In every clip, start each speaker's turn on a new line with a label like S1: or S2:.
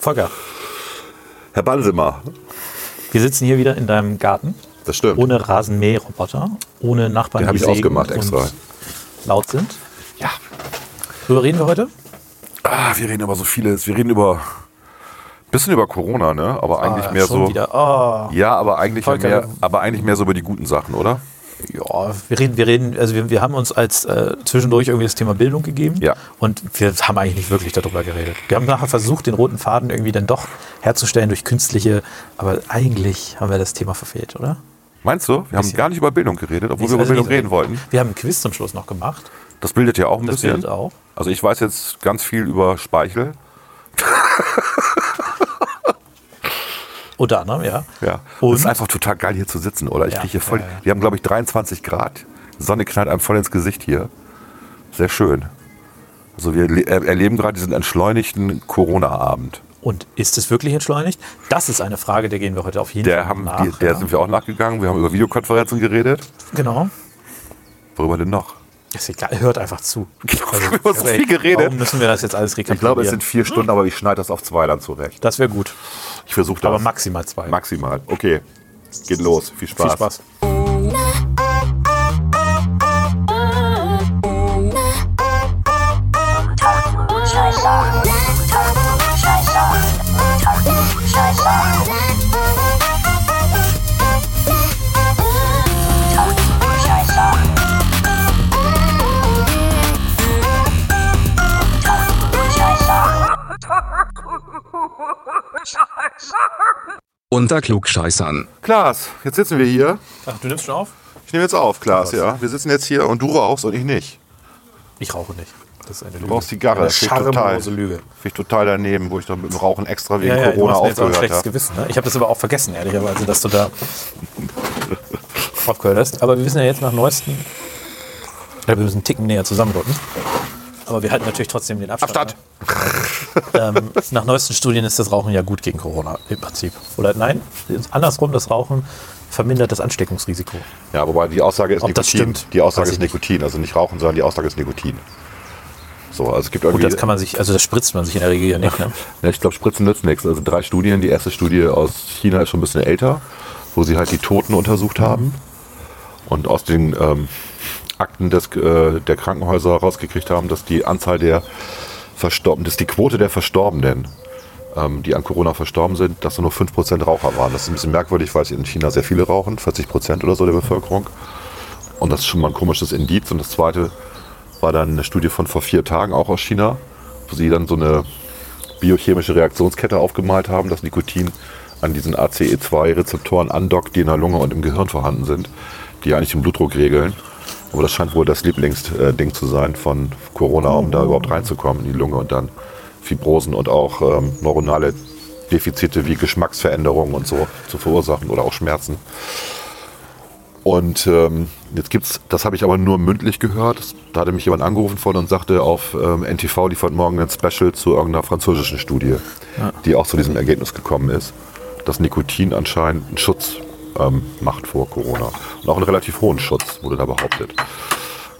S1: Volker,
S2: Herr Bansemer,
S1: wir sitzen hier wieder in deinem Garten.
S2: das stimmt.
S1: Ohne Rasenmäherroboter, ohne Nachbarn,
S2: Den hab
S1: die
S2: ich
S1: sägen
S2: ausgemacht extra.
S1: und laut sind.
S2: Ja.
S1: Worüber reden wir heute?
S2: Ah, wir reden über so vieles. Wir reden über bisschen über Corona, ne? Aber eigentlich
S1: Ah,
S2: mehr
S1: schon
S2: so.
S1: Wieder. Oh.
S2: Ja, aber eigentlich
S1: Volker,
S2: mehr, aber eigentlich mehr so über die guten Sachen, oder?
S1: Ja, wir reden, wir reden, also wir, wir haben uns als äh, zwischendurch irgendwie das Thema Bildung gegeben
S2: Ja.
S1: und wir haben eigentlich nicht wirklich darüber geredet. Wir haben nachher versucht, den roten Faden irgendwie dann doch herzustellen durch künstliche, aber eigentlich haben wir das Thema verfehlt, oder?
S2: Meinst du? Wir haben gar nicht über Bildung geredet, obwohl wir über
S1: Also
S2: Bildung
S1: nicht-
S2: reden wollten.
S1: Wir haben einen Quiz zum Schluss noch gemacht.
S2: Das bildet ja auch ein
S1: Das
S2: bisschen.
S1: bildet auch.
S2: Also ich weiß jetzt ganz viel über Speichel.
S1: Unter anderem, ja.
S2: Ja.
S1: Und
S2: Es ist einfach total geil hier zu sitzen, oder? Ich
S1: Ja,
S2: kriege hier voll.
S1: ja, ja.
S2: Wir haben, glaube ich, 23 Grad. Sonne knallt einem voll ins Gesicht hier. Sehr schön. Also wir le- er- erleben gerade diesen entschleunigten Corona-Abend.
S1: Und ist es wirklich entschleunigt? Das ist eine Frage, der gehen wir heute auf jeden
S2: Der,
S1: Fall
S2: haben,
S1: nach.
S2: die, der
S1: ja.
S2: sind wir auch nachgegangen. Wir haben über Videokonferenzen geredet.
S1: genau.
S2: Worüber denn noch?
S1: Ist egal, hört einfach zu. Also,
S2: Genau, wir haben so viel geredet.
S1: Warum müssen wir das jetzt alles rekapitulieren?
S2: Ich glaube, es sind vier Stunden, aber ich schneide das auf zwei dann zurecht.
S1: das wäre gut,
S2: Ich versuche das.
S1: aber maximal zwei.
S2: Maximal. Okay. Geht los. Viel Spaß.
S1: Viel Spaß.
S3: Unter Klugscheißern.
S2: Klaas, jetzt sitzen wir hier.
S1: Ach, du nimmst schon auf?
S2: Ich nehme jetzt auf, Klaas, ja. Wir sitzen jetzt hier und du rauchst und ich nicht.
S1: Ich rauche nicht. Das ist eine Lüge.
S2: Du brauchst Zigarre.
S1: Eine
S2: das finde ich total-
S1: schamlose Lüge.
S2: Finde ich total daneben, wo ich dann mit dem Rauchen extra wegen
S1: Ja, ja, du
S2: Corona
S1: machst mir jetzt auch ein
S2: aufgehört
S1: schlechtes
S2: habe.
S1: Gewissen. Ne? Ich habe das aber auch vergessen, ehrlicherweise, dass du da aufgehört hast. Aber wir wissen ja jetzt nach neuesten, ich glaube, wir müssen einen Ticken näher zusammenrücken. Aber wir halten natürlich trotzdem den Abstand.
S2: Abstand.
S1: Ne? Ähm, nach neuesten Studien ist das Rauchen ja gut gegen Corona im Prinzip. Oder nein, andersrum, das Rauchen vermindert das Ansteckungsrisiko.
S2: Ja, wobei die Aussage ist
S1: Ob das
S2: Nikotin.
S1: stimmt,
S2: Die Aussage
S1: weiß
S2: ist
S1: ich nicht.
S2: Nikotin. Also nicht rauchen, sondern die Aussage ist Nikotin. So, also es gibt irgendwie.
S1: Gut, das kann man sich, also das spritzt man sich in der Regel ja nicht. Ne?
S2: Ja, ich glaube, Spritzen nützt nichts. Also drei Studien. Die erste Studie aus China ist schon ein bisschen älter, wo sie halt die Toten untersucht haben und aus den ähm, Akten des, äh, der Krankenhäuser rausgekriegt haben, dass die Anzahl der Verstorbenen, dass die Quote der Verstorbenen, ähm, die an Corona verstorben sind, dass da nur 5% Raucher waren. Das ist ein bisschen merkwürdig, weil in China sehr viele rauchen, 40% oder so der Bevölkerung. Und das ist schon mal ein komisches Indiz. Und das zweite war dann eine Studie von vor vier Tagen, auch aus China, wo sie dann so eine biochemische Reaktionskette aufgemalt haben, dass Nikotin an diesen ACE2-Rezeptoren andockt, die in der Lunge und im Gehirn vorhanden sind, die eigentlich den Blutdruck regeln. Aber das scheint wohl das Lieblingsding zu sein von Corona, um da überhaupt reinzukommen in die Lunge und dann Fibrosen und auch ähm, neuronale Defizite wie Geschmacksveränderungen und so zu verursachen oder auch Schmerzen. Und ähm, jetzt gibt's, das habe ich aber nur mündlich gehört. Das- Da hatte mich jemand angerufen von und sagte, auf ähm, NTV liefert morgen ein Special zu irgendeiner französischen Studie, die auch zu diesem Ergebnis gekommen ist, dass Nikotin anscheinend einen Schutz ähm, macht vor Corona. Und auch einen relativ hohen Schutz, wurde da behauptet.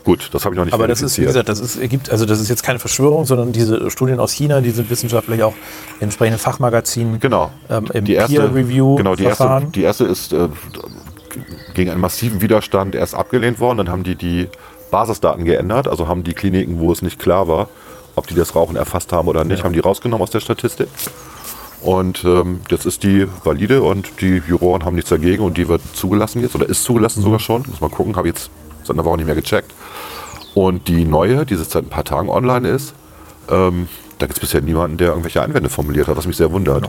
S2: Gut, das habe ich noch nicht
S1: Aber das ist, wie
S2: verifiziert.
S1: gesagt, das ist, ergibt, also das ist jetzt keine Verschwörung, sondern diese Studien aus China, die sind wissenschaftlich auch in entsprechenden Fachmagazinen
S2: Genau.
S1: ähm, im Peer-Review
S2: Genau, die erste,
S1: verfahren.
S2: die erste ist äh, gegen einen massiven Widerstand erst abgelehnt worden. Dann haben die die Basisdaten geändert. Also haben die Kliniken, wo es nicht klar war, ob die das Rauchen erfasst haben oder nicht, haben die rausgenommen aus der Statistik. Und ähm, jetzt ist die valide und die Juroren haben nichts dagegen und die wird zugelassen jetzt oder ist
S1: Mhm.
S2: zugelassen sogar schon. Muss mal gucken, habe jetzt seit einer Woche nicht mehr gecheckt. Und die neue, die jetzt seit ein paar Tagen online ist, ähm, da gibt es bisher niemanden, der irgendwelche Einwände formuliert hat, was mich sehr wundert.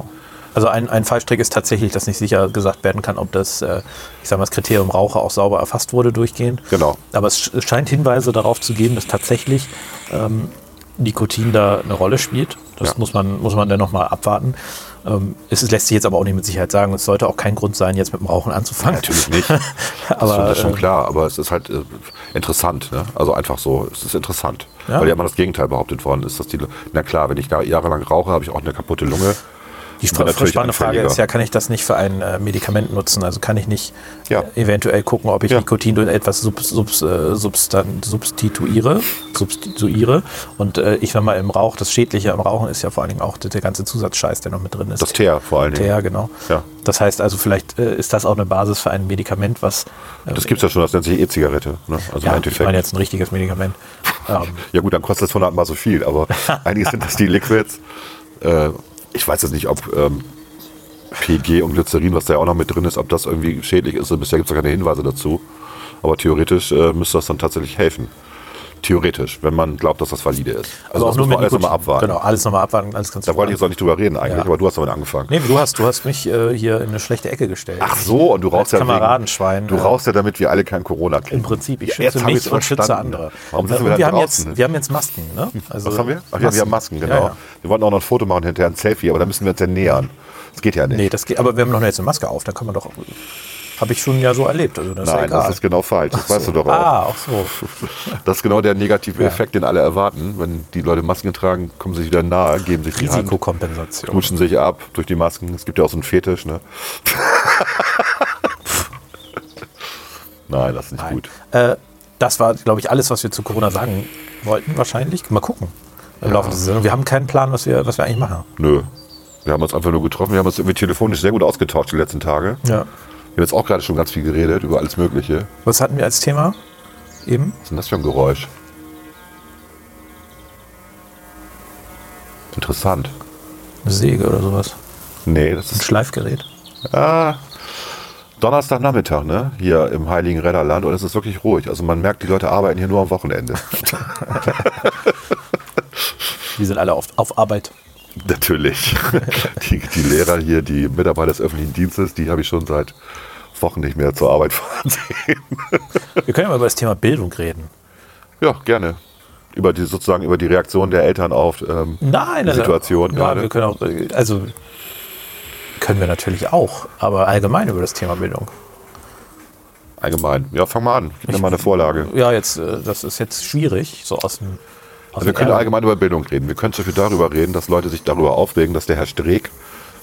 S1: Also ein, ein Fallstrick ist tatsächlich, dass nicht sicher gesagt werden kann, ob das, äh, ich sag mal, das Kriterium Raucher auch sauber erfasst wurde durchgehend.
S2: Genau.
S1: Aber es sch- es scheint Hinweise darauf zu geben, dass tatsächlich ähm, Nikotin da eine Rolle spielt. Das
S2: Ja.
S1: muss man, muss man dann nochmal abwarten. Ähm, es ist, lässt sich jetzt aber auch nicht mit Sicherheit sagen. Es sollte auch kein Grund sein, jetzt mit dem Rauchen anzufangen.
S2: Natürlich nicht. Das ist schon,
S1: aber
S2: das ist schon
S1: äh,
S2: klar, aber es ist halt äh, interessant. Ne? Also einfach so, es ist interessant.
S1: Ja.
S2: Weil ja immer das Gegenteil behauptet worden ist, dass die, Le- na klar, wenn ich da jahrelang rauche, habe ich auch eine kaputte Lunge
S1: Die
S2: Aber natürlich
S1: spannende Frage
S2: anfälliger.
S1: ist ja, kann ich das nicht für ein äh, Medikament nutzen? Also kann ich nicht
S2: Ja.
S1: äh, eventuell gucken, ob ich
S2: Ja.
S1: Nikotin durch etwas sub, sub, äh, substan- substituiere, substituiere. Und äh, ich sag mal, im Rauch, das Schädliche am Rauchen ist ja vor allen Dingen auch der, der ganze Zusatzscheiß, der noch mit drin ist.
S2: Das Teer vor allen Dingen.
S1: Ja, genau.
S2: Ja.
S1: Das heißt also, vielleicht äh, ist das auch eine Basis für ein Medikament, was. äh,
S2: Das gibt's ja schon, das nennt sich E-Zigarette. Ne? Also im
S1: ja, ich
S2: Endeffekt.
S1: meine jetzt ein richtiges Medikament. Ähm,
S2: Ja gut, dann kostet das 100 Mal so viel, aber eigentlich sind das die Liquids. Äh, ich weiß jetzt nicht, ob ähm, PG und Glycerin, was da ja auch noch mit drin ist, ob das irgendwie schädlich ist. Und bisher gibt es da keine Hinweise dazu. Aber theoretisch äh, müsste das dann tatsächlich helfen. Theoretisch, wenn man glaubt, dass das valide ist. Also das muss man alles
S1: Nikotin-
S2: nochmal abwarten.
S1: Genau, alles nochmal abwarten, alles ganz
S2: Da wollte ich jetzt auch nicht drüber reden eigentlich,
S1: Ja.
S2: aber du hast damit angefangen.
S1: Nee, du hast, du hast mich äh, hier in eine schlechte Ecke gestellt.
S2: Ach so, und du rauchst ja wegen-
S1: Kameradenschwein.
S2: Du
S1: äh,
S2: rauchst ja, damit wir alle kein Corona kriegen.
S1: Im Prinzip, ich
S2: Ja,
S1: schütze
S2: jetzt hab ich's
S1: mich und schütze
S2: verstanden.
S1: andere.
S2: Warum
S1: Äh,
S2: sitzen wir
S1: und
S2: denn
S1: wir, haben
S2: draußen?
S1: jetzt, wir haben jetzt Masken, ne? Also,
S2: Was haben wir? Ach ja, wir haben Masken, genau.
S1: Ja, ja.
S2: Wir wollten auch noch ein Foto machen, hinterher ein Selfie, aber da müssen wir uns ja nähern. Das geht ja nicht.
S1: Nee, das geht, aber wir haben doch jetzt eine Maske auf, da kann man doch. Habe ich schon ja so erlebt. Also das
S2: Nein,
S1: ist ja egal.
S2: das ist genau falsch. Das weißt du doch auch.
S1: ah, auch so.
S2: Das ist genau der negative Effekt, den alle erwarten. Wenn die Leute Masken tragen, kommen sie sich wieder nahe, geben sich die Hand,
S1: Risikokompensation.
S2: knutschen sich ab durch die Masken. Es gibt ja auch so einen Fetisch, ne? Nein, das ist nicht
S1: Nein.
S2: gut.
S1: Äh, das war, glaube ich, alles, was wir zu Corona sagen wollten, wahrscheinlich. Mal gucken. Im Laufe dieser Sendung. Wir haben keinen Plan, was wir, was wir eigentlich machen.
S2: Nö. Wir haben uns einfach nur getroffen. Wir haben uns irgendwie telefonisch sehr gut ausgetauscht die letzten Tage.
S1: Ja.
S2: Wir haben jetzt auch gerade schon ganz viel geredet über alles Mögliche.
S1: Was hatten wir als Thema? Eben?
S2: Was ist denn das für ein Geräusch? Interessant.
S1: Eine Säge oder sowas.
S2: Nee, das
S1: Ein
S2: ist
S1: Schleifgerät.
S2: ah, Donnerstagnachmittag, ne? Hier im Heiligen Räderland und es ist wirklich ruhig. Also man merkt, die Leute arbeiten hier nur am Wochenende.
S1: Die sind alle auf, auf Arbeit.
S2: Natürlich. Die, die Lehrer hier, die Mitarbeiter des öffentlichen Dienstes, die habe ich schon seit Wochen nicht mehr zur Arbeit fahren sehen.
S1: Wir können ja mal über das Thema Bildung reden.
S2: Ja, gerne. Über die sozusagen über die Reaktion der Eltern auf ähm,
S1: Nein, also,
S2: die Situation
S1: ja,
S2: gerade.
S1: wir können auch, äh, also können wir natürlich auch, aber allgemein über das Thema Bildung.
S2: Allgemein. Ja, fang mal an. Gib mir mal eine Vorlage.
S1: Ja, jetzt, äh, das ist jetzt schwierig, so aus dem. Aus
S2: Also wir
S1: dem
S2: können
S1: Ärger.
S2: allgemein über Bildung reden. Wir können zum Beispiel darüber reden, dass Leute sich darüber aufregen, dass der Herr Streeck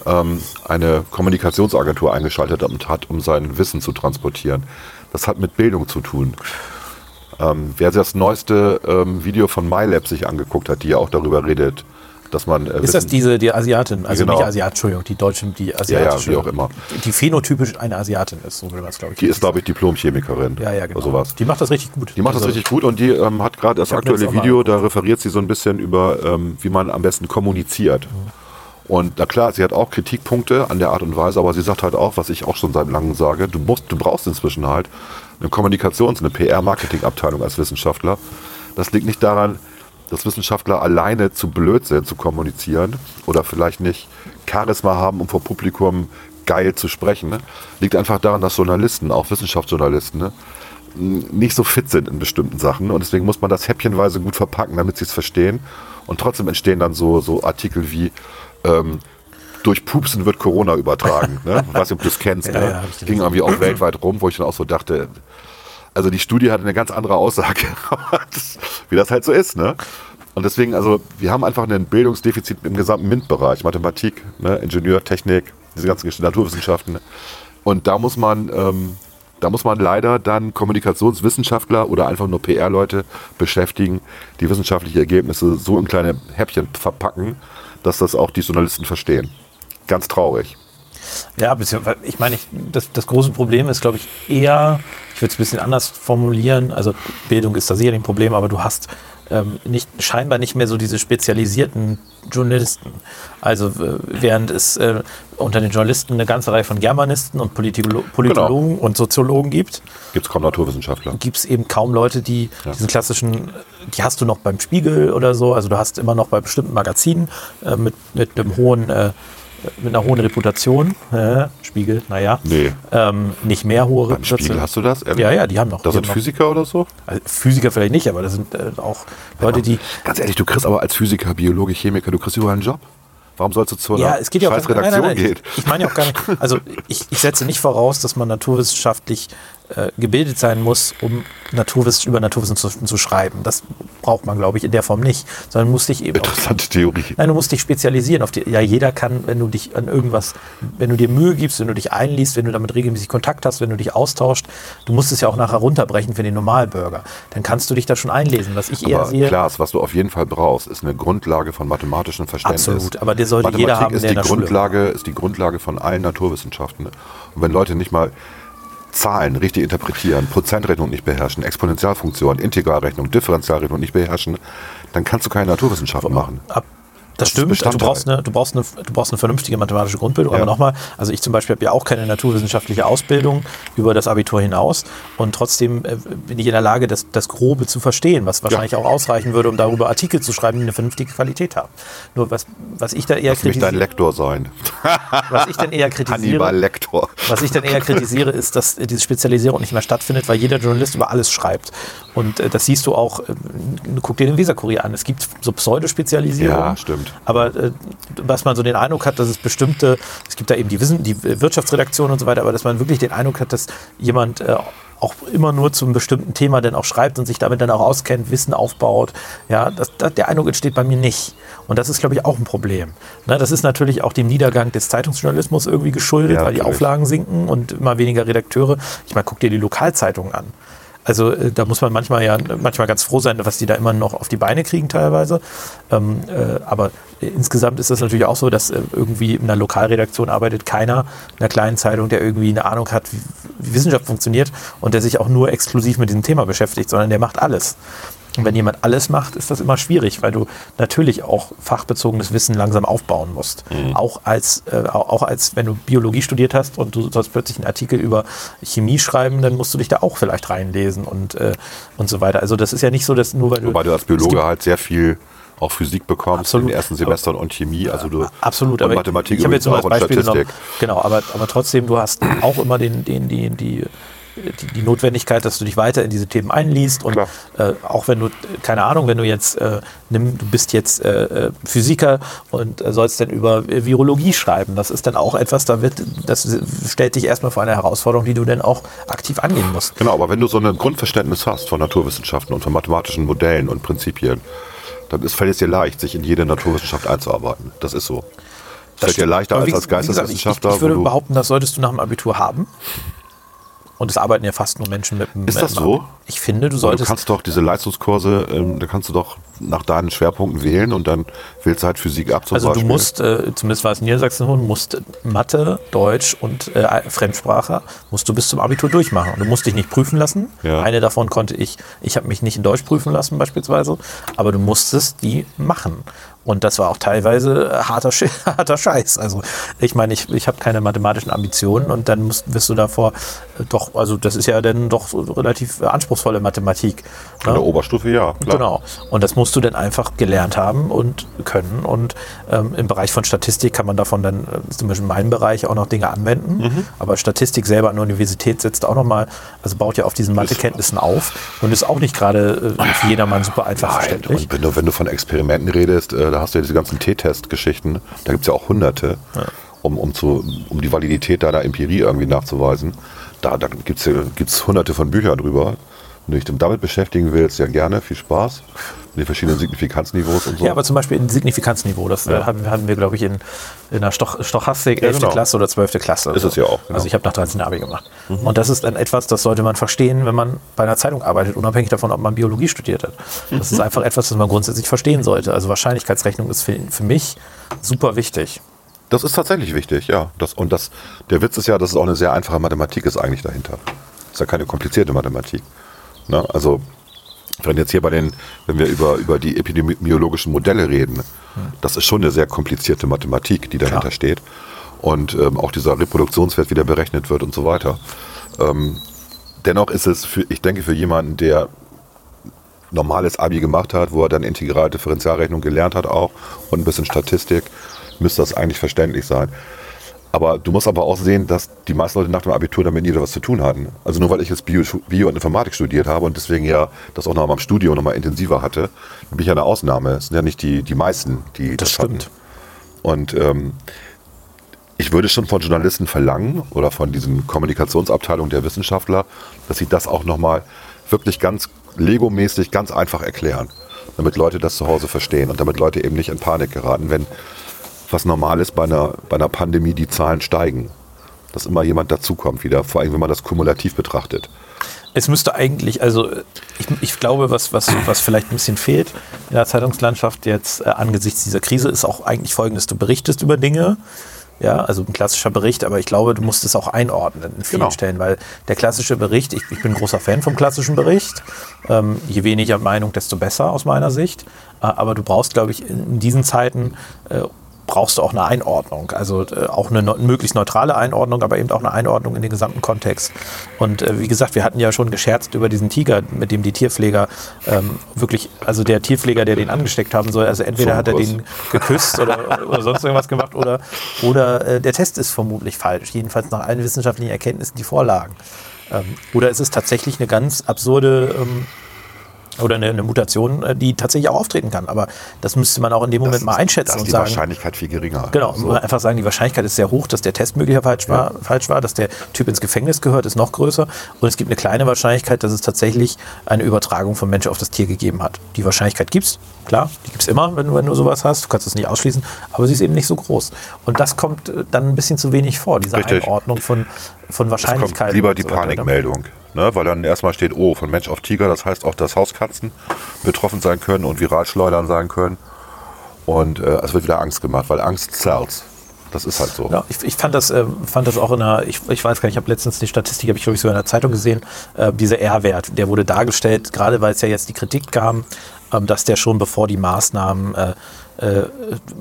S2: ähm, eine Kommunikationsagentur eingeschaltet hat, um sein Wissen zu transportieren. Das hat mit Bildung zu tun. Ähm, wer das neueste ähm, Video von MyLab sich angeguckt hat, die ja auch darüber redet, dass man... Äh,
S1: ist das diese, die Asiatin, also
S2: Genau.
S1: nicht Asiat, Entschuldigung, die deutsche, die asiatische.
S2: wie auch immer.
S1: Die phänotypisch eine Asiatin ist, so will man es, glaube ich.
S2: Die ist, glaube ich, Diplomchemikerin
S1: ja, ja, genau.
S2: oder sowas.
S1: Die macht das richtig gut. Also,
S2: Die macht das richtig gut und die ähm, hat gerade das
S1: hab mir das
S2: aktuelle
S1: auch mal
S2: Video, da referiert sie so ein bisschen über, ähm, wie man am besten kommuniziert. Und na klar, sie hat auch Kritikpunkte an der Art und Weise, aber sie sagt halt auch, was ich auch schon seit langem sage, du musst, du brauchst inzwischen halt eine Kommunikations-, eine PR-Marketing-Abteilung als Wissenschaftler. Das liegt nicht daran, dass Wissenschaftler alleine zu blöd sind zu kommunizieren oder vielleicht nicht Charisma haben, um vor Publikum geil zu sprechen. Ne? Liegt einfach daran, dass Journalisten, auch Wissenschaftsjournalisten, ne, nicht so fit sind in bestimmten Sachen und deswegen muss man das häppchenweise gut verpacken, damit sie es verstehen. Und trotzdem entstehen dann so, so Artikel wie ähm, durch Pupsen wird Corona übertragen. Ne? Ich weiß nicht, ob du es kennst.
S1: Ja,
S2: ne?
S1: ja, hab ich
S2: Ging irgendwie auch weltweit rum, wo ich dann auch so dachte, also die Studie hatte eine ganz andere Aussage, das, wie das halt so ist. Ne? Und deswegen, also wir haben einfach ein Bildungsdefizit im gesamten MINT-Bereich, Mathematik, ne? Ingenieur, Technik, diese ganzen Gesch- Naturwissenschaften. Und da muss man, ähm, da muss man leider dann Kommunikationswissenschaftler oder einfach nur PR-Leute beschäftigen, die wissenschaftliche Ergebnisse so in kleine Häppchen verpacken, dass das auch die Journalisten verstehen. Ganz traurig.
S1: Ja, beziehungsweise, ich meine, ich, das, das große Problem ist, glaube ich, eher, ich würde es ein bisschen anders formulieren, also Bildung ist da sicherlich ein Problem, aber du hast ähm, nicht, scheinbar nicht mehr so diese spezialisierten Journalisten. Also w- während es äh, unter den Journalisten eine ganze Reihe von Germanisten und Politolo Politologen und Soziologen gibt,
S2: Gibt es kaum Naturwissenschaftler?
S1: gibt es eben kaum Leute, die diesen klassischen, die hast du noch beim Spiegel oder so, also du hast immer noch bei bestimmten Magazinen äh, mit, mit einem hohen, äh, mit einer hohen Reputation, äh, Spiegel, naja,
S2: Nee.
S1: ähm, nicht mehr hohe
S2: Beim Spiegel hast du das? Ehrlich?
S1: Ja, ja, die haben noch.
S2: Da
S1: die
S2: sind
S1: haben noch-
S2: Physiker oder so?
S1: also Physiker vielleicht nicht, aber das sind äh, auch
S2: genau.
S1: Leute, die,
S2: Ganz ehrlich, du kriegst aber als Physiker, Biologe, Chemiker, du kriegst überall einen Job. Warum sollst du zur
S1: Ja, es geht ja auch
S2: scheiß Redaktion
S1: nein, nein, nein,
S2: gehen?
S1: Ich, ich meine ja auch gar nicht. Also ich, ich setze nicht voraus, dass man naturwissenschaftlich äh, gebildet sein muss, um Naturwissen, über Naturwissenschaften zu schreiben. Das braucht man, glaube ich, in der Form nicht, sondern musst dich eben. Auf,
S2: Interessante Theorie.
S1: nein, du musst dich spezialisieren. Auf die, ja, jeder kann, wenn du dich an irgendwas, wenn du dir Mühe gibst, wenn du dich einliest, wenn du damit regelmäßig Kontakt hast, wenn du dich austauscht, du musst es ja auch nachher runterbrechen für den Normalbürger. Dann kannst du dich da schon einlesen. Was ich eher
S2: Aber
S1: sehe,
S2: Klaas, was du auf jeden Fall brauchst, ist eine Grundlage von mathematischem Verständnis.
S1: Absolut, aber die sollte jeder haben,
S2: ist
S1: der
S2: die
S1: in der Schule
S2: Grundlage, ist die Grundlage von allen Naturwissenschaften. Und wenn Leute nicht mal Zahlen richtig interpretieren, Prozentrechnung nicht beherrschen, Exponentialfunktion, Integralrechnung, Differentialrechnung nicht beherrschen, dann kannst du keine Naturwissenschaften machen.
S1: ab. Das stimmt, also du,
S2: Bestandteil.
S1: brauchst eine, du, brauchst eine, du brauchst eine vernünftige mathematische Grundbildung.
S2: Ja.
S1: Aber nochmal, also ich zum Beispiel habe ja auch keine naturwissenschaftliche Ausbildung über das Abitur hinaus. Und trotzdem äh, bin ich in der Lage, das, das Grobe zu verstehen, was wahrscheinlich auch ausreichen würde, um darüber Artikel zu schreiben, die eine vernünftige Qualität haben. Nur was, was, ich, da eher
S2: Lass mich dein
S1: kritisiere,
S2: Lektor sein.
S1: was ich dann eher kritisiere,
S2: Hannibal Lektor.
S1: was ich dann eher kritisiere, ist, dass äh, diese Spezialisierung nicht mehr stattfindet, weil jeder Journalist über alles schreibt. Und äh, das siehst du auch, äh, guck dir den Weserkurier an. Es gibt so Pseudospezialisierung.
S2: Ja, stimmt.
S1: Aber äh, was man so den Eindruck hat, dass es bestimmte, es gibt da eben die, Wissen, die Wirtschaftsredaktion und so weiter, aber dass man wirklich den Eindruck hat, dass jemand äh, auch immer nur zu einem bestimmten Thema dann auch schreibt und sich damit dann auch auskennt, Wissen aufbaut. Ja, das, das, der Eindruck entsteht bei mir nicht. Und das ist, glaube ich, auch ein Problem. Ne, das ist natürlich auch dem Niedergang des Zeitungsjournalismus irgendwie geschuldet,
S2: Ja,
S1: weil die
S2: natürlich.
S1: Auflagen sinken und immer weniger Redakteure. Ich meine, guck dir die Lokalzeitungen an. Also äh, da muss man manchmal ja manchmal ganz froh sein, was die da immer noch auf die Beine kriegen teilweise. Ähm, äh, aber äh, insgesamt ist das natürlich auch so, dass äh, irgendwie in einer Lokalredaktion arbeitet keiner in einer kleinen Zeitung, der irgendwie eine Ahnung hat, wie, wie Wissenschaft funktioniert und der sich auch nur exklusiv mit diesem Thema beschäftigt, sondern der macht alles. Und wenn jemand alles macht, ist das immer schwierig, weil du natürlich auch fachbezogenes Wissen langsam aufbauen musst.
S2: Mhm.
S1: Auch, als, äh, auch als, wenn du Biologie studiert hast und du sollst plötzlich einen Artikel über Chemie schreiben, dann musst du dich da auch vielleicht reinlesen und, äh, und so weiter. Also das ist ja nicht so, dass nur weil du...
S2: Wobei du als
S1: Es gibt-
S2: Biologe halt sehr viel auch Physik bekommst in
S1: Absolut.
S2: den ersten Semestern und Chemie. Also du,
S1: Absolut,
S2: und
S1: aber
S2: Mathematik
S1: ich habe
S2: übrigens
S1: jetzt nur
S2: auch
S1: als
S2: und
S1: Beispiel genommen.
S2: Statistik.
S1: Genau, aber, aber trotzdem, du hast auch immer den, den, die, die, die, die Notwendigkeit, dass du dich weiter in diese Themen einliest und
S2: Klar.
S1: äh, auch wenn du, keine Ahnung, wenn du jetzt, äh, nimm, du bist jetzt äh, äh, Physiker und äh, sollst dann über äh, Virologie schreiben, das ist dann auch etwas, da wird, das stellt dich erstmal vor eine Herausforderung, die du dann auch aktiv angehen musst.
S2: Genau, aber wenn du so ein Grundverständnis hast von Naturwissenschaften und von mathematischen Modellen und Prinzipien, dann ist, fällt es dir leicht, sich in jede Naturwissenschaft einzuarbeiten. Das ist so. Es fällt dir
S1: stimmt.
S2: leichter
S1: Aber
S2: als
S1: wie-
S2: als
S1: wie gesagt,
S2: Geisteswissenschaftler.
S1: Ich, ich, ich würde
S2: wo du-
S1: behaupten, das solltest du nach dem Abitur haben. Und es arbeiten ja fast nur Menschen mit dem.
S2: Ist das
S1: mit dem
S2: so?
S1: Abi. Ich finde, du
S2: Aber du
S1: solltest.
S2: kannst doch diese Leistungskurse, ähm, da kannst du doch nach deinen Schwerpunkten wählen und dann wählst du halt Physik ab zum
S1: also
S2: Beispiel.
S1: du musst, äh, zumindest war es in Niedersachsen, so, du musst Mathe, Deutsch und äh, Fremdsprache musst du bis zum Abitur durchmachen. Und du musst dich nicht prüfen lassen.
S2: Ja.
S1: Eine davon konnte ich, ich habe mich nicht in Deutsch prüfen lassen beispielsweise, aber du musstest die machen. Und das war auch teilweise äh, harter, Sch harter Scheiß. Also ich meine, ich, ich habe keine mathematischen Ambitionen und dann musst, wirst du davor äh, doch, also das ist ja dann doch so relativ anspruchsvolle Mathematik.
S2: In
S1: ne?
S2: der Oberstufe, ja. Klar.
S1: Genau. Und das musst du dann einfach gelernt haben und können. Und ähm, im Bereich von Statistik kann man davon dann, äh, zum Beispiel in meinem Bereich, auch noch Dinge anwenden.
S2: Mhm.
S1: Aber Statistik selber an der Universität setzt auch nochmal, also baut ja auf diesen Mathekenntnissen auf und ist auch nicht gerade äh, für jedermann super einfach
S2: Nein,
S1: verständlich.
S2: und wenn du, wenn du von Experimenten redest, äh, da hast du ja diese ganzen T-Test-Geschichten, da gibt es ja auch hunderte, um, um, zu, um die Validität deiner Empirie irgendwie nachzuweisen. Da, da gibt es gibt's hunderte von Büchern drüber. Wenn du dich damit beschäftigen willst, ja gerne, viel Spaß. Mit den verschiedenen Signifikanzniveaus und so.
S1: Ja, aber zum Beispiel in Signifikanzniveau, das äh, hatten, hatten wir, glaube ich, in, in der Stoch Stochastik, 11.
S2: genau.
S1: Klasse oder 12. Klasse.
S2: Ist es ja auch, genau. Mhm.
S1: Also ich habe nach 13 Abi gemacht. Und das ist dann etwas, das sollte man verstehen, wenn man bei einer Zeitung arbeitet, unabhängig davon, ob man Biologie studiert hat. Das
S2: Mhm.
S1: ist einfach etwas, das man grundsätzlich verstehen sollte. Also Wahrscheinlichkeitsrechnung ist für, für mich super wichtig.
S2: Das ist tatsächlich wichtig, ja. Das, und das, der Witz ist ja, dass es auch eine sehr einfache Mathematik ist eigentlich dahinter. Ist ja keine komplizierte Mathematik. Ne? Also, wenn jetzt hier bei den, wenn wir über, über die epidemiologischen Modelle reden, das ist schon eine sehr komplizierte Mathematik, die dahinter
S1: Klar.
S2: steht. Und ähm, auch dieser Reproduktionswert, wie der berechnet wird und so weiter. Ähm, dennoch ist es, für, ich denke, für jemanden, der normales Abi gemacht hat, wo er dann Integral- Differentialrechnung gelernt hat auch und ein bisschen Statistik, müsste das eigentlich verständlich sein. Aber du musst aber auch sehen, dass die meisten Leute nach dem Abitur damit nie wieder was zu tun hatten. Also nur weil ich jetzt Bio, Bio und Informatik studiert habe und deswegen ja das auch noch mal im Studio noch mal intensiver hatte, bin ich ja eine Ausnahme. Es sind ja nicht die, die meisten, die
S1: Das
S2: hatten.
S1: stimmt.
S2: Und ähm, ich würde schon von Journalisten verlangen oder von diesen Kommunikationsabteilungen der Wissenschaftler, dass sie das auch nochmal wirklich ganz Lego-mäßig ganz einfach erklären, damit Leute das zu Hause verstehen und damit Leute eben nicht in Panik geraten, wenn was normal ist bei einer, bei einer Pandemie, die Zahlen steigen, dass immer jemand dazukommt wieder, vor allem wenn man das kumulativ betrachtet.
S1: Es müsste eigentlich, also ich, ich glaube, was, was, was vielleicht ein bisschen fehlt in der Zeitungslandschaft jetzt äh, angesichts dieser Krise ist auch eigentlich folgendes, du berichtest über Dinge, ja, also ein klassischer Bericht, aber ich glaube, du musst es auch einordnen in vielen
S2: Genau.
S1: Stellen, weil der klassische Bericht, ich, ich bin großer Fan vom klassischen Bericht, ähm, je weniger Meinung, desto besser aus meiner Sicht, äh, aber du brauchst, glaube ich, in diesen Zeiten äh, brauchst du auch eine Einordnung, also äh, auch eine neu- möglichst neutrale Einordnung, aber eben auch eine Einordnung in den gesamten Kontext. Und äh, wie gesagt, wir hatten ja schon gescherzt über diesen Tiger, mit dem die Tierpfleger ähm, wirklich, also der Tierpfleger, der den angesteckt haben soll, also entweder hat er
S2: Zungenkuss.
S1: den geküsst oder, oder sonst irgendwas gemacht oder, oder äh, der Test ist vermutlich falsch, jedenfalls nach allen wissenschaftlichen Erkenntnissen, die vorlagen. Ähm, oder es ist tatsächlich eine ganz absurde ähm, oder eine, eine Mutation, äh, die tatsächlich auch auftreten kann. Aber das müsste man auch in dem Moment mal
S2: Da
S1: einschätzen
S2: ist
S1: und
S2: die
S1: sagen.
S2: Wahrscheinlichkeit viel geringer.
S1: Genau,
S2: So.
S1: man einfach sagen, die Wahrscheinlichkeit ist sehr hoch, dass der Test möglicherweise falsch, war, falsch war, dass der Typ ins Gefängnis gehört, ist noch größer. Und es gibt eine kleine Wahrscheinlichkeit, dass es tatsächlich eine Übertragung von Mensch auf das Tier gegeben hat. Die Wahrscheinlichkeit gibt es, klar, die gibt es immer, wenn, du- wenn du sowas hast. Du kannst es nicht ausschließen, aber sie ist eben nicht so groß. Und das kommt äh, dann ein bisschen zu wenig vor, diese
S2: Richtig.
S1: Einordnung von, von
S2: Es kommt
S1: Wahrscheinlichkeiten.
S2: lieber
S1: und
S2: die
S1: so weiter.
S2: Panikmeldung, ne? weil dann erstmal steht, oh, von Mensch auf Tiger, das heißt auch, dass Hauskatzen betroffen sein können und viral schleudern sein können. Und äh, es wird wieder Angst gemacht, weil Angst sells. Das ist halt so.
S1: Ja, ich, ich fand das, ähm, fand das auch in einer, ich, ich weiß gar nicht, ich habe letztens die Statistik, habe ich glaube ich so in der Zeitung gesehen, äh, dieser R-Wert, der wurde dargestellt, gerade weil es ja jetzt die Kritik kam, ähm, dass der schon bevor die Maßnahmen äh, äh,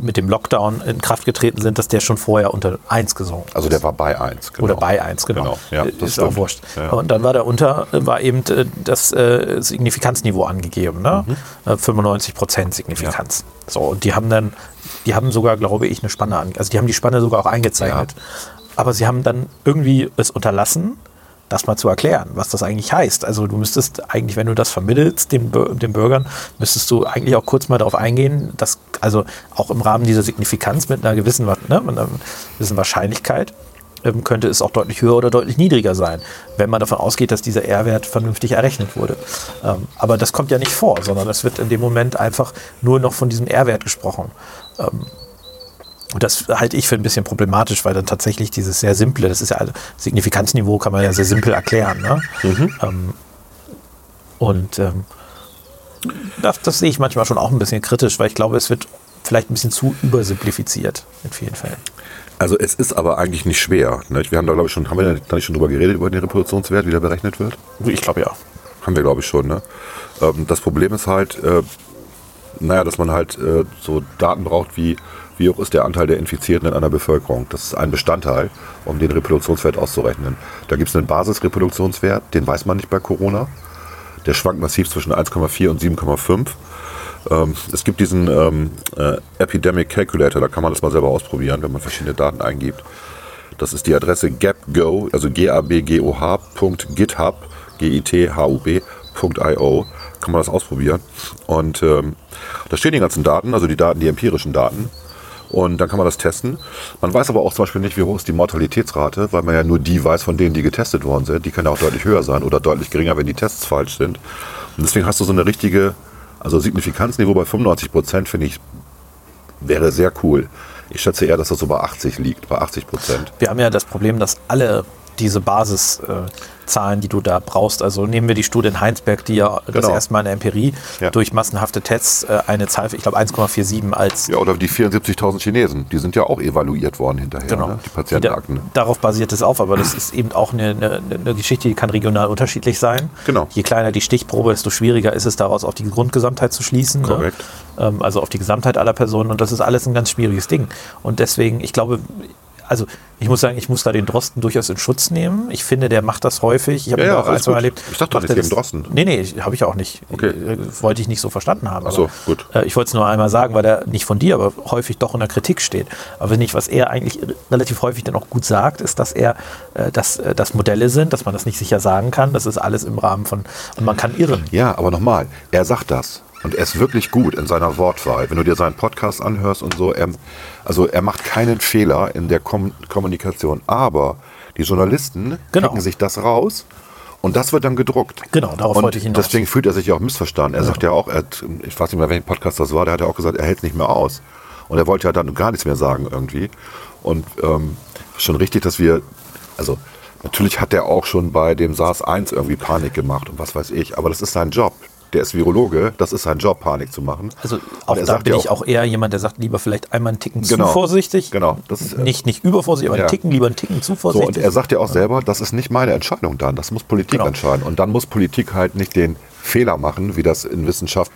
S1: mit dem Lockdown in Kraft getreten sind, dass der schon vorher unter 1 gesunken
S2: Also der war bei 1. Genau.
S1: oder bei 1, genau.
S2: Genau, ja,
S1: Äh,
S2: das
S1: ist auch
S2: stimmt.
S1: wurscht.
S2: Ja.
S1: Und dann war da unter, äh, war eben äh, das äh, Signifikanzniveau angegeben, ne?
S2: Mhm.
S1: Äh, 95% Signifikanz. So, und die haben dann, die haben sogar, glaube ich, eine Spanne an, also die haben die Spanne sogar auch eingezeichnet. Aber sie haben dann irgendwie es unterlassen, das mal zu erklären, was das eigentlich heißt. Also du müsstest eigentlich, wenn du das vermittelst den, Bür- den Bürgern, müsstest du eigentlich auch kurz mal darauf eingehen, dass also auch im Rahmen dieser Signifikanz mit einer gewissen, Wa- ne, mit einer gewissen Wahrscheinlichkeit ähm, könnte es auch deutlich höher oder deutlich niedriger sein, wenn man davon ausgeht, dass dieser R-Wert vernünftig errechnet wurde. Ähm, aber das kommt ja nicht vor, sondern es wird in dem Moment einfach nur noch von diesem R-Wert gesprochen. Und das halte ich für ein bisschen problematisch, weil dann tatsächlich dieses sehr simple, das ist ja, also, Signifikanzniveau kann man ja sehr simpel erklären. Ne? Ähm, und ähm, das, das sehe ich manchmal schon auch ein bisschen kritisch, weil ich glaube, es wird vielleicht ein bisschen zu übersimplifiziert in vielen Fällen.
S2: Also es ist aber eigentlich nicht schwer. Ne? Wir haben da glaube ich schon, haben wir da nicht schon drüber geredet, über den Reproduktionswert, wie der berechnet wird?
S1: Ich glaube ja.
S2: Haben wir, glaube ich, schon. Ne? Ähm, das Problem ist halt, äh, naja, dass man halt äh, so Daten braucht, wie, wie hoch ist der Anteil der Infizierten in einer Bevölkerung. Das ist ein Bestandteil, um den Reproduktionswert auszurechnen. Da gibt es einen Basisreproduktionswert, den weiß man nicht bei Corona. Der schwankt massiv zwischen 1,4 und 7,5. Ähm, es gibt diesen ähm, äh, Epidemic Calculator, da kann man das mal selber ausprobieren, wenn man verschiedene Daten eingibt. Das ist die Adresse gapgo, also gabgoh.github, github.io. Kann man das ausprobieren. Und ähm, da stehen die ganzen Daten, also die Daten, die empirischen Daten. Und dann kann man das testen. Man weiß aber auch zum Beispiel nicht, wie hoch ist die Mortalitätsrate, weil man ja nur die weiß von denen, die getestet worden sind. Die können ja auch deutlich höher sein oder deutlich geringer, wenn die Tests falsch sind. Und deswegen hast du so eine richtige, also Signifikanzniveau bei 95 Prozent, finde ich, wäre sehr cool. Ich schätze eher, dass das so bei 80 liegt, bei 80 Prozent.
S1: Wir haben ja das Problem, dass alle diese Basiszahlen, äh, Zahlen, die du da brauchst, also nehmen wir die Studie in Heinsberg, die ja das
S2: Genau.
S1: erste Mal in der Empirie
S2: Ja.
S1: durch massenhafte Tests äh, eine Zahl, ich glaube 1,47 als
S2: Ja, oder die 74.000 Chinesen, die sind ja auch evaluiert worden hinterher,
S1: Genau.
S2: ne? die
S1: Die
S2: Patientenakten.
S1: da, darauf basiert es auf, aber das ist eben auch eine, eine, eine Geschichte, die kann regional unterschiedlich sein.
S2: Genau.
S1: Je kleiner die Stichprobe, desto schwieriger ist es, daraus auf die Grundgesamtheit zu schließen.
S2: Korrekt.
S1: Ne? Ähm, also auf die Gesamtheit aller Personen und das ist alles ein ganz schwieriges Ding. Und deswegen, ich glaube, also ich muss sagen, ich muss da den Drosten durchaus in Schutz nehmen. Ich finde, der macht das häufig. Ich habe
S2: Ja,
S1: ihn
S2: ja,
S1: auch ein,
S2: alles
S1: zwei Mal
S2: gut.
S1: erlebt.
S2: Ich dachte doch
S1: Macht er
S2: nicht
S1: das-
S2: gegen Drosten.
S1: Nee, nee, habe ich auch nicht.
S2: Okay.
S1: Äh, Wollte ich nicht so verstanden haben.
S2: so,
S1: aber,
S2: gut.
S1: äh, Ich wollte es nur einmal sagen, weil er nicht von dir, aber häufig doch in der Kritik steht. Aber nicht, was er eigentlich r- relativ häufig dann auch gut sagt, ist, dass er, äh, dass äh, das Modelle sind, dass man das nicht sicher sagen kann. Das ist alles im Rahmen von und man kann irren.
S2: Ja, aber nochmal, er sagt das. Und er ist wirklich gut in seiner Wortwahl. Wenn du dir seinen Podcast anhörst und so, er, also er macht keinen Fehler in der Kom Kommunikation. Aber die Journalisten
S1: Genau.
S2: picken sich das raus und das wird dann gedruckt.
S1: Genau, darauf
S2: und
S1: wollte ich hinaus. Genau.
S2: Deswegen fühlt er sich ja auch missverstanden. Er sagt ja auch, er hat, ich weiß nicht mehr, welchen Podcast das war, der hat ja auch gesagt, er hält es nicht mehr aus. Und er wollte ja dann gar nichts mehr sagen irgendwie. Und ähm, schon richtig, dass wir, also natürlich hat er auch schon bei dem SARS-1 irgendwie Panik gemacht und was weiß ich, aber das ist sein Job. Der ist Virologe, das ist sein Job, Panik zu machen.
S1: Also
S2: Und
S1: auch
S2: er
S1: da
S2: sagt
S1: bin
S2: ja
S1: ich auch eher jemand, der sagt, lieber vielleicht einmal einen Ticken
S2: Genau.
S1: zu vorsichtig.
S2: Genau, das ist-
S1: nicht, nicht übervorsichtig, aber
S2: Ja.
S1: einen Ticken, lieber einen Ticken zu
S2: So,
S1: vorsichtig.
S2: und er sagt ja auch selber, das ist nicht meine Entscheidung dann, das muss Politik
S1: Genau.
S2: entscheiden. Und dann muss Politik halt nicht den Fehler machen, wie das in Wissenschaft,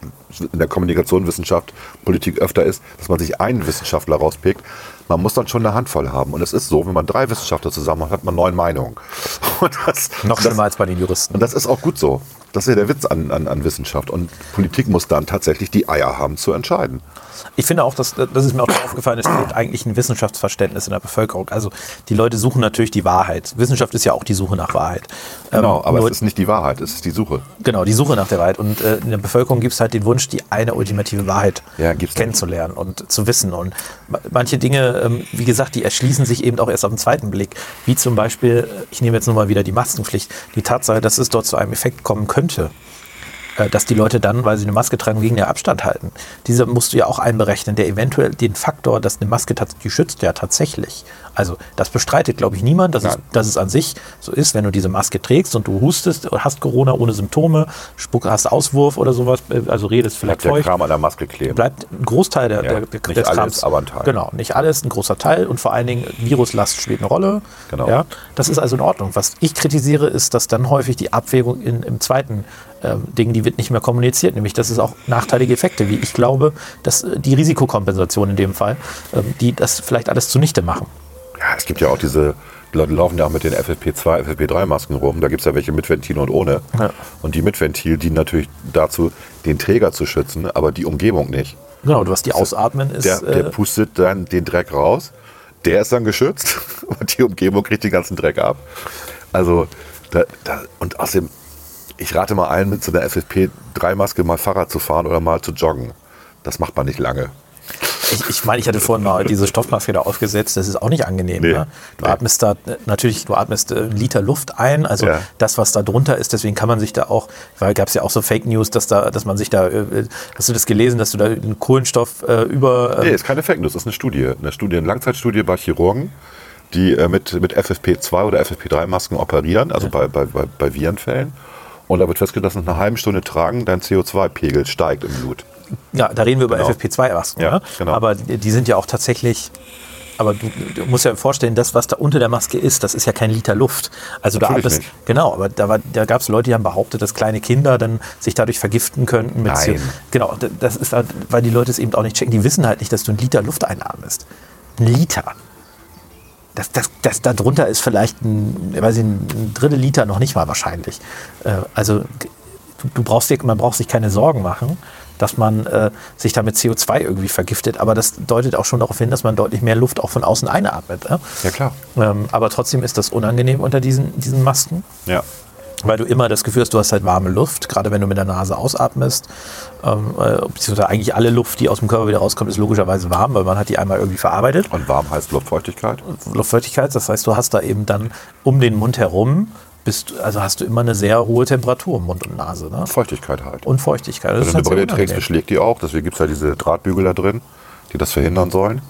S2: in der Kommunikation Wissenschaft, Politik öfter ist, dass man sich einen Wissenschaftler rauspickt. Man muss dann schon eine Handvoll haben. Und es ist so, wenn man drei Wissenschaftler zusammen hat, hat man neun Meinungen. Und das,
S1: Noch
S2: das,
S1: schlimmer als bei den Juristen.
S2: und das ist auch gut so. Das ist ja der Witz an, an, an Wissenschaft. Und Politik muss dann tatsächlich die Eier haben zu entscheiden.
S1: Ich finde auch, dass, das ist mir auch schon aufgefallen, es fehlt eigentlich ein Wissenschaftsverständnis in der Bevölkerung. Also die Leute suchen natürlich die Wahrheit. Wissenschaft ist ja auch die Suche nach Wahrheit. Ähm,
S2: Genau, aber
S1: nur-
S2: es ist nicht die Wahrheit, es ist die Suche.
S1: genau, die Suche nach der Wahrheit. Und äh, in der Bevölkerung gibt es halt den Wunsch, die eine ultimative Wahrheit
S2: Ja, gibt's nicht.
S1: kennenzulernen und zu wissen. Und ma- manche Dinge, ähm, wie gesagt, die erschließen sich eben auch erst auf den zweiten Blick. Wie zum Beispiel, äh, ich nehme jetzt nur mal wieder die Maskenpflicht, die Tatsache, dass es dort zu einem Effekt kommen könnte äh, dass die Leute dann, weil sie eine Maske tragen, wegen der Abstand halten. Diese musst du ja auch einberechnen, der eventuell den Faktor, dass eine Maske tats- die schützt ja tatsächlich. Also das bestreitet, glaube ich, niemand, dass es,
S2: Nein.
S1: dass es an sich so ist, wenn du diese Maske trägst und du hustest, und hast Corona ohne Symptome, Spuck, hast Auswurf oder sowas, äh, also redest vielleicht
S2: Der
S1: feucht.
S2: Kram an der Maske kleben.
S1: Bleibt ein Großteil der,
S2: Ja,
S1: der, der
S2: nicht alles, aber ein Teil.
S1: Genau, nicht alles, ein großer Teil und vor allen Dingen Viruslast spielt eine Rolle.
S2: Genau.
S1: Ja, das ist also in Ordnung. Was ich kritisiere, ist, dass dann häufig die Abwägung in, im zweiten ähm, Ding, die wird nicht mehr kommuniziert, nämlich dass es auch nachteilige Effekte, wie ich glaube, dass äh, die Risikokompensation in dem Fall, ähm, die das vielleicht alles zunichte machen.
S2: Ja, es gibt ja auch diese, die Leute laufen ja auch mit den FFP2, FFP3-Masken rum. Da gibt es ja welche mit Ventil und ohne.
S1: Ja.
S2: Und die mit Ventil dienen natürlich dazu, den Träger zu schützen, aber die Umgebung nicht.
S1: Genau, du hast die Ausatmen ist.
S2: Der, der
S1: äh,
S2: pustet dann den Dreck raus, der ist dann geschützt und die Umgebung kriegt den ganzen Dreck ab. Also, da, da, und außerdem, ich rate mal allen, mit so einer FFP3-Maske mal Fahrrad zu fahren oder mal zu joggen. Das macht man nicht lange.
S1: Ich, ich meine, ich hatte vorhin mal diese Stoffmaske da aufgesetzt, das ist auch nicht angenehm.
S2: Nee,
S1: Ne? Du
S2: nee.
S1: atmest da äh, natürlich, du atmest äh, einen Liter Luft ein, also
S2: Ja.
S1: das, was da drunter ist, deswegen kann man sich da auch, weil gab es ja auch so Fake News, dass da, dass man sich da, äh, hast du das gelesen, dass du da einen Kohlenstoff äh, über.
S2: Nee,
S1: Äh,
S2: ist keine Fake News, ist eine Studie. Eine Studie, eine Langzeitstudie bei Chirurgen, die äh, mit, mit FFP2 oder FFP3-Masken operieren, also bei, bei, bei, bei Virenfällen. Und da wird festgestellt, dass nach einer halben Stunde tragen dein CO2-Pegel steigt im Blut.
S1: ja, da reden wir über
S2: Genau.
S1: FFP2-Masken,
S2: Ja,
S1: ne?
S2: genau.
S1: aber die die sind ja auch tatsächlich. Aber du, du musst ja vorstellen, das, was da unter der Maske ist, das ist ja kein Liter Luft. Also
S2: Natürlich
S1: da
S2: nicht.
S1: genau, aber da, war- da gab es Leute, die haben behauptet, dass kleine Kinder dann sich dadurch vergiften könnten mit
S2: Nein.
S1: CO2. Genau, d- das ist halt, weil die Leute es eben auch nicht checken. Die wissen halt nicht, dass du einen Liter Luft einatmest. Ein Liter. Das, das, das darunter ist vielleicht ein, weiß ich, ein Drittel Liter noch nicht mal wahrscheinlich. Äh, also g- du, du brauchst dir, man braucht sich keine Sorgen machen, dass man äh, sich damit CO2 irgendwie vergiftet. Aber das deutet auch schon darauf hin, dass man deutlich mehr Luft auch von außen einatmet. Ne?
S2: Ja, klar.
S1: Ähm, aber trotzdem ist das unangenehm unter diesen, diesen Masken
S2: Ja.
S1: weil du immer das Gefühl hast, du hast halt warme Luft, gerade wenn du mit der Nase ausatmest. Ähm, äh, beziehungsweise eigentlich alle Luft, die aus dem Körper wieder rauskommt, ist logischerweise warm, weil man hat die einmal irgendwie verarbeitet.
S2: Und warm heißt Luftfeuchtigkeit.
S1: Luftfeuchtigkeit, das heißt, du hast da eben dann um den Mund herum, bist, du- also hast du immer eine sehr hohe Temperatur im Mund und Nase. Ne?
S2: Feuchtigkeit halt.
S1: Und Feuchtigkeit. Das
S2: Wenn du eine
S1: halt sehr
S2: Brille trägst,
S1: unangenehm.
S2: beschlägt die auch. Deswegen gibt es ja diese Drahtbügel da drin, die das verhindern sollen.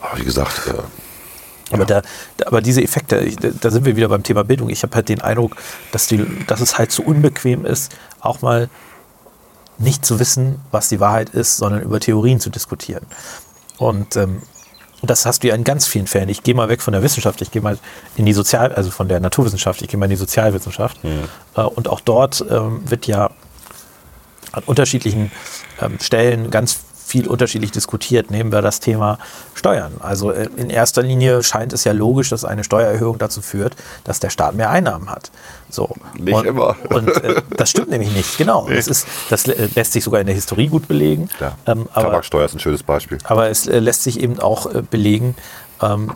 S2: Aber wie gesagt, äh,
S1: Aber, da, da, aber diese Effekte, ich, da sind wir wieder beim Thema Bildung. Ich habe halt den Eindruck, dass, die, dass es halt so unbequem ist, auch mal nicht zu wissen, was die Wahrheit ist, sondern über Theorien zu diskutieren. Und ähm, das hast du ja in ganz vielen Fällen. Ich gehe mal weg von der Wissenschaft, ich gehe mal in die Sozial-, also von der Naturwissenschaft, ich gehe mal in die Sozialwissenschaft.
S2: Mhm.
S1: Äh, und auch dort ähm, wird ja an unterschiedlichen ähm, Stellen ganz viel unterschiedlich diskutiert. Nehmen wir das Thema Steuern. Also äh, in erster Linie scheint es ja logisch, dass eine Steuererhöhung dazu führt, dass der Staat mehr Einnahmen hat. So.
S2: Nicht
S1: und,
S2: immer.
S1: Und äh, das stimmt nämlich nicht, genau. Das, ist, das äh, lässt sich sogar in der Historie gut belegen.
S2: klar.
S1: Ähm, aber,
S2: Tabaksteuer ist ein schönes Beispiel.
S1: aber es äh, lässt sich eben auch äh, belegen, ähm,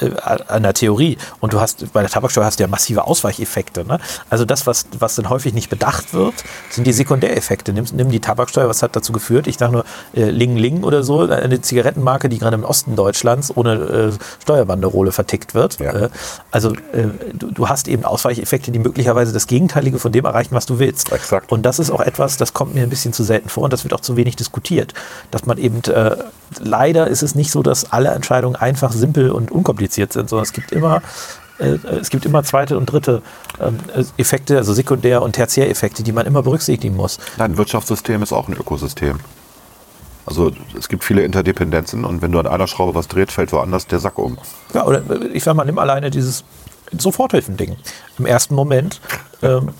S1: äh, an der Theorie. Und du hast bei der Tabaksteuer hast du ja massive Ausweicheffekte. Ne? Also das, was, was dann häufig nicht bedacht wird, sind die Sekundäreffekte. Nimm, nimm die Tabaksteuer, was hat dazu geführt? Ich sage nur äh, Ling Ling oder so, eine Zigarettenmarke, die gerade im Osten Deutschlands ohne äh, Steuerbanderole vertickt wird.
S2: Ja.
S1: Äh, also äh, du, du hast eben Ausweicheffekte, die möglicherweise das Gegenteilige von dem erreichen, was du willst.
S2: Exakt.
S1: Und das ist auch etwas, das kommt mir ein bisschen zu selten vor und das wird auch zu wenig diskutiert. Dass man eben, äh, leider ist es nicht so, dass alle Entscheidungen einfach, simpel und unkompliziert sind, sondern es gibt immer, äh, es gibt immer zweite und dritte ähm, Effekte, also Sekundär- und Tertiäreffekte, die man immer berücksichtigen muss.
S2: Nein, ein Wirtschaftssystem ist auch ein Ökosystem. Also es gibt viele Interdependenzen und wenn du an einer Schraube was dreht, fällt woanders der Sack um.
S1: Ja, oder äh, ich sag mal, nimm alleine dieses Soforthilfending. Im ersten Moment, ähm,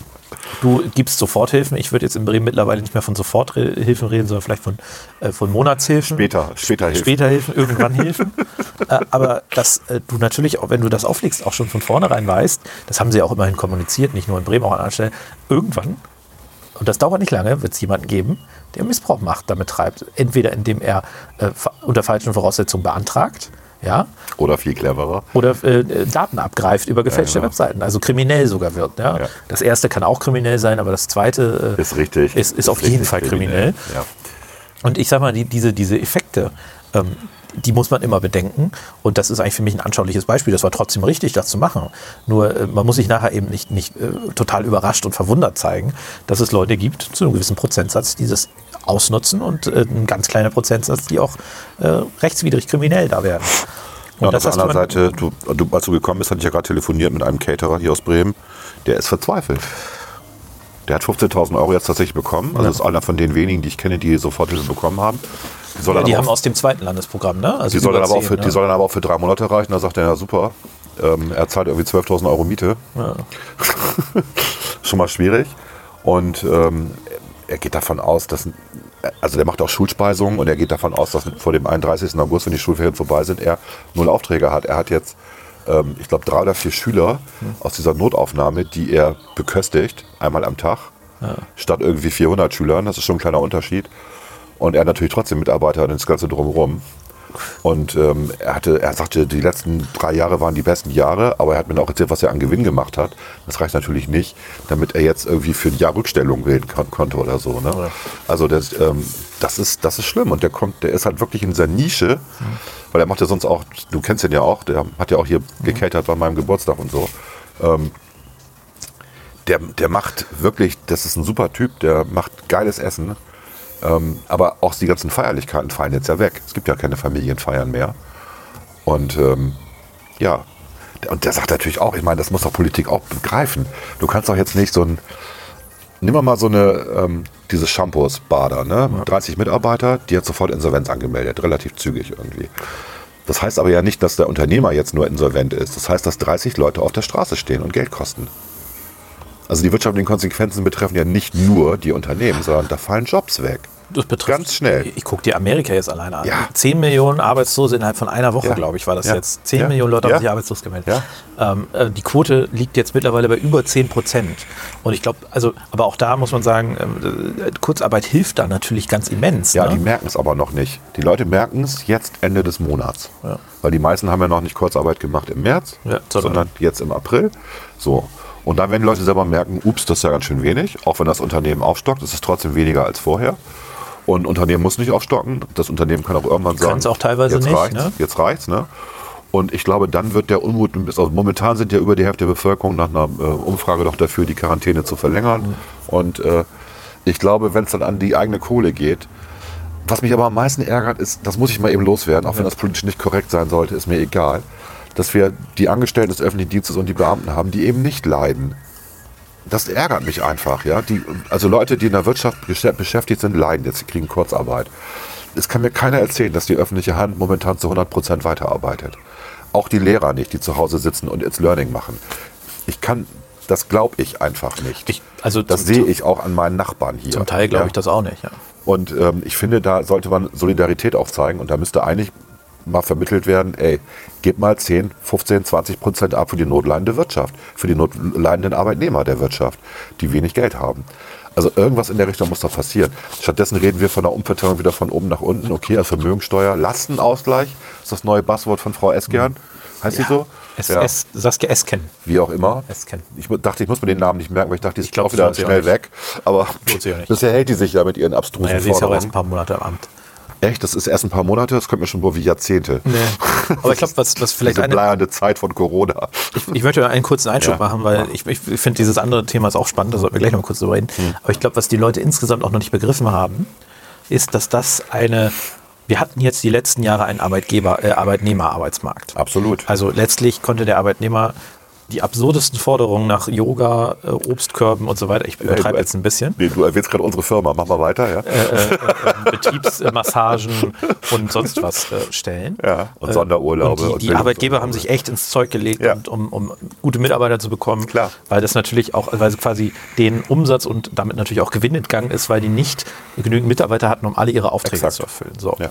S1: du gibst Soforthilfen. Ich würde jetzt in Bremen mittlerweile nicht mehr von Soforthilfen reden, sondern vielleicht von, äh, von Monatshilfen.
S2: Später, später hilft.
S1: Später helfen, irgendwann helfen. äh, aber dass äh, du natürlich, auch wenn du das auflegst, auch schon von vornherein weißt, das haben sie auch immerhin kommuniziert, nicht nur in Bremen, auch an anderen Stellen, irgendwann, und das dauert nicht lange, wird es jemanden geben, der Missbrauch macht, damit treibt. Entweder indem er äh, fa- unter falschen Voraussetzungen beantragt, ja,
S2: Oder viel cleverer.
S1: oder äh, äh, Daten abgreift über gefälschte
S2: genau.
S1: Webseiten, also kriminell sogar wird. Ja?
S2: Ja.
S1: Das erste kann auch kriminell sein, aber das zweite äh,
S2: Ist richtig.
S1: Ist, ist, auf jeden
S2: richtig
S1: Fall kriminell.
S2: Ja.
S1: Und ich sag mal, die, diese, diese Effekte, ähm, die muss man immer bedenken. Und das ist eigentlich für mich ein anschauliches Beispiel. Das war trotzdem richtig, das zu machen. Nur äh, man muss sich nachher eben nicht, nicht äh, total überrascht und verwundert zeigen, dass es Leute gibt, zu einem gewissen Prozentsatz, die das ausnutzen und äh, ein ganz kleiner Prozentsatz, die auch äh, rechtswidrig kriminell da werden. Und
S2: Ja, und auf der
S1: hast du
S2: anderen
S1: man-
S2: Seite, du, du, als du gekommen bist, hatte ich ja gerade telefoniert mit einem Caterer hier aus Bremen. Der ist verzweifelt. Der hat 15.000 Euro jetzt tatsächlich bekommen. Also ist einer von den wenigen, die ich kenne, die Soforthilfe bekommen haben. Die soll
S1: Ja,
S2: dann
S1: die
S2: aber
S1: haben
S2: auch-
S1: aus dem zweiten Landesprogramm, ne? Also
S2: Die soll,
S1: über
S2: dann aber auch
S1: 10,
S2: für, die
S1: ne?
S2: soll dann aber auch für drei Monate reichen. Da sagt er, ja super, ähm, er zahlt irgendwie 12.000 Euro Miete. Schon mal schwierig. Und ähm, er geht davon aus, dass, also der macht auch Schulspeisungen und er geht davon aus, dass vor dem 31. August, wenn die Schulferien vorbei sind, er null Aufträge hat. Er hat jetzt, ähm, ich glaube, drei oder vier Schüler aus dieser Notaufnahme, die er beköstigt, einmal am Tag, statt irgendwie 400 Schülern. Das ist schon ein kleiner Unterschied. Und er hat natürlich trotzdem Mitarbeiter und das Ganze drumherum. Und ähm, er, hatte, er sagte, die letzten drei Jahre waren die besten Jahre, aber er hat mir auch erzählt, was er an Gewinn gemacht hat. Das reicht natürlich nicht, damit er jetzt irgendwie für ein Jahr Rückstellung wählen kon konnte oder so. Ne? Also das, ähm, das, ist, das ist schlimm und der, kommt, der ist halt wirklich in seiner Nische, weil er macht ja sonst auch, du kennst ihn ja auch, der hat ja auch hier gecatert bei meinem Geburtstag und so. Ähm, der, der macht wirklich, das ist ein super Typ, der macht geiles Essen. Aber auch die ganzen Feierlichkeiten fallen jetzt ja weg. Es gibt ja keine Familienfeiern mehr. Und ähm, ja, und der sagt natürlich auch, ich meine, das muss doch Politik auch begreifen. Du kannst doch jetzt nicht so ein, nimm mal mal so eine, ähm, diese Shampoos-Bader, ne? 30 Mitarbeiter, die hat sofort Insolvenz angemeldet, relativ zügig irgendwie. Das heißt aber ja nicht, dass der Unternehmer jetzt nur insolvent ist. Das heißt, dass 30 Leute auf der Straße stehen und Geld kosten. Also die wirtschaftlichen Konsequenzen betreffen ja nicht nur die Unternehmen, sondern da fallen Jobs weg.
S1: Das betrifft,
S2: Ganz schnell.
S1: Ich, ich gucke dir Amerika jetzt alleine an.
S2: Ja.
S1: 10 Millionen Arbeitslose innerhalb von einer Woche,
S2: Ja.
S1: glaube ich, war das
S2: Ja.
S1: jetzt. 10
S2: Ja.
S1: Millionen Leute haben
S2: Ja.
S1: sich arbeitslos gemeldet. Ähm, äh, die Quote liegt jetzt mittlerweile bei über 10 Prozent. Und ich glaube, also, aber auch da muss man sagen, ähm, äh, Kurzarbeit hilft da natürlich ganz immens.
S2: Ja,
S1: ne?
S2: die merken es aber noch nicht. Die Leute merken es jetzt Ende des Monats. Weil die meisten haben ja noch nicht Kurzarbeit gemacht im März,
S1: Ja, sondern-
S2: sondern, jetzt im April. So. Und dann werden die Leute selber merken, ups, das ist ja ganz schön wenig. Auch wenn das Unternehmen aufstockt, ist es trotzdem weniger als vorher. Und ein Unternehmen muss nicht aufstocken. Das Unternehmen kann auch irgendwann sagen,
S1: können's auch teilweise
S2: jetzt
S1: nicht,
S2: Reicht's,
S1: ne?
S2: Jetzt reicht's, ne? Und ich glaube, dann wird der Unmut, also momentan sind ja über die Hälfte der Bevölkerung nach einer äh, Umfrage doch dafür, die Quarantäne zu verlängern. Und äh, ich glaube, wenn es dann an die eigene Kohle geht, was mich aber am meisten ärgert, ist, das muss ich mal eben loswerden, auch wenn das politisch nicht korrekt sein sollte, ist mir egal, dass wir die Angestellten des öffentlichen Dienstes und die Beamten haben, die eben nicht leiden. Das ärgert mich einfach, ja. Die, also Leute, die in der Wirtschaft gesch- beschäftigt sind, leiden jetzt, sie kriegen Kurzarbeit. Es kann mir keiner erzählen, dass die öffentliche Hand momentan zu 100% weiterarbeitet. Auch die Lehrer nicht, die zu Hause sitzen und It's Learning machen. Ich kann, das glaube ich einfach nicht.
S1: Ich- also
S2: das
S1: zum-
S2: sehe ich auch an meinen Nachbarn hier.
S1: Zum Teil glaube
S2: ja?
S1: ich das auch nicht. Ja.
S2: Und ähm, ich finde, da sollte man Solidarität auch zeigen und da müsste eigentlich mal vermittelt werden, ey, gib mal 10, 15, 20 Prozent ab für die notleidende Wirtschaft, für die notleidenden Arbeitnehmer der Wirtschaft, die wenig Geld haben. Also irgendwas in der Richtung muss da passieren. Stattdessen reden wir von der Umverteilung wieder von oben nach unten. Okay, also Vermögensteuer, Lastenausgleich ist das neue Buzzword von Frau Eskern. Heißt sie so?
S1: Mhm. Es,
S2: Ja,
S1: es, Saskia Esken.
S2: wie auch immer.
S1: Esken.
S2: Ich mu- dachte, ich muss mir den Namen nicht merken, weil ich dachte, die ist
S1: glaub,
S2: auch wieder
S1: das lohnt sich
S2: schnell
S1: auch
S2: weg. Aber
S1: Lohnt sich auch nicht.
S2: bisher hält die sich ja mit ihren abstrusen
S1: Naja, sie ist ja auch erst ein
S2: Forderungen.
S1: paar Monate am Amt.
S2: Echt, das ist erst ein paar Monate, das kommt mir schon vor wie Jahrzehnte.
S1: Nee. Aber ich glaube, was, was vielleicht
S2: Diese
S1: eine,
S2: bleiernde Zeit von Corona.
S1: ich möchte einen kurzen Einschub
S2: Ja.
S1: machen, weil ich, ich finde dieses andere Thema ist auch spannend, da sollten wir gleich noch kurz drüber reden.
S2: Hm.
S1: Aber ich glaube, was die Leute insgesamt auch noch nicht begriffen haben, ist, dass das eine, wir hatten jetzt die letzten Jahre einen Arbeitgeber, äh, Arbeitnehmerarbeitsmarkt.
S2: Absolut.
S1: Also letztlich konnte der Arbeitnehmer die absurdesten Forderungen nach Yoga, äh, Obstkörben und so weiter,
S2: Äh,
S1: ich übertreibe jetzt ein bisschen,
S2: Nee, du erwähnst gerade unsere Firma, mach mal weiter, ja?
S1: äh, ähm, Betriebsmassagen und sonst was äh, stellen.
S2: Ja, und Sonderurlaube
S1: Und
S2: und
S1: die, die
S2: Bildungs-
S1: Arbeitgeber haben sich echt ins Zeug gelegt,
S2: Ja.
S1: und, um, um gute Mitarbeiter zu bekommen.
S2: Klar.
S1: Weil das natürlich auch, weil quasi den Umsatz und damit natürlich auch Gewinn entgangen ist, weil die nicht genügend Mitarbeiter hatten, um alle ihre Aufträge
S2: Exakt.
S1: zu erfüllen. So.
S2: Ja.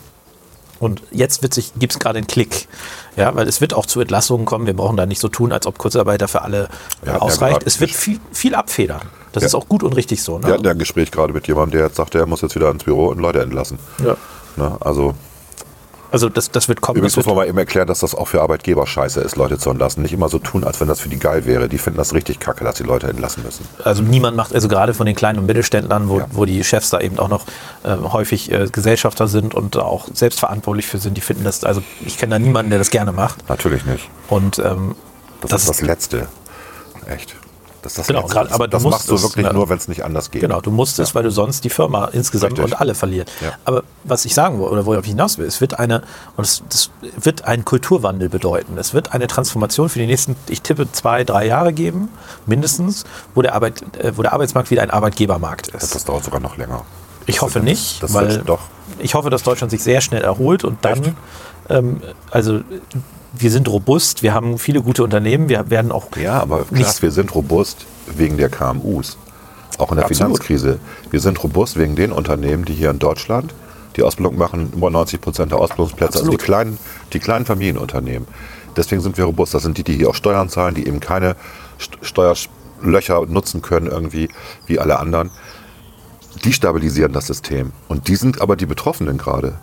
S1: Und jetzt gibt es gerade einen Klick. Ja, weil es wird auch zu Entlassungen kommen. Wir brauchen da nicht so tun, als ob Kurzarbeiter für alle äh,
S2: Ja,
S1: ausreicht.
S2: ja,
S1: es wird viel, viel abfedern. Das
S2: Ja.
S1: ist auch gut und richtig so.
S2: Wir
S1: Ne?
S2: hatten ja ein Gespräch gerade mit jemandem, der jetzt sagte, er muss jetzt wieder ins Büro und Leute entlassen.
S1: Ja.
S2: Ne? Also
S1: Also das, das wird kommen.
S2: Übrigens
S1: das
S2: muss
S1: wird,
S2: man mal eben erklären, dass das auch für Arbeitgeber scheiße ist, Leute zu entlassen. Nicht immer so tun, als wenn das für die geil wäre. Die finden das richtig kacke, dass die Leute entlassen müssen.
S1: also niemand macht, also gerade von den kleinen und Mittelständlern, wo,
S2: Ja.
S1: wo die Chefs da eben auch noch äh, häufig äh, Gesellschafter sind und auch selbstverantwortlich für sind, die finden das, also ich kenne da niemanden, der das gerne macht.
S2: Natürlich nicht.
S1: Und ähm,
S2: Das,
S1: Das
S2: ist das
S1: ist-
S2: Letzte. Echt. Das ist das
S1: Genau,
S2: Letzte.
S1: gerade- aber du
S2: das
S1: musst
S2: machst du
S1: es,
S2: wirklich
S1: ja.
S2: nur, wenn es nicht anders geht.
S1: Genau, du musst es, weil du sonst die Firma insgesamt
S2: Richtig.
S1: und alle verliert.
S2: Ja.
S1: Aber was ich sagen will, oder worauf ich hinaus will, es wird eine, und es das wird einen Kulturwandel bedeuten. Es wird eine Transformation für die nächsten, ich tippe, zwei, drei Jahre geben, mindestens, wo der, Arbeit, äh, wo der Arbeitsmarkt wieder ein Arbeitgebermarkt ist.
S2: Das dauert sogar noch länger.
S1: ich hoffe nicht,
S2: das
S1: weil
S2: wird doch.
S1: ich hoffe, dass Deutschland sich sehr schnell erholt und dann,
S2: Echt?
S1: ähm, also wir sind robust, wir haben viele gute Unternehmen, wir werden auch
S2: Ja, aber klar,
S1: nicht
S2: wir sind robust wegen der KMUs. Auch in der
S1: Absolut.
S2: Finanzkrise. Wir sind robust wegen den Unternehmen, die hier in Deutschland die Ausbildung machen, über 90 Prozent der Ausbildungsplätze, also die
S1: Absolut.
S2: kleinen, die kleinen Familienunternehmen. Deswegen sind wir robust. Das sind die, die hier auch Steuern zahlen, die eben keine St Steuerlöcher nutzen können irgendwie, wie alle anderen. Die stabilisieren das System. Und die sind aber die Betroffenen gerade.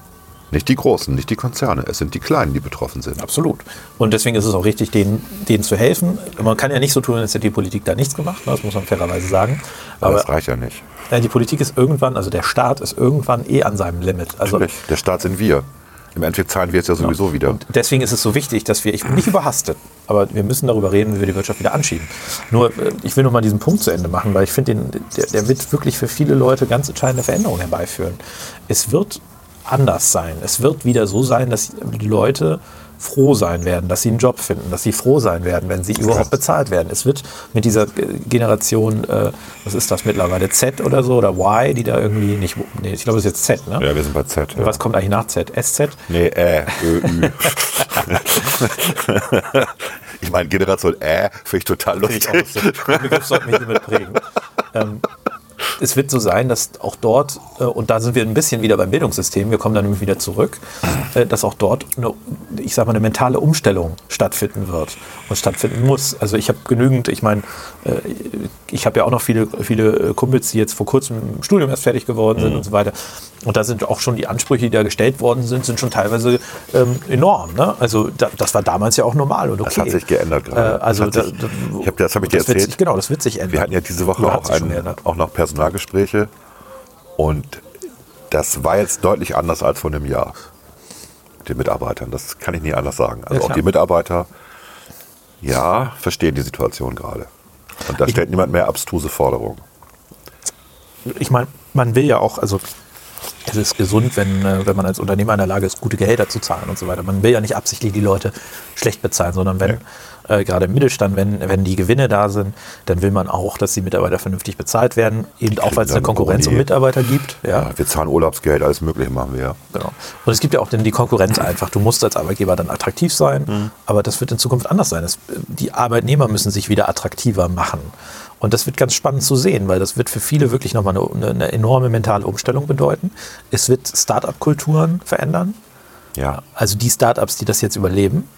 S2: Nicht die Großen, nicht die Konzerne. Es sind die Kleinen, die betroffen sind.
S1: Absolut. Und deswegen ist es auch richtig, denen, denen zu helfen. Man kann ja nicht so tun, als hätte die Politik da nichts gemacht. ne? Das muss man fairerweise sagen.
S2: Aber
S1: Aber
S2: das reicht ja nicht.
S1: äh, die Politik ist irgendwann, also der Staat ist irgendwann eh an seinem Limit. Also
S2: Natürlich. Der Staat sind wir. Im Endeffekt zahlen wir es ja sowieso wieder.
S1: deswegen ist es so wichtig, dass wir, ich bin nicht überhastet, aber wir müssen darüber reden, wie wir die Wirtschaft wieder anschieben. Nur, äh, ich will noch mal diesen Punkt zu Ende machen, weil ich finde, den- der, der wird wirklich für viele Leute ganz entscheidende Veränderungen herbeiführen. Es wird anders sein. Es wird wieder so sein, dass die Leute froh sein werden, dass sie einen Job finden, dass sie froh sein werden, wenn sie überhaupt bezahlt werden. Es wird mit dieser äh, Generation, äh, was ist das mittlerweile, Z oder so, oder Y, die da irgendwie nicht, nee, ich glaube, es ist jetzt Z, ne?
S2: Ja, wir sind bei Z. Ja.
S1: Was kommt eigentlich nach Z? SZ?
S2: Nee, äh, ö, ü. ich meine, Generation äh finde ich total
S1: Ich
S2: lustig.
S1: auch nicht. Den Begriff sollten wir hiermit prägen. Ähm, es wird so sein, dass auch dort, äh, und da sind wir ein bisschen wieder beim Bildungssystem, wir kommen dann nämlich wieder zurück, äh, dass auch dort eine, ich sag mal, eine mentale Umstellung stattfinden wird und stattfinden muss. Also ich habe genügend, ich meine, äh, ich habe ja auch noch viele, viele äh, Kumpels, die jetzt vor kurzem im Studium erst fertig geworden
S2: Mhm.
S1: sind und so weiter. Und da sind auch schon die Ansprüche, die da gestellt worden sind, sind schon teilweise ähm, enorm. Ne? Also da, das war damals ja auch normal und okay.
S2: Das hat sich geändert gerade.
S1: Äh, also
S2: Das hat sich-
S1: da, da,
S2: Ich hab dir- das hab ich dir
S1: wird
S2: erzählt.
S1: Sich, genau, das wird sich ändern.
S2: Wir hatten ja diese Woche
S1: Oder hat
S2: auch,
S1: sich schon
S2: einen,
S1: geändert.
S2: auch noch Personalgespräche und das war jetzt deutlich anders als vor einem Jahr. mit Den Mitarbeitern, das kann ich nie anders sagen. Also
S1: Ja,
S2: auch
S1: klar.
S2: die Mitarbeiter, ja, verstehen die Situation gerade. Und da stellt niemand mehr abstruse Forderungen.
S1: Ich meine, man will ja auch, also es ist gesund, wenn, äh, wenn man als Unternehmer in der Lage ist, gute Gehälter zu zahlen und so weiter. Man will ja nicht absichtlich die Leute schlecht bezahlen, sondern wenn, äh, gerade im Mittelstand, wenn, wenn die Gewinne da sind, dann will man auch, dass die Mitarbeiter vernünftig bezahlt werden, eben auch weil es
S2: dann
S1: eine Konkurrenz
S2: Boni.
S1: um Mitarbeiter gibt. Ja.
S2: Ja, wir zahlen Urlaubsgeld, alles Mögliche machen wir. ja.
S1: Genau. Und es gibt ja auch dann die Konkurrenz einfach. Du musst als Arbeitgeber dann attraktiv sein, aber das wird in Zukunft anders sein. Es, die Arbeitnehmer müssen sich wieder attraktiver machen. Und das wird ganz spannend zu sehen, weil das wird für viele wirklich nochmal eine, eine enorme mentale Umstellung bedeuten. Es wird Start-up-Kulturen verändern.
S2: Ja.
S1: also die Startups, die das jetzt überleben.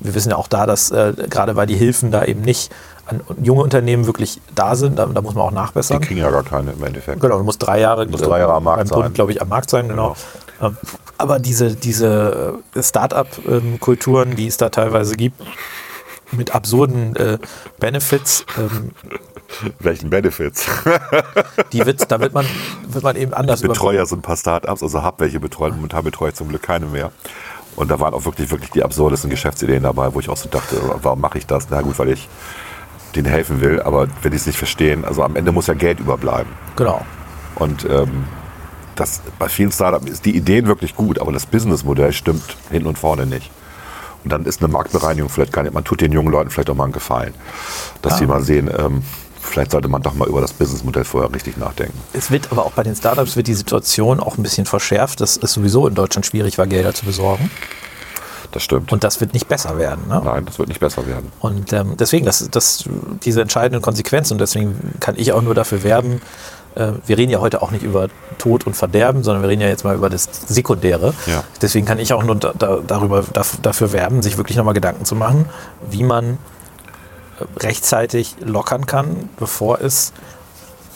S1: Wir wissen ja auch da, dass äh, gerade weil die Hilfen da eben nicht an junge Unternehmen wirklich da sind, da, da muss man auch
S2: Die
S1: nachbessern.
S2: kriegen ja gar keine im Endeffekt.
S1: Genau, du musst drei Jahre,
S2: Muss drei Jahre am Markt
S1: beim Bund,
S2: sein.
S1: glaube ich, am Markt sein, genau. Ähm, Aber diese, diese äh, Start-up-Kulturen, die es da teilweise gibt, mit absurden äh, Benefits, ähm,
S2: Welchen Benefits?
S1: die wird, da wird man, wird man eben anders
S2: Betreuer sind ein paar Startups, also hab welche betreut. Momentan betreue ich zum Glück keine mehr. Und da waren auch wirklich, wirklich die absurdesten Geschäftsideen dabei, wo ich auch so dachte, warum mache ich das? Na gut, weil ich denen helfen will, aber wenn die es nicht verstehen, also am Ende muss ja Geld überbleiben.
S1: über- Genau.
S2: Und ähm, das, bei vielen Startups ist die Ideen wirklich gut, aber das Businessmodell stimmt hinten und vorne nicht. Und dann ist eine Marktbereinigung vielleicht gar nicht. Man tut den jungen Leuten vielleicht auch mal einen Gefallen, dass
S1: Ah.
S2: die mal sehen, ähm, vielleicht sollte man doch mal über das Businessmodell vorher richtig nachdenken.
S1: Es wird aber auch bei den Startups wird die Situation auch ein bisschen verschärft, dass es sowieso in Deutschland schwierig war, Gelder zu besorgen.
S2: Das stimmt.
S1: Und das wird nicht besser werden. Ne?
S2: Nein, das wird nicht besser werden.
S1: Und ähm, deswegen, das, das, diese entscheidenden Konsequenzen, und deswegen kann ich auch nur dafür werben, äh, wir reden ja heute auch nicht über Tod und Verderben, sondern wir reden ja jetzt mal über das Sekundäre.
S2: Ja.
S1: Deswegen kann ich auch nur da, da, darüber, da, dafür werben, sich wirklich nochmal Gedanken zu machen, wie man äh, rechtzeitig lockern kann, bevor es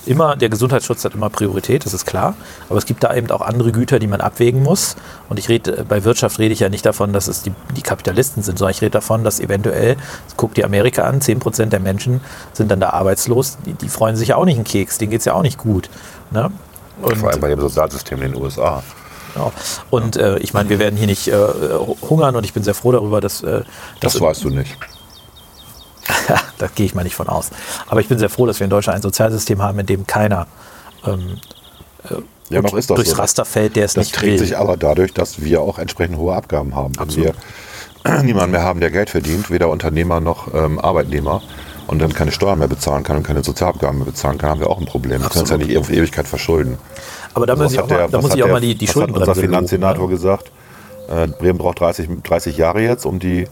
S1: immer, der Gesundheitsschutz hat immer Priorität, das ist klar. Aber es gibt da eben auch andere Güter, die man abwägen muss. Und ich rede, bei Wirtschaft rede ich ja nicht davon, dass es die, die Kapitalisten sind, sondern ich rede davon, dass eventuell, guck dir Amerika an, 10% der Menschen sind dann da arbeitslos, die, die freuen sich ja auch nicht einen Keks, denen geht es ja auch nicht gut. Ne? Und,
S2: Vor allem bei dem Sozialsystem in den USA.
S1: genau. und äh, ich meine, wir werden hier nicht äh, hungern und ich bin sehr froh darüber, dass, äh,
S2: Das,
S1: dass
S2: weißt du nicht.
S1: da gehe ich mal nicht von aus. Aber ich bin sehr froh, dass wir in Deutschland ein Sozialsystem haben, in dem keiner
S2: Ja, noch ist das
S1: durchs
S2: so. ne?
S1: Raster fällt, der es
S2: Das
S1: nicht will.
S2: trägt sich aber dadurch, dass wir auch entsprechend hohe Abgaben haben. Wenn
S1: Absolut.
S2: Wir niemanden mehr haben, der Geld verdient, weder Unternehmer noch ähm, Arbeitnehmer und dann keine Steuern mehr bezahlen kann und keine Sozialabgaben mehr bezahlen kann, haben wir auch ein Problem. Wir können uns ja nicht auf Ewigkeit verschulden.
S1: Aber da muss ich
S2: Also Was hat
S1: auch mal,
S2: der-
S1: da
S2: was
S1: muss
S2: hat
S1: ich auch
S2: der-
S1: mal die, ne? die
S2: was hat
S1: Schuldenbremse
S2: unser Finanzsenator gesagt, äh, Bremen braucht 30, 30 Jahre jetzt, um die,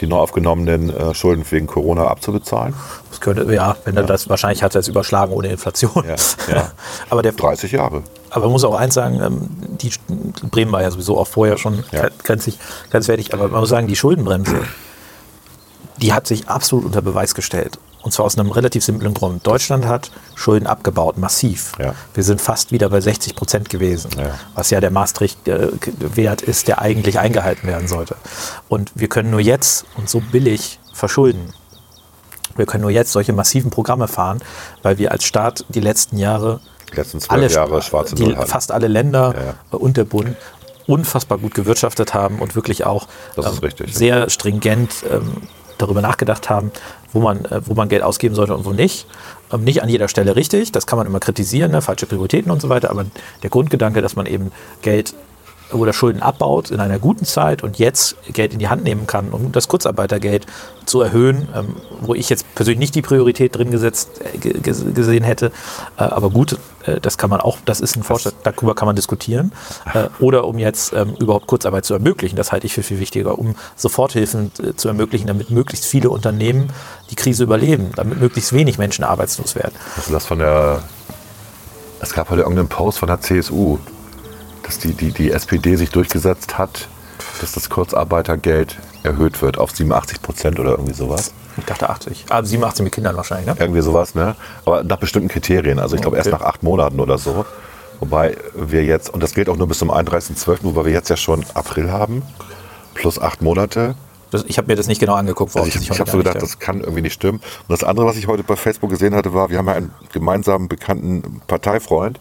S2: die neu aufgenommenen äh, Schulden wegen Corona abzubezahlen.
S1: belohnen. Das könnte, ja, wenn er das wahrscheinlich hat er es überschlagen ohne Inflation.
S2: Ja, ja.
S1: aber der,
S2: 30 Jahre.
S1: aber man muss auch eins sagen, ähm, die Bremen war ja sowieso auch vorher schon
S2: Ja.
S1: grenzig, grenzwertig, aber man muss sagen, die Schuldenbremse, die hat sich absolut unter Beweis gestellt. Und zwar aus einem relativ simplen Grund. Deutschland hat Schulden abgebaut, massiv.
S2: Ja.
S1: Wir sind fast wieder bei 60 Prozent gewesen,
S2: Ja.
S1: was ja der Maastricht-Wert ist, der eigentlich eingehalten werden sollte. Und wir können nur jetzt und so billig verschulden. Wir können nur jetzt solche massiven Programme fahren, weil wir als Staat die letzten Jahre
S2: Die letzten zwölf Jahre schwarze
S1: die,
S2: Null hatten.
S1: fast alle Länder
S2: Ja, ja.
S1: äh, und der Bund unfassbar gut gewirtschaftet haben und wirklich auch ähm,
S2: Das ist richtig, ja.
S1: sehr stringent ähm, darüber nachgedacht haben, wo man, äh, wo man Geld ausgeben sollte und wo nicht. Ähm, nicht an jeder Stelle richtig, das kann man immer kritisieren, ne? falsche Prioritäten und so weiter, aber der Grundgedanke, dass man eben Geld oder Schulden abbaut in einer guten Zeit und jetzt Geld in die Hand nehmen kann, um das Kurzarbeitergeld zu erhöhen, ähm, wo ich jetzt persönlich nicht die Priorität drin gesetzt, äh, ge- ge- gesehen hätte. Äh, aber gut, äh, das kann man auch, das ist ein Vorschlag, darüber kann man diskutieren. Äh, oder um jetzt ähm, überhaupt Kurzarbeit zu ermöglichen, das halte ich für viel wichtiger, um Soforthilfen äh, zu ermöglichen, damit möglichst viele Unternehmen die Krise überleben, damit möglichst wenig Menschen arbeitslos werden.
S2: Hast du das von der. Es gab heute irgendeinen Post von der CSU, dass die, die, die SPD sich durchgesetzt hat, dass das Kurzarbeitergeld erhöht wird auf 87 Prozent oder irgendwie sowas.
S1: Ich dachte 80, aber 87 mit Kindern wahrscheinlich, ne?
S2: Irgendwie sowas, ne? Aber nach bestimmten Kriterien. Also ich glaube erst
S1: Okay.
S2: nach acht Monaten oder so. Wobei wir jetzt, und das gilt auch nur bis zum 31.12., wobei wir jetzt ja schon April haben, plus acht Monate.
S1: Das, ich habe mir das nicht genau angeguckt.
S2: Also
S1: warum
S2: ich
S1: das
S2: ich
S1: nicht
S2: habe so
S1: heute
S2: gedacht,
S1: angestellt.
S2: das kann irgendwie nicht stimmen. Und das andere, was ich heute bei Facebook gesehen hatte, war, wir haben ja einen gemeinsamen bekannten Parteifreund,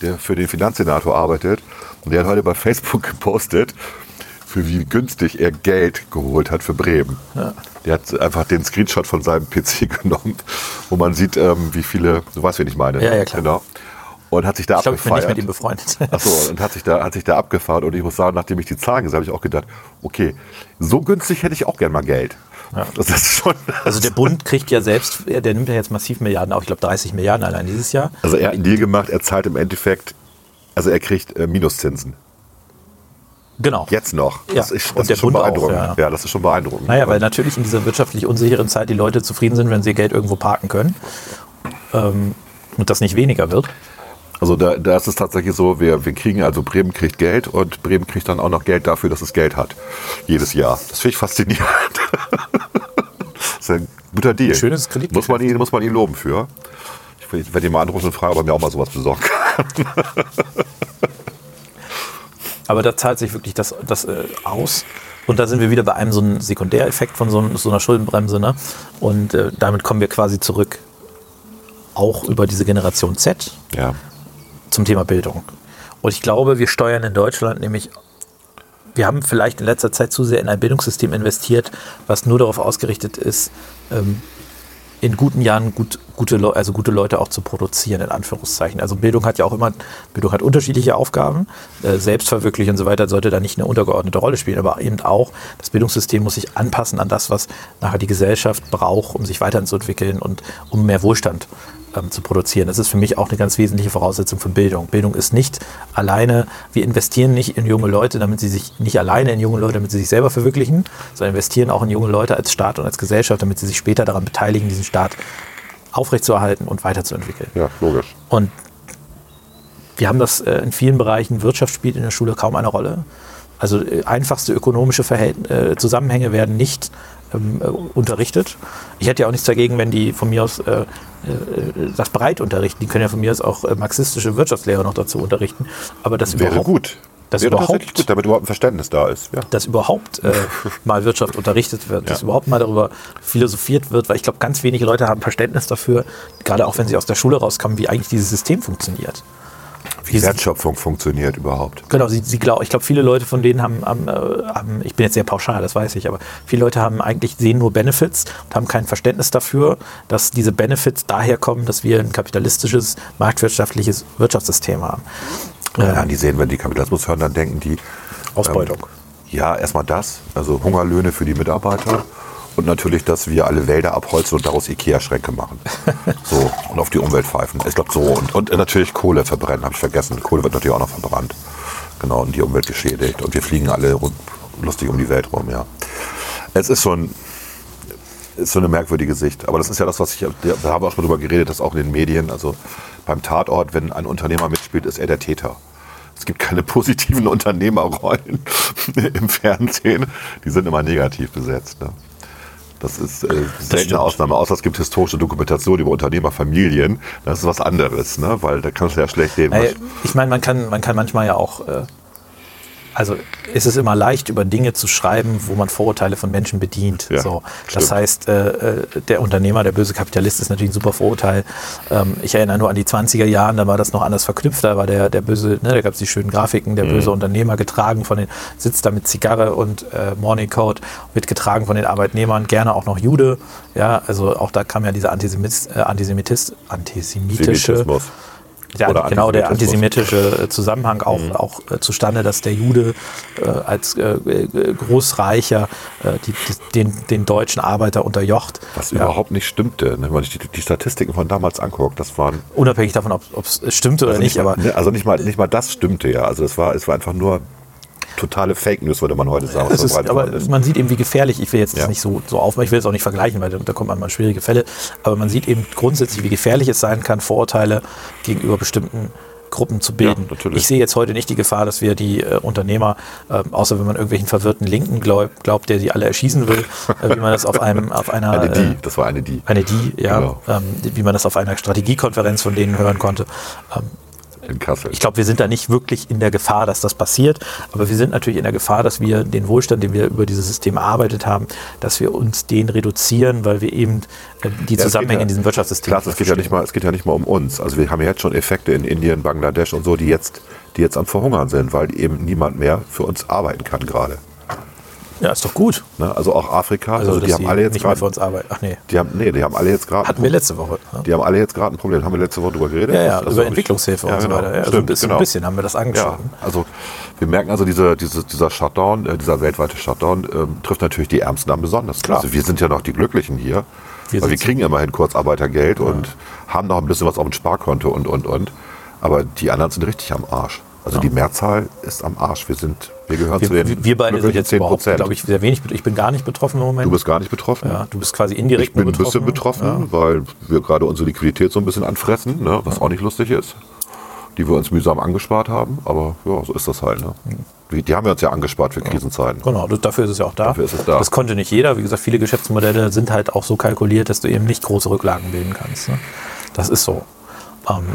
S2: der für den Finanzsenator arbeitet. Und der hat heute bei Facebook gepostet, für wie günstig er Geld geholt hat für Bremen. Der hat einfach den Screenshot von seinem PC genommen, wo man sieht, ähm, wie viele, du weißt, wen ich meine.
S1: Ja,
S2: ne?
S1: ja, klar.
S2: Genau. Und hat sich da
S1: ich glaube, ich bin nicht mit
S2: abgefeiert.
S1: ihm befreundet.
S2: Achso, und hat sich, da, hat sich da abgefahren. Und ich muss sagen, nachdem ich die Zahlen gesehen habe, habe ich auch gedacht, okay, so günstig hätte ich auch gern mal Geld. Das ist schon.
S1: Also der Bund kriegt ja selbst, der nimmt ja jetzt massiv Milliarden auf, ich glaube 30 Milliarden allein dieses Jahr.
S2: Also er hat einen Deal gemacht, er zahlt im Endeffekt, also er kriegt äh, Minuszinsen.
S1: Genau.
S2: Jetzt noch.
S1: Ja,
S2: Das ist,
S1: und
S2: das
S1: der
S2: ist schon
S1: Bund auch,
S2: beeindruckend.
S1: ja.
S2: ja. das ist schon beeindruckend.
S1: Naja, weil natürlich in dieser wirtschaftlich unsicheren Zeit die Leute zufrieden sind, wenn sie ihr Geld irgendwo parken können. Ähm, und das nicht weniger wird.
S2: Also da, da ist es tatsächlich so, wir, wir kriegen, also Bremen kriegt Geld und Bremen kriegt dann auch noch Geld dafür, dass es Geld hat. Jedes Jahr. Das finde ich faszinierend. das ist ein guter Deal.
S1: Schönes Kredit.
S2: Muss man ihn, muss man ihn loben für. Ich will- werde ihn mal anrufen und fragen, ob er mir auch mal sowas besorgen kann.
S1: Aber da zahlt sich wirklich das, das äh, aus. Und da sind wir wieder bei einem so einem Sekundäreffekt von so, einem- so einer Schuldenbremse. Ne? Und äh, damit kommen wir quasi zurück, auch über diese Generation Z
S2: Ja.
S1: zum Thema Bildung. Und ich glaube, wir steuern in Deutschland nämlich, wir haben vielleicht in letzter Zeit zu sehr in ein Bildungssystem investiert, was nur darauf ausgerichtet ist, ähm, in guten Jahren gut, gute, Leu also gute Leute auch zu produzieren, in Anführungszeichen. Also Bildung hat ja auch immer, Bildung hat unterschiedliche Aufgaben, äh, selbstverwirklichung und so weiter sollte da nicht eine untergeordnete Rolle spielen, aber eben auch, das Bildungssystem muss sich anpassen an das, was nachher die Gesellschaft braucht, um sich weiterzuentwickeln und um mehr Wohlstand ähm, zu produzieren. Das ist für mich auch eine ganz wesentliche Voraussetzung für Bildung. Bildung ist nicht alleine, wir investieren nicht in junge Leute, damit sie sich nicht alleine in junge Leute, damit sie sich selber verwirklichen, sondern investieren auch in junge Leute als Staat und als Gesellschaft, damit sie sich später daran beteiligen, diesen Staat aufrechtzuerhalten und weiterzuentwickeln.
S2: Ja, logisch.
S1: Und wir haben das äh, in vielen Bereichen, Wirtschaft spielt in der Schule kaum eine Rolle. Also äh, einfachste ökonomische Verhält äh, Zusammenhänge werden nicht ähm, äh, unterrichtet. Ich hätte ja auch nichts dagegen, wenn die von mir aus äh, äh, das breit unterrichten. Die können ja von mir aus auch äh, marxistische Wirtschaftslehre noch dazu unterrichten. Aber das
S2: Wäre
S1: überhaupt,
S2: gut.
S1: Das
S2: Wäre
S1: überhaupt-
S2: tatsächlich gut, damit überhaupt ein Verständnis da ist. Ja.
S1: dass überhaupt äh, mal Wirtschaft unterrichtet wird, dass
S2: Ja.
S1: überhaupt mal darüber philosophiert wird, weil ich glaube, ganz wenige Leute haben Verständnis dafür, gerade auch wenn sie aus der Schule rauskommen, wie eigentlich dieses System funktioniert.
S2: Wie Wertschöpfung funktioniert überhaupt.
S1: Genau, sie, sie glaub, ich glaube, viele Leute von denen haben, haben, äh, haben, ich bin jetzt sehr pauschal, das weiß ich, aber viele Leute haben eigentlich sehen nur Benefits und haben kein Verständnis dafür, dass diese Benefits daher kommen, dass wir ein kapitalistisches, marktwirtschaftliches Wirtschaftssystem haben.
S2: Ja, die sehen, wenn die Kapitalismus hören, dann denken die.
S1: Ausbeutung.
S2: Ähm, ja, erstmal das, also Hungerlöhne für die Mitarbeiter und natürlich, dass wir alle Wälder abholzen und daraus Ikea-Schränke machen. so, und auf die Umwelt pfeifen. Ich glaube so. Und, und natürlich Kohle verbrennen, habe ich vergessen. Kohle wird natürlich auch noch verbrannt. Genau, und die Umwelt geschädigt. Und wir fliegen alle rum, lustig um die Welt rum, ja. Es ist so ein ist so eine merkwürdige Sicht. Aber das ist ja das, was ich, da haben wir auch schon drüber geredet, dass auch in den Medien, also beim Tatort, wenn ein Unternehmer mitspielt, ist er der Täter. Es gibt keine positiven Unternehmerrollen im Fernsehen. Die sind immer negativ besetzt. Ne? Das ist äh, selten
S1: stimmt.
S2: eine Ausnahme. Außer es gibt historische Dokumentationen über Unternehmerfamilien. Das ist was anderes, ne? weil da kannst du ja schlecht leben.
S1: Naja, ich meine, man kann, man kann manchmal ja auch, äh, also ist es immer leicht, über Dinge zu schreiben, wo man Vorurteile von Menschen bedient.
S2: Ja,
S1: so. Das
S2: stimmt.
S1: heißt, äh, äh, der Unternehmer, der böse Kapitalist ist natürlich ein super Vorurteil. Ähm, ich erinnere nur an die 20er Jahren, da war das noch anders verknüpft, da war der, der böse, ne, da gab es die schönen Grafiken,
S2: Mhm.
S1: der böse Unternehmer getragen von den, sitzt da mit Zigarre und äh, Morning Coat, wird getragen von den Arbeitnehmern, gerne auch noch Jude. Ja, also auch da kam ja dieser Antisemit, äh, Antisemitist, antisemitische
S2: Semitismus.
S1: ja,
S2: Oder
S1: genau, der
S2: Antisemitismus. Mhm.
S1: antisemitische äh, Zusammenhang auch, auch äh, zustande, dass der Jude äh, als äh, äh, Großreicher äh, die, die, den, den deutschen Arbeiter unterjocht.
S2: Was
S1: Ja,
S2: überhaupt nicht stimmte. Ne? Wenn man sich die, die Statistiken von damals anguckt, das waren
S1: Unabhängig davon, ob es stimmt oder nicht, aber
S2: ne, also nicht mal, nicht mal das stimmte ja. Also es war, es war einfach nur totale Fake News, würde man heute sagen. was
S1: Es ist,
S2: verbreitet
S1: aber
S2: worden ist.
S1: man sieht eben, wie gefährlich, ich will jetzt das
S2: Ja.
S1: nicht so, so aufmachen, ich will es auch nicht vergleichen, weil da- da kommt man mal in schwierige Fälle, aber man sieht eben grundsätzlich, wie gefährlich es sein kann, Vorurteile gegenüber bestimmten Gruppen zu bilden.
S2: Ja, natürlich.
S1: ich sehe jetzt heute nicht die Gefahr, dass wir die äh, Unternehmer, äh, außer wenn man irgendwelchen verwirrten Linken glaubt, glaubt der sie alle erschießen will, äh, wie man das auf einem, auf einer,
S2: eine
S1: äh,
S2: die, das war eine die.
S1: eine die, ja,
S2: Genau.
S1: ähm, wie man das auf einer Strategiekonferenz von denen hören konnte. Ähm,
S2: in Kassel.
S1: ich glaube, wir sind da nicht wirklich in der Gefahr, dass das passiert, aber wir sind natürlich in der Gefahr, dass wir den Wohlstand, den wir über dieses System erarbeitet haben, dass wir uns den reduzieren, weil wir eben äh, die
S2: Ja, es geht
S1: Zusammenhänge
S2: ja-
S1: in diesem Wirtschaftssystem
S2: Klar, es geht, ja nicht mal, es geht ja nicht mal um uns. Also wir haben ja jetzt schon Effekte in Indien, Bangladesch und so, die jetzt, die jetzt am Verhungern sind, weil eben niemand mehr für uns arbeiten kann gerade.
S1: Ja, ist doch gut.
S2: Ne? Also auch Afrika, also,
S1: dass
S2: die haben
S1: sie
S2: alle jetzt
S1: nicht mehr für
S2: gerade.
S1: uns arbeiten. Ach nee,
S2: Die haben, nee, die haben alle jetzt gerade.
S1: hatten wir letzte Woche. Ne?
S2: Die haben alle jetzt gerade ein Problem. Haben wir letzte Woche drüber geredet?
S1: Ja, ja,
S2: Also hab
S1: über
S2: ich-
S1: Entwicklungshilfe
S2: Ja,
S1: und so
S2: genau.
S1: weiter. Ja, so ein
S2: Stimmt,
S1: bisschen,
S2: genau.
S1: bisschen haben wir das ne?
S2: Ja,
S1: angeschoben.
S2: also wir merken also, diese, diese, dieser Shutdown, äh, dieser weltweite Shutdown ähm, trifft natürlich die Ärmsten am besonders.
S1: Klar.
S2: Also wir sind ja noch die Glücklichen
S1: Wir
S2: hier. Wir, weil wir
S1: sind-
S2: kriegen immerhin Kurzarbeitergeld und haben noch ein bisschen was auf dem Sparkonto und, und, und. Aber die anderen sind richtig am Arsch. Also die Mehrzahl ist am Arsch. Wir sind, wir gehören zu
S1: Wir,
S2: den
S1: wir beide sind
S2: glücklichen
S1: jetzt überhaupt,
S2: 10%.
S1: glaube ich, sehr wenig. bet- Ich bin gar nicht betroffen im Moment.
S2: Du bist gar nicht betroffen.
S1: ja, du bist quasi indirekt
S2: Ich bin
S1: nur
S2: ein bisschen betroffen, weil wir gerade unsere Liquidität so ein bisschen anfressen, ne, was auch nicht lustig ist. die wir uns mühsam angespart haben. Aber ja, so ist das halt. Ne? Die, die haben wir uns ja angespart für Krisenzeiten.
S1: Genau, das, dafür ist es ja auch da.
S2: Dafür ist es da.
S1: Das konnte nicht jeder. Wie gesagt, viele Geschäftsmodelle sind halt auch so kalkuliert, dass du eben nicht große Rücklagen bilden kannst. Ne? Das ist so. Ähm,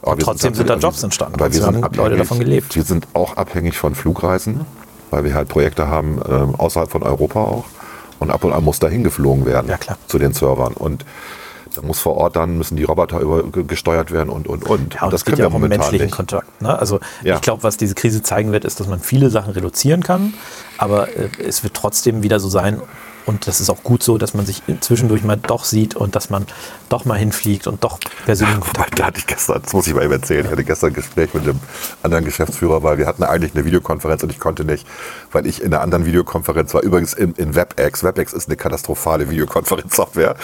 S2: Aber wir
S1: trotzdem sind da
S2: natürlich-
S1: Jobs entstanden.
S2: Aber wir
S1: Es
S2: sind
S1: haben
S2: abhängig,
S1: Leute davon gelebt.
S2: Wir sind auch abhängig von Flugreisen, weil wir halt Projekte haben ähm, außerhalb von Europa auch. Und ab und an muss dahin geflogen werden
S1: Ja, klar.
S2: zu den Servern. Und da muss vor Ort dann, müssen die Roboter über, ge- gesteuert werden und, und, und.
S1: Ja, und das es geht ja auch um menschlichen Kontakt. Ne? Also
S2: Ja.
S1: ich glaube, was diese Krise zeigen wird, ist, dass man viele Sachen reduzieren kann, aber äh, es wird trotzdem wieder so sein und das ist auch gut so, dass man sich zwischendurch mal doch sieht und dass man doch mal hinfliegt und doch persönlichen Kontakt.
S2: Wobei, Da hatte ich gestern, das muss ich mal eben erzählen, ich hatte gestern ein Gespräch mit einem anderen Geschäftsführer, weil wir hatten eigentlich eine Videokonferenz und ich konnte nicht, weil ich in einer anderen Videokonferenz war, übrigens in, in WebEx. WebEx ist eine katastrophale Videokonferenzsoftware.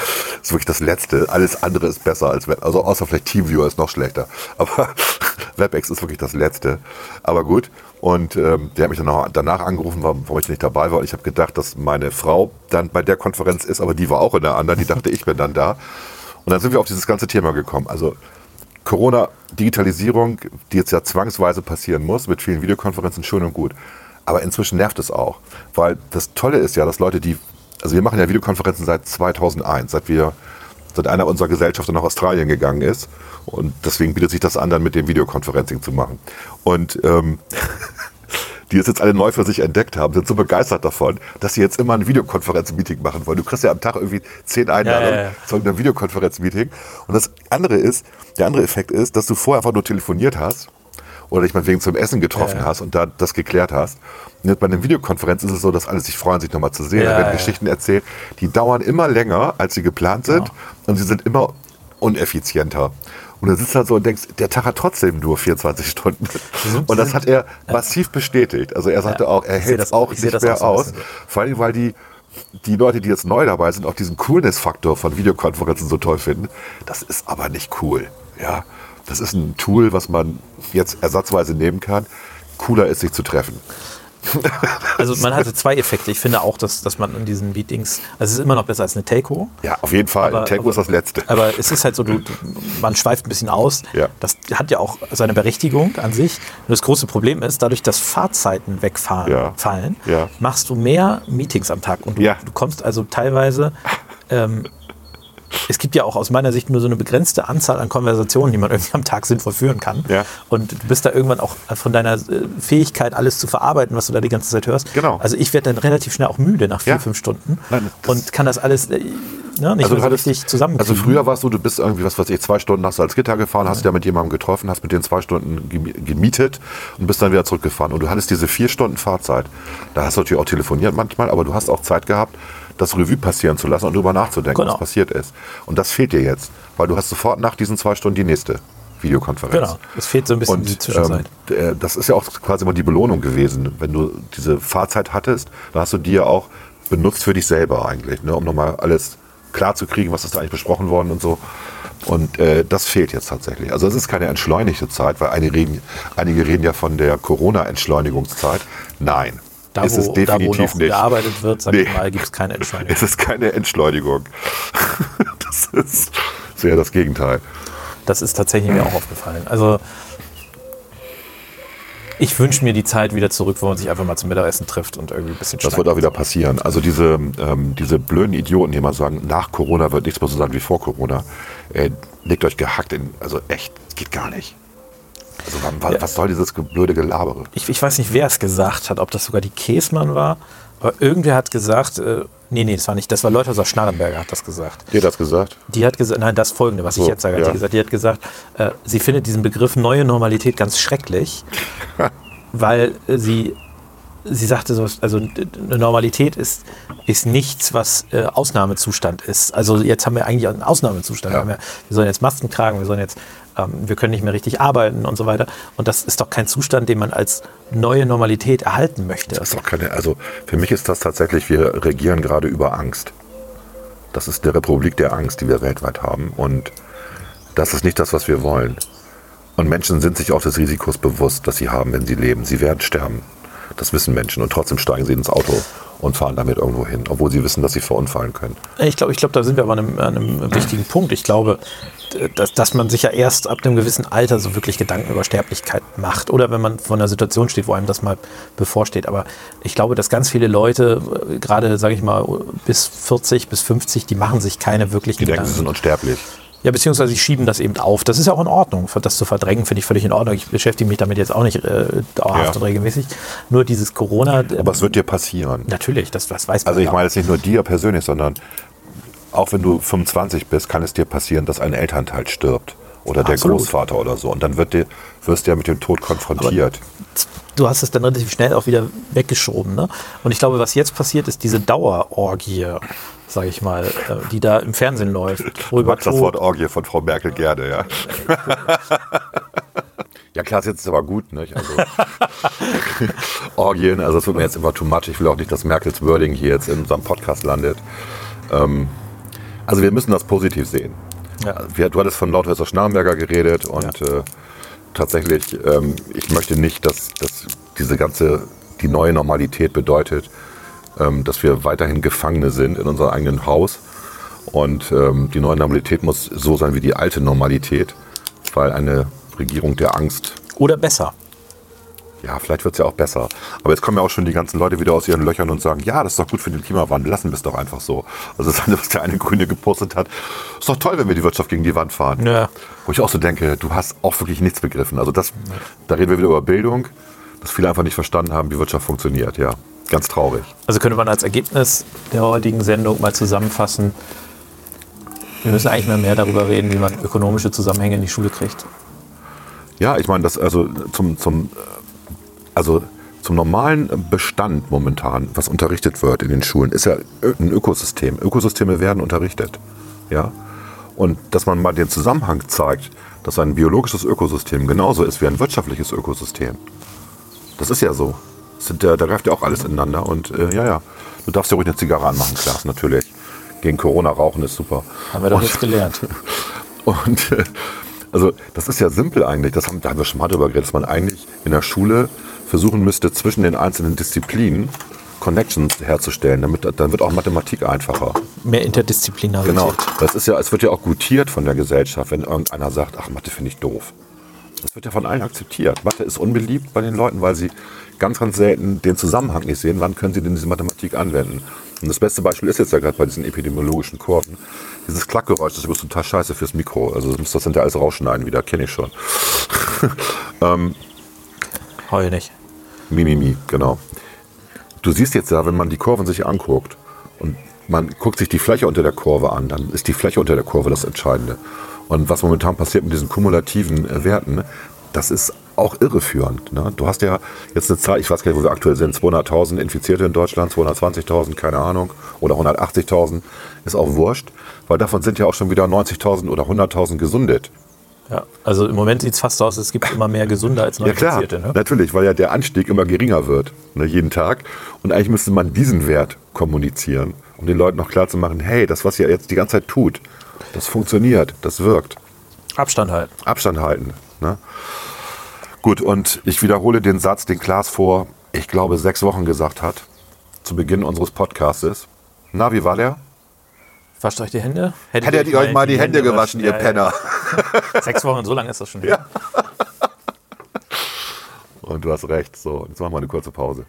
S2: Ist wirklich das Letzte. Alles andere ist besser als Web. Also außer vielleicht TeamViewer ist noch schlechter. Aber WebEx ist wirklich das Letzte. Aber gut. Und ähm, der hat mich dann noch danach angerufen, warum warum ich nicht dabei war. Und ich habe gedacht, dass meine Frau dann bei der Konferenz ist, aber die war auch in der anderen. Die dachte, ich bin dann da. Und dann sind wir auf dieses ganze Thema gekommen. Also Corona, Digitalisierung, die jetzt ja zwangsweise passieren muss, mit vielen Videokonferenzen, schön und gut. Aber inzwischen nervt es auch. Weil das Tolle ist ja, dass Leute, die, also wir machen ja Videokonferenzen seit 2001, seit wir, seit einer unserer Gesellschaften nach Australien gegangen ist. Und deswegen bietet sich das an, dann mit dem Videokonferencing zu machen. Und ähm, die es jetzt alle neu für sich entdeckt haben, sind so begeistert davon, dass sie jetzt immer ein Videokonferenz-Meeting machen wollen. Du kriegst ja am Tag irgendwie zehn Einladungen
S1: ja, ja.
S2: zu einem Videokonferenz-Meeting. Und das andere ist, der andere Effekt ist, dass du vorher einfach nur telefoniert hast oder dich meinetwegen zum Essen getroffen
S1: Ja, ja.
S2: hast und da das geklärt hast. Und jetzt bei einer Videokonferenz ist es so, dass alle sich freuen, sich nochmal zu sehen.
S1: Ja,
S2: da werden
S1: ja.
S2: Geschichten erzählt, die dauern immer länger, als sie geplant
S1: Genau.
S2: sind und sie sind immer uneffizienter. Und dann sitzt du halt so und denkst, der Tag hat trotzdem nur 24 Stunden. Und das hat er massiv bestätigt. Also er sagte
S1: Ja.
S2: auch, er
S1: Ich seh
S2: hält
S1: das-
S2: es auch
S1: ich seh
S2: nicht
S1: das
S2: mehr
S1: auch so ein
S2: aus.
S1: bisschen
S2: Vor allem, weil die, die Leute, die jetzt neu dabei sind, auch diesen Coolness-Faktor von Videokonferenzen so toll finden. Das ist aber nicht cool. Ja, das ist ein Tool, was man jetzt ersatzweise nehmen kann. Cooler ist, sich zu treffen.
S1: Also man hatte zwei Effekte. Ich finde auch, dass, dass man in diesen Meetings, also es ist immer noch besser als eine Take-Home,
S2: Ja, auf jeden Fall.
S1: Aber-
S2: Tango ist das Letzte.
S1: Aber es ist halt so, du, du- man schweift ein bisschen aus.
S2: Ja.
S1: Das hat ja auch seine Berechtigung an sich. Nur das große Problem ist, dadurch, dass Fahrzeiten wegfahren,
S2: Ja.
S1: fallen,
S2: Ja.
S1: machst du mehr Meetings am Tag. Und du,
S2: Ja.
S1: du kommst also teilweise, ähm, es gibt ja auch aus meiner Sicht nur so eine begrenzte Anzahl an Konversationen, die man irgendwie am Tag sinnvoll führen kann.
S2: Ja.
S1: Und du bist da irgendwann auch von deiner äh, Fähigkeit, alles zu verarbeiten, was du da die ganze Zeit hörst.
S2: Genau.
S1: Also ich werde dann relativ schnell auch müde nach vier,
S2: Ja.
S1: fünf Stunden
S2: Nein, das-
S1: und kann das alles äh, ne, nicht mehr so
S2: hattest-
S1: richtig zusammen.
S2: Also früher war es so, du bist irgendwie, was weiß ich, zwei Stunden nach Salzgitter gefahren, hast dich da mit jemandem getroffen, hast mit den zwei Stunden gemi- gemietet und bist dann wieder zurückgefahren. Und du hattest diese vier Stunden Fahrzeit. Da hast du natürlich auch telefoniert manchmal, aber du hast auch Zeit gehabt, das Revue passieren zu lassen und darüber nachzudenken,
S1: Genau.
S2: was passiert ist. Und das fehlt dir jetzt, weil du hast sofort nach diesen zwei Stunden die nächste Videokonferenz.
S1: Genau, es fehlt so ein bisschen diese Zwischenzeit.
S2: ähm, äh, das ist ja auch quasi immer die Belohnung gewesen. Wenn du diese Fahrzeit hattest, dann hast du die ja auch benutzt für dich selber eigentlich, ne? um nochmal alles klar zu kriegen, was ist da eigentlich besprochen worden und so. Und äh, das fehlt jetzt tatsächlich. Also es ist keine entschleunigte Zeit, weil einige reden, einige reden ja von der Corona-Entschleunigungszeit. Nein,
S1: da,
S2: ist
S1: wo,
S2: es definitiv
S1: da, wo noch
S2: nicht.
S1: gearbeitet wird, sag ich
S2: Nee.
S1: mal, gibt es keine Entscheidung.
S2: Es ist keine Entschleunigung. das ist so ja das Gegenteil.
S1: Das ist tatsächlich mir auch aufgefallen. Also ich wünsche mir die Zeit wieder zurück, wo man sich einfach mal zum Mittagessen trifft und irgendwie ein bisschen
S2: Das
S1: schnackt.
S2: wird auch wieder passieren. Also diese, ähm, diese blöden Idioten, die immer sagen, nach Corona wird nichts mehr so sein wie vor Corona, äh, legt euch gehackt in. Also echt, das geht gar nicht. Also wa- wa-
S1: Ja.
S2: was soll dieses ge- blöde Gelabere?
S1: ich, ich weiß nicht, wer es gesagt hat, ob das sogar die Käsmann war, aber irgendwer hat gesagt, äh, nee, nee, das war nicht, das war Leuthauser Schnarrenberger hat das gesagt.
S2: Ihr das gesagt?
S1: Die hat gesagt, nein, das folgende, was ich
S2: So,
S1: jetzt sage, hat
S2: ja.
S1: sie gesagt. Die hat gesagt, äh, sie findet diesen Begriff neue Normalität ganz schrecklich, weil äh, sie, sie sagte so, also d- d- eine Normalität ist, ist nichts, was äh, Ausnahmezustand ist. Also jetzt haben wir eigentlich einen Ausnahmezustand.
S2: Ja.
S1: Wir, haben ja, wir sollen jetzt Masken tragen, wir sollen jetzt, ähm, wir können nicht mehr richtig arbeiten und so weiter. Und das ist doch kein Zustand, den man als neue Normalität erhalten möchte.
S2: Das ist doch keine. Also für mich ist das tatsächlich, wir regieren gerade über Angst. Das ist eine Republik der Angst, die wir weltweit haben. Und das ist nicht das, was wir wollen. Und Menschen sind sich auch des Risikos bewusst, das sie haben, wenn sie leben. Sie werden sterben. Das wissen Menschen. Und trotzdem steigen sie ins Auto und fahren damit irgendwo hin, obwohl sie wissen, dass sie verunfallen können.
S1: Äh, Ich glaube, ich glaub, da sind wir aber an einem, an einem wichtigen Punkt. Ich glaube, dass, dass man sich ja erst ab einem gewissen Alter so wirklich Gedanken über Sterblichkeit macht. Oder wenn man vor einer Situation steht, wo einem das mal bevorsteht. Aber ich glaube, dass ganz viele Leute, äh, gerade, sage ich mal, bis 40, bis 50, die machen sich keine wirklichen
S2: Die denken,
S1: Gedanken.
S2: sie sind unsterblich.
S1: Ja, beziehungsweise sie schieben das eben auf. Das ist ja auch in Ordnung. Für Das zu verdrängen, finde ich völlig in Ordnung. Ich beschäftige mich damit jetzt auch nicht äh, dauerhaft
S2: Ja.
S1: und regelmäßig. Nur dieses Corona.
S2: Aber es wird dir passieren.
S1: Natürlich, das, das weiß man.
S2: Also ich
S1: ja.
S2: meine jetzt nicht nur dir persönlich, sondern auch wenn du 25 bist, kann es dir passieren, dass ein Elternteil stirbt oder der
S1: Absolut.
S2: Großvater oder so. Und dann wird dir, wirst du ja mit dem Tod konfrontiert.
S1: du hast es dann relativ schnell auch wieder weggeschoben. Ne? Und ich glaube, was jetzt passiert, ist diese Dauerorgie, sage ich mal, äh, die da im Fernsehen läuft.
S2: Du magst das Wort Orgie von Frau Merkel gerne, ja. ja klar, jetzt ist aber gut, nicht? Also, Orgien, also das wird mir jetzt immer too much. Ich will auch nicht, dass Merkels Wording hier jetzt in unserem Podcast landet. Ähm, also wir müssen das positiv sehen.
S1: Ja.
S2: Wir, du hattest von Lautwester Schnarrenberger geredet und äh, tatsächlich, ähm, ich möchte nicht, dass, dass diese ganze, die neue Normalität bedeutet, ähm, dass wir weiterhin Gefangene sind in unserem eigenen Haus. Und ähm, die neue Normalität muss so sein wie die alte Normalität, weil eine Regierung der Angst,
S1: Oder besser.
S2: ja, vielleicht wird es ja auch besser. Aber jetzt kommen ja auch schon die ganzen Leute wieder aus ihren Löchern und sagen, ja, das ist doch gut für den Klimawandel, lassen wir es doch einfach so. Also das, was der eine Grüne gepostet hat, ist doch toll, wenn wir die Wirtschaft gegen die Wand fahren.
S1: Ja.
S2: Wo ich auch so denke, du hast auch wirklich nichts begriffen. Also das, da reden wir wieder über Bildung, dass viele einfach nicht verstanden haben, wie Wirtschaft funktioniert. Ja, ganz traurig.
S1: Also könnte man als Ergebnis der heutigen Sendung mal zusammenfassen, wir müssen eigentlich mal mehr darüber reden, wie man ökonomische Zusammenhänge in die Schule kriegt.
S2: Ja, ich meine, das also zum, zum, also zum normalen Bestand momentan, was unterrichtet wird in den Schulen, ist ja Ö- ein Ökosystem. Ökosysteme werden unterrichtet. Ja? Und dass man mal den Zusammenhang zeigt, dass ein biologisches Ökosystem genauso ist wie ein wirtschaftliches Ökosystem. Das ist ja so. Das Sind, ja- da greift ja auch alles ineinander. Und äh, ja, ja, du darfst ja ruhig eine Zigarre anmachen, Klaas, natürlich. Gegen Corona rauchen ist super.
S1: Haben wir doch
S2: Und-
S1: jetzt gelernt.
S2: und äh, also das ist ja simpel eigentlich. Das haben, da haben wir schon mal drüber geredet, dass man eigentlich in der Schule versuchen müsste, zwischen den einzelnen Disziplinen Connections herzustellen. Damit, dann wird auch Mathematik einfacher.
S1: Mehr Interdisziplinarität.
S2: Genau. Das ist ja, es wird ja auch gutiert von der Gesellschaft, wenn irgendeiner sagt, ach, Mathe finde ich doof. Das wird ja von allen akzeptiert. Mathe ist unbeliebt bei den Leuten, weil sie ganz, ganz selten den Zusammenhang nicht sehen. Wann können sie denn diese Mathematik anwenden? Und das beste Beispiel ist jetzt ja gerade bei diesen epidemiologischen Kurven. Dieses Klackgeräusch, das ist übrigens total scheiße fürs Mikro. Also das muss das hinterher alles rausschneiden wieder, kenne ich schon.
S1: Heul nicht.
S2: Mimimi, genau. Du siehst jetzt ja, wenn man die Kurven sich anguckt und man guckt sich die Fläche unter der Kurve an, dann ist die Fläche unter der Kurve das Entscheidende. Und was momentan passiert mit diesen kumulativen äh, Werten, das ist auch irreführend. Ne? Du hast ja jetzt eine Zahl, ich weiß gar nicht, wo wir aktuell sind, 200.000 Infizierte in Deutschland, 220.000, keine Ahnung, oder 180.000, ist auch wurscht, weil davon sind ja auch schon wieder 90.000 oder 100.000 gesundet.
S1: Ja, also im Moment sieht es fast so aus, es gibt immer mehr Gesunde als
S2: Ja klar,
S1: Neuinfizierte. ne?
S2: natürlich, weil ja der Anstieg immer geringer wird, ne, jeden Tag. Und eigentlich müsste man diesen Wert kommunizieren, um den Leuten noch klar zu machen, hey, das, was ihr jetzt die ganze Zeit tut, das funktioniert, das wirkt.
S1: Abstand halten.
S2: Abstand halten. Ne? Gut, und ich wiederhole den Satz, den Klaas vor, ich glaube, sechs Wochen gesagt hat, zu Beginn unseres Podcastes. Na, wie war der?
S1: Wascht euch die Hände? Hättet
S2: Hättet ihr euch mal die Hände gewaschen, ihr
S1: Ja, ja.
S2: Penner.
S1: Sechs Wochen, so lange ist das schon her.
S2: Und du hast recht. So, jetzt machen wir eine kurze Pause.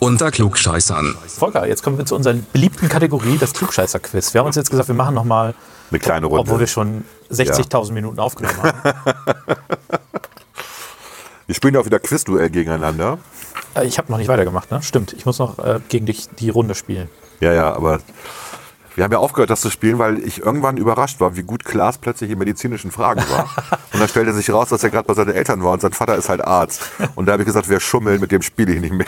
S3: Unter Klugscheißern.
S1: Volker, jetzt kommen wir zu unserer beliebten Kategorie, das Klugscheißer-Quiz. Wir haben uns jetzt gesagt, wir machen nochmal,
S2: Eine kleine Runde.
S1: obwohl wir schon 60.000 Minuten aufgenommen haben.
S2: Wir spielen ja auch wieder Quizduell gegeneinander.
S1: Äh, ich habe noch nicht weitergemacht, ne? Stimmt, ich muss noch äh, gegen dich die Runde spielen.
S2: Ja, ja, aber Wir haben ja aufgehört, das zu spielen, weil ich irgendwann überrascht war, wie gut Klaas plötzlich in medizinischen Fragen war. und dann stellte sich raus, dass er gerade bei seinen Eltern war und sein Vater ist halt Arzt. Und da habe ich gesagt, wir schummeln, mit dem spiele ich nicht mehr.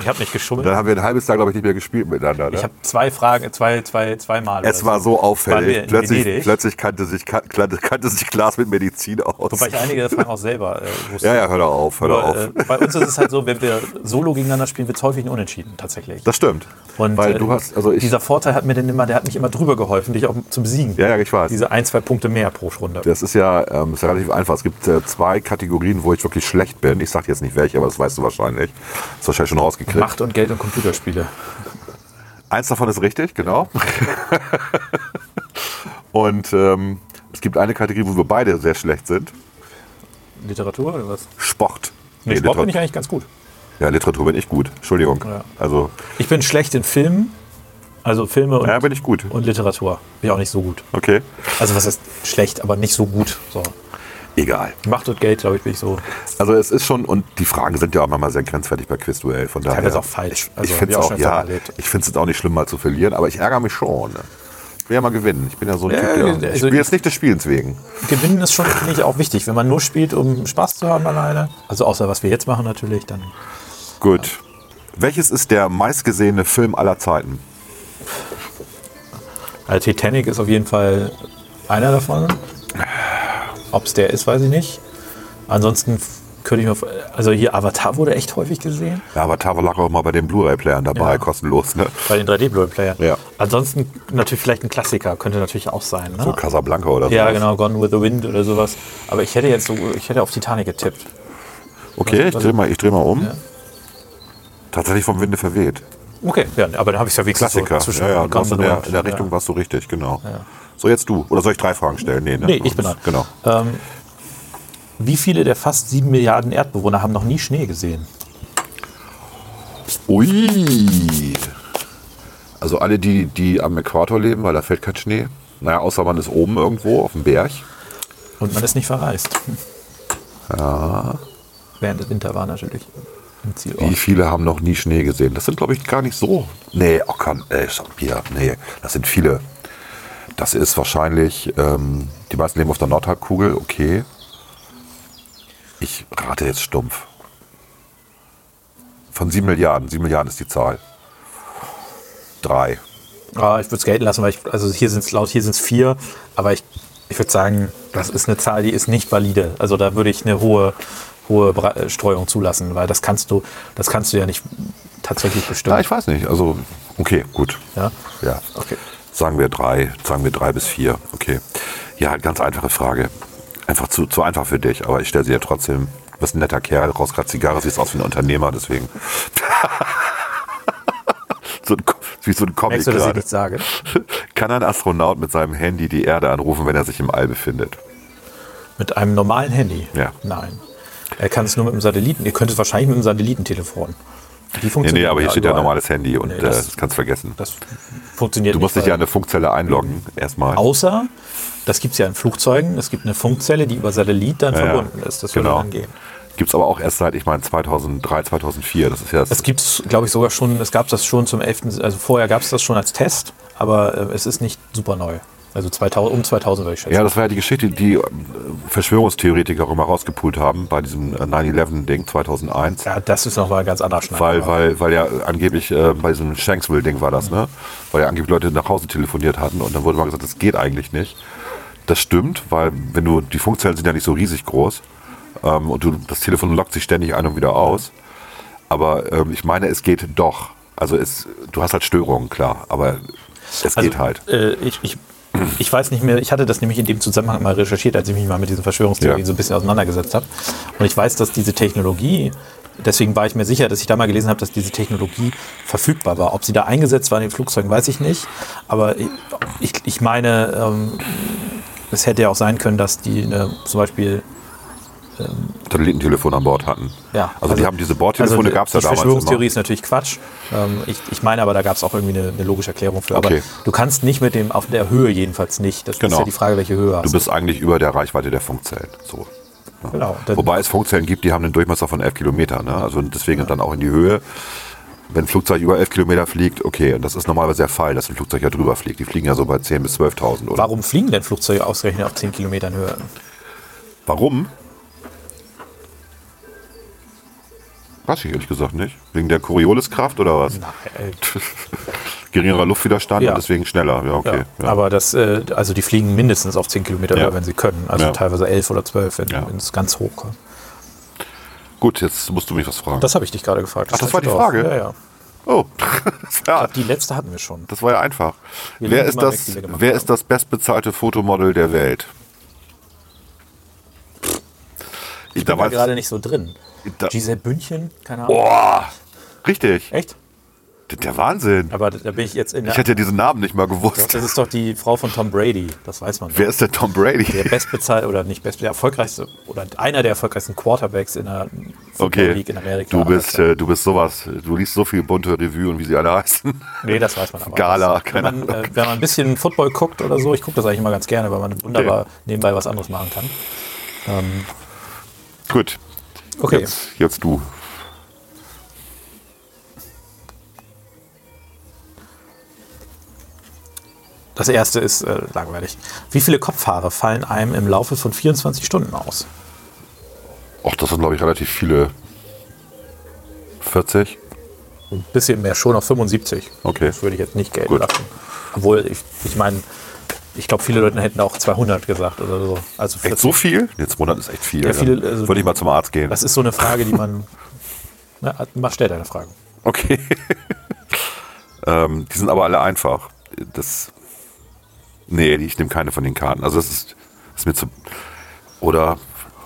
S4: Ich habe nicht geschummelt.
S2: Dann haben wir ein halbes Jahr, glaube ich, nicht mehr gespielt miteinander. Ne?
S1: Ich habe zwei Fragen, zwei, zwei, zweimal.
S2: es
S1: oder
S2: war so
S1: Waren wir
S2: auffällig.
S1: in
S2: Plötzlich,
S1: Venedig?
S2: plötzlich kannte, sich, kannte, kannte sich Klaas mit Medizin aus.
S1: Wobei ich einige der Fragen auch selber äh, wusste.
S2: ja, ja, hör doch auf, hör
S1: Nur,
S2: doch auf.
S1: Äh, bei uns ist es halt so, wenn wir solo gegeneinander spielen, wird es häufig ein Unentschieden tatsächlich.
S2: Das stimmt.
S1: Und
S2: weil
S1: äh,
S2: du hast, also ich,
S1: dieser Vorteil hat mir denn immer, der hat mich immer drüber geholfen, dich auch zu besiegen.
S2: Ja, ja, ich weiß.
S1: Diese ein, zwei Punkte mehr pro Runde.
S2: das ist ja, ähm, ist ja relativ einfach. Es gibt äh, zwei Kategorien, wo ich wirklich schlecht bin. Ich sage jetzt nicht welche, aber das weißt du wahrscheinlich. Das hast du wahrscheinlich schon rausgekriegt.
S1: Macht und Geld und Computerspiele.
S2: Eins davon ist richtig, genau. Und ähm, es gibt eine Kategorie, wo wir beide sehr schlecht sind.
S1: Literatur oder was?
S2: Sport.
S1: Nee, Sport bin ich eigentlich ganz gut.
S2: ja, Literatur bin ich gut. Entschuldigung.
S1: Ja.
S2: Also,
S1: Ich bin schlecht in Filmen, also Filme und,
S2: ja, bin ich gut.
S1: und Literatur. Bin ich auch nicht so gut.
S2: Okay.
S1: Also was ist schlecht, aber nicht so gut. So.
S2: Egal.
S1: Macht und Geld, glaube ich, bin ich so.
S2: Also es ist schon, und die Fragen sind ja auch manchmal sehr grenzwertig bei Quizduell, von daher.
S1: Teilweise auch falsch.
S2: Ich,
S1: Also,
S2: ich finde
S1: hab ich auch
S2: es auch,
S1: schon öfter
S2: ja,
S1: erlebt.
S2: ich find's jetzt auch nicht schlimm, mal zu verlieren, aber ich ärgere mich schon. ne? Ich will ja mal gewinnen. Ich bin ja so ein
S1: Ja,
S2: Typ, ja.
S1: also
S2: Ich spiele
S1: ich-
S2: jetzt nicht des Spielens wegen.
S1: Gewinnen ist schon, finde ich, auch wichtig. Wenn man nur spielt, um Spaß zu haben alleine. Also außer was wir jetzt machen natürlich, dann
S2: Gut. Welches ist der meistgesehene Film aller Zeiten?
S1: Also Titanic ist auf jeden Fall einer davon. Ob es der ist, weiß ich nicht. Ansonsten f- könnte ich mir. vor- Also hier Avatar wurde echt häufig gesehen.
S2: Ja, aber Tavo lag auch mal bei den Blu-ray-Playern dabei,
S1: Ja.
S2: kostenlos, ne?
S1: Bei den 3D-Blu-Playern.
S2: Ja.
S1: Ansonsten natürlich vielleicht ein Klassiker, könnte natürlich auch sein. Ne?
S2: So Casablanca oder so.
S1: ja, genau, Gone with the Wind oder sowas. Aber ich hätte jetzt so, ich hätte auf Titanic getippt.
S2: Okay,
S1: Also,
S2: ich drehe mal, ich dreh mal um. Tatsächlich vom Winde verweht.
S1: Okay, ja, aber dann habe ich es ja wenigstens
S2: Klassiker.
S1: so zwischen
S2: ja, ja,
S1: Gone
S2: du warst in,
S1: with the
S2: der,
S1: Wind.
S2: in der Richtung warst du richtig, genau. So, jetzt du. Oder soll ich drei Fragen stellen? Nee, ne?
S1: Nee, ich bin dran.
S2: Genau.
S1: Ähm, wie viele der fast sieben Milliarden Erdbewohner haben noch nie Schnee gesehen?
S2: Ui. Also alle, die, die am Äquator leben, weil da fällt kein Schnee. Naja, außer man ist oben irgendwo auf dem Berg.
S1: Und man ist nicht verreist. Ja. Während es Winter war natürlich. Im
S2: Wie
S1: Zielort.
S2: viele haben noch nie Schnee gesehen? Das sind, glaube ich, gar nicht so. Nee, Ockern, äh, Bier, nee, das sind viele. Das ist wahrscheinlich, ähm, die meisten leben auf der Nordhalbkugel, okay. Ich rate jetzt stumpf. Von sieben Milliarden, sieben Milliarden ist die Zahl. Drei.
S1: Ah, ich würde es gelten lassen, weil ich, also hier sind es laut, hier sind es vier, aber ich, ich würde sagen, das ist eine Zahl, die ist nicht valide. Also da würde ich eine hohe, hohe Bra- äh, Streuung zulassen, weil das kannst du, das kannst du ja nicht tatsächlich bestimmen.
S2: Na, ich weiß nicht, also, okay, gut.
S1: ja?
S2: Ja.
S1: Okay.
S2: Sagen wir drei, sagen wir drei bis vier, okay. Ja, ganz einfache Frage. Einfach zu, zu einfach für dich, aber ich stelle sie ja trotzdem. Du bist ein netter Kerl, rauchst gerade Zigarre, siehst aus wie ein Unternehmer, deswegen. so ein, Ko- wie so ein
S1: Merkst
S2: Comic
S1: du, dass ich
S2: gerade.
S1: nichts sage?
S2: Kann ein Astronaut mit seinem Handy die Erde anrufen, wenn er sich im All befindet?
S1: Mit einem normalen Handy?
S2: Ja.
S1: Nein. Er kann es nur mit einem Satelliten. Ihr könnt es wahrscheinlich mit einem Satellitentelefon. Die
S2: Nee,
S1: funktioniert
S2: nee, aber hier steht ja
S1: überall.
S2: normales Handy und
S1: Nee,
S2: äh,
S1: das-
S2: das kannst vergessen.
S1: Das funktioniert
S2: Du musst dich
S1: nicht,
S2: ja
S1: weil-
S2: an eine Funkzelle
S1: Mhm.
S2: einloggen, erstmal.
S1: Außer, das gibt es ja in Flugzeugen, es gibt eine Funkzelle, die über Satellit dann
S2: Ja, ja.
S1: verbunden ist. Das würde
S2: Genau.
S1: dann gehen.
S2: Gibt's aber auch erst seit, ich meine, 2003, 2004. Das ist ja das
S1: Es gibt es, glaube ich, sogar schon, es gab das schon zum 11., also vorher gab es das schon als Test, aber äh, es ist nicht super neu. Also 2000, um 2000 würde ich schätzen.
S2: Ja, das war ja die Geschichte, die äh, Verschwörungstheoretiker auch immer rausgepult haben bei diesem äh, 9-11-Ding 2001.
S1: Ja, das ist nochmal ein ganz anderer Schnack.
S2: Weil,
S1: aber-
S2: weil, weil ja angeblich äh, bei diesem Shanksville-Ding war das, ne? Weil ja angeblich Leute nach Hause telefoniert hatten und dann wurde mal gesagt, das geht eigentlich nicht. Das stimmt, weil wenn du, die Funkzellen sind ja nicht so riesig groß ähm, und du, das Telefon lockt sich ständig ein und wieder aus. Aber ähm, ich meine, es geht doch. Also es, du hast halt Störungen, klar, aber es geht halt.
S1: Äh, ich, ich, ich weiß nicht mehr, ich hatte das nämlich in dem Zusammenhang mal recherchiert, als ich mich mal mit diesen Verschwörungstheorien
S2: Ja.
S1: so ein bisschen auseinandergesetzt habe. Und ich weiß, dass diese Technologie, deswegen war ich mir sicher, dass ich da mal gelesen habe, dass diese Technologie verfügbar war. Ob sie da eingesetzt war in den Flugzeugen, weiß ich nicht. Aber ich, ich, ich meine, ähm, es hätte ja auch sein können, dass die äh, zum Beispiel
S2: Satellitentelefon an Bord hatten.
S1: ja,
S2: Also, die haben diese Bordtelefone
S1: die-
S2: gab's ja
S1: die
S2: damals
S1: Verschwörungstheorie
S2: immer.
S1: ist natürlich Quatsch. Ähm, ich, ich meine aber, da gab es auch irgendwie eine, eine logische Erklärung für.
S2: Okay.
S1: Aber du kannst nicht mit dem, auf der Höhe jedenfalls nicht. Das
S2: Genau.
S1: ist ja die Frage, welche Höhe hast
S2: Du bist eigentlich über der Reichweite der Funkzellen. So. Ja.
S1: Genau. Dann-
S2: Wobei es Funkzellen gibt, die haben einen Durchmesser von 11 Kilometern. Ne? Also deswegen dann auch in die Höhe. wenn ein Flugzeug über 11 Kilometer fliegt, okay, und das ist normalerweise der Fall, dass ein Flugzeug ja drüber fliegt. Die fliegen ja so bei 10.000 bis 12.000, oder?
S1: Warum fliegen denn Flugzeuge ausgerechnet auf 10 Kilometern Höhe?
S2: Warum? Weiß ich ehrlich gesagt nicht. Wegen der Corioliskraft oder was?
S1: Nein,
S2: Geringerer Luftwiderstand
S1: Ja.
S2: und deswegen schneller. Ja,
S1: Ja,
S2: okay. Ja.
S1: Aber das, äh, also die fliegen mindestens auf 10 Kilometer
S2: Ja.
S1: höher, wenn sie können. Also
S2: Ja.
S1: teilweise 11 oder 12, wenn
S2: Ja.
S1: wenn es ganz hoch kommt.
S2: Gut, jetzt musst du mich was fragen.
S1: Das habe ich dich gerade gefragt.
S2: Ach, das war die
S1: heißt doch.
S2: Frage?
S1: Ja, ja. Ah,
S2: oh, ja,
S1: Die letzte hatten wir schon.
S2: das war ja einfach.
S1: Wir
S2: Wer
S1: nehmen
S2: ist,
S1: immer
S2: das,
S1: weg, die wir gemacht
S2: wer
S1: haben.
S2: ist das bestbezahlte Fotomodel der Welt? Ich
S1: Da war
S2: damals,
S1: gerade nicht so drin.
S2: Da-
S1: Giselle Bündchen, keine Ahnung.
S2: boah, richtig.
S1: Echt?
S2: Der Wahnsinn.
S1: Aber da bin ich jetzt in der.
S2: Ich hätte ja diesen Namen nicht mal
S1: Doch,
S2: gewusst.
S1: das ist doch die Frau von Tom Brady, das weiß man.
S2: Wer ist der Tom Brady?
S1: Der bestbezahlte oder nicht bestbezahlte, der erfolgreichste oder einer der erfolgreichsten Quarterbacks in der Football
S2: Okay,
S1: League in Amerika. Also,
S2: du bist,
S1: Aber-
S2: äh, du bist sowas. Du liest so viel bunte Revue und wie sie alle heißen.
S1: Nee, das weiß man aber.
S2: Gala,
S1: Das- wenn,
S2: keine
S1: man, äh, wenn man ein bisschen Football guckt oder so, ich gucke das eigentlich immer ganz gerne, weil man wunderbar nebenbei was anderes machen kann. äh,
S2: Gut,
S1: Okay.
S2: jetzt, jetzt du.
S1: Das erste ist äh, langweilig. Wie viele Kopfhaare fallen einem im Laufe von 24 Stunden aus?
S2: Och, das sind, glaube ich, relativ viele. 40?
S1: Ein bisschen mehr, schon auf 75.
S2: Okay.
S1: Das würde ich jetzt nicht gelten
S2: Gut.
S1: lassen. Obwohl, ich, ich meine, ich glaube, viele Leute hätten auch 200 gesagt oder so. Also
S2: Echt so viel? Jetzt 100 ist echt viel.
S1: Ja, viele,
S2: Dann
S1: also-
S2: Würde ich mal zum Arzt gehen.
S1: Das ist so eine Frage, die man. Na, mach, stell deine Frage.
S2: okay. ähm, die sind aber alle einfach. Das. Nee, die- ich nehme keine von den Karten. Also, das ist, ist mir zu. Oder.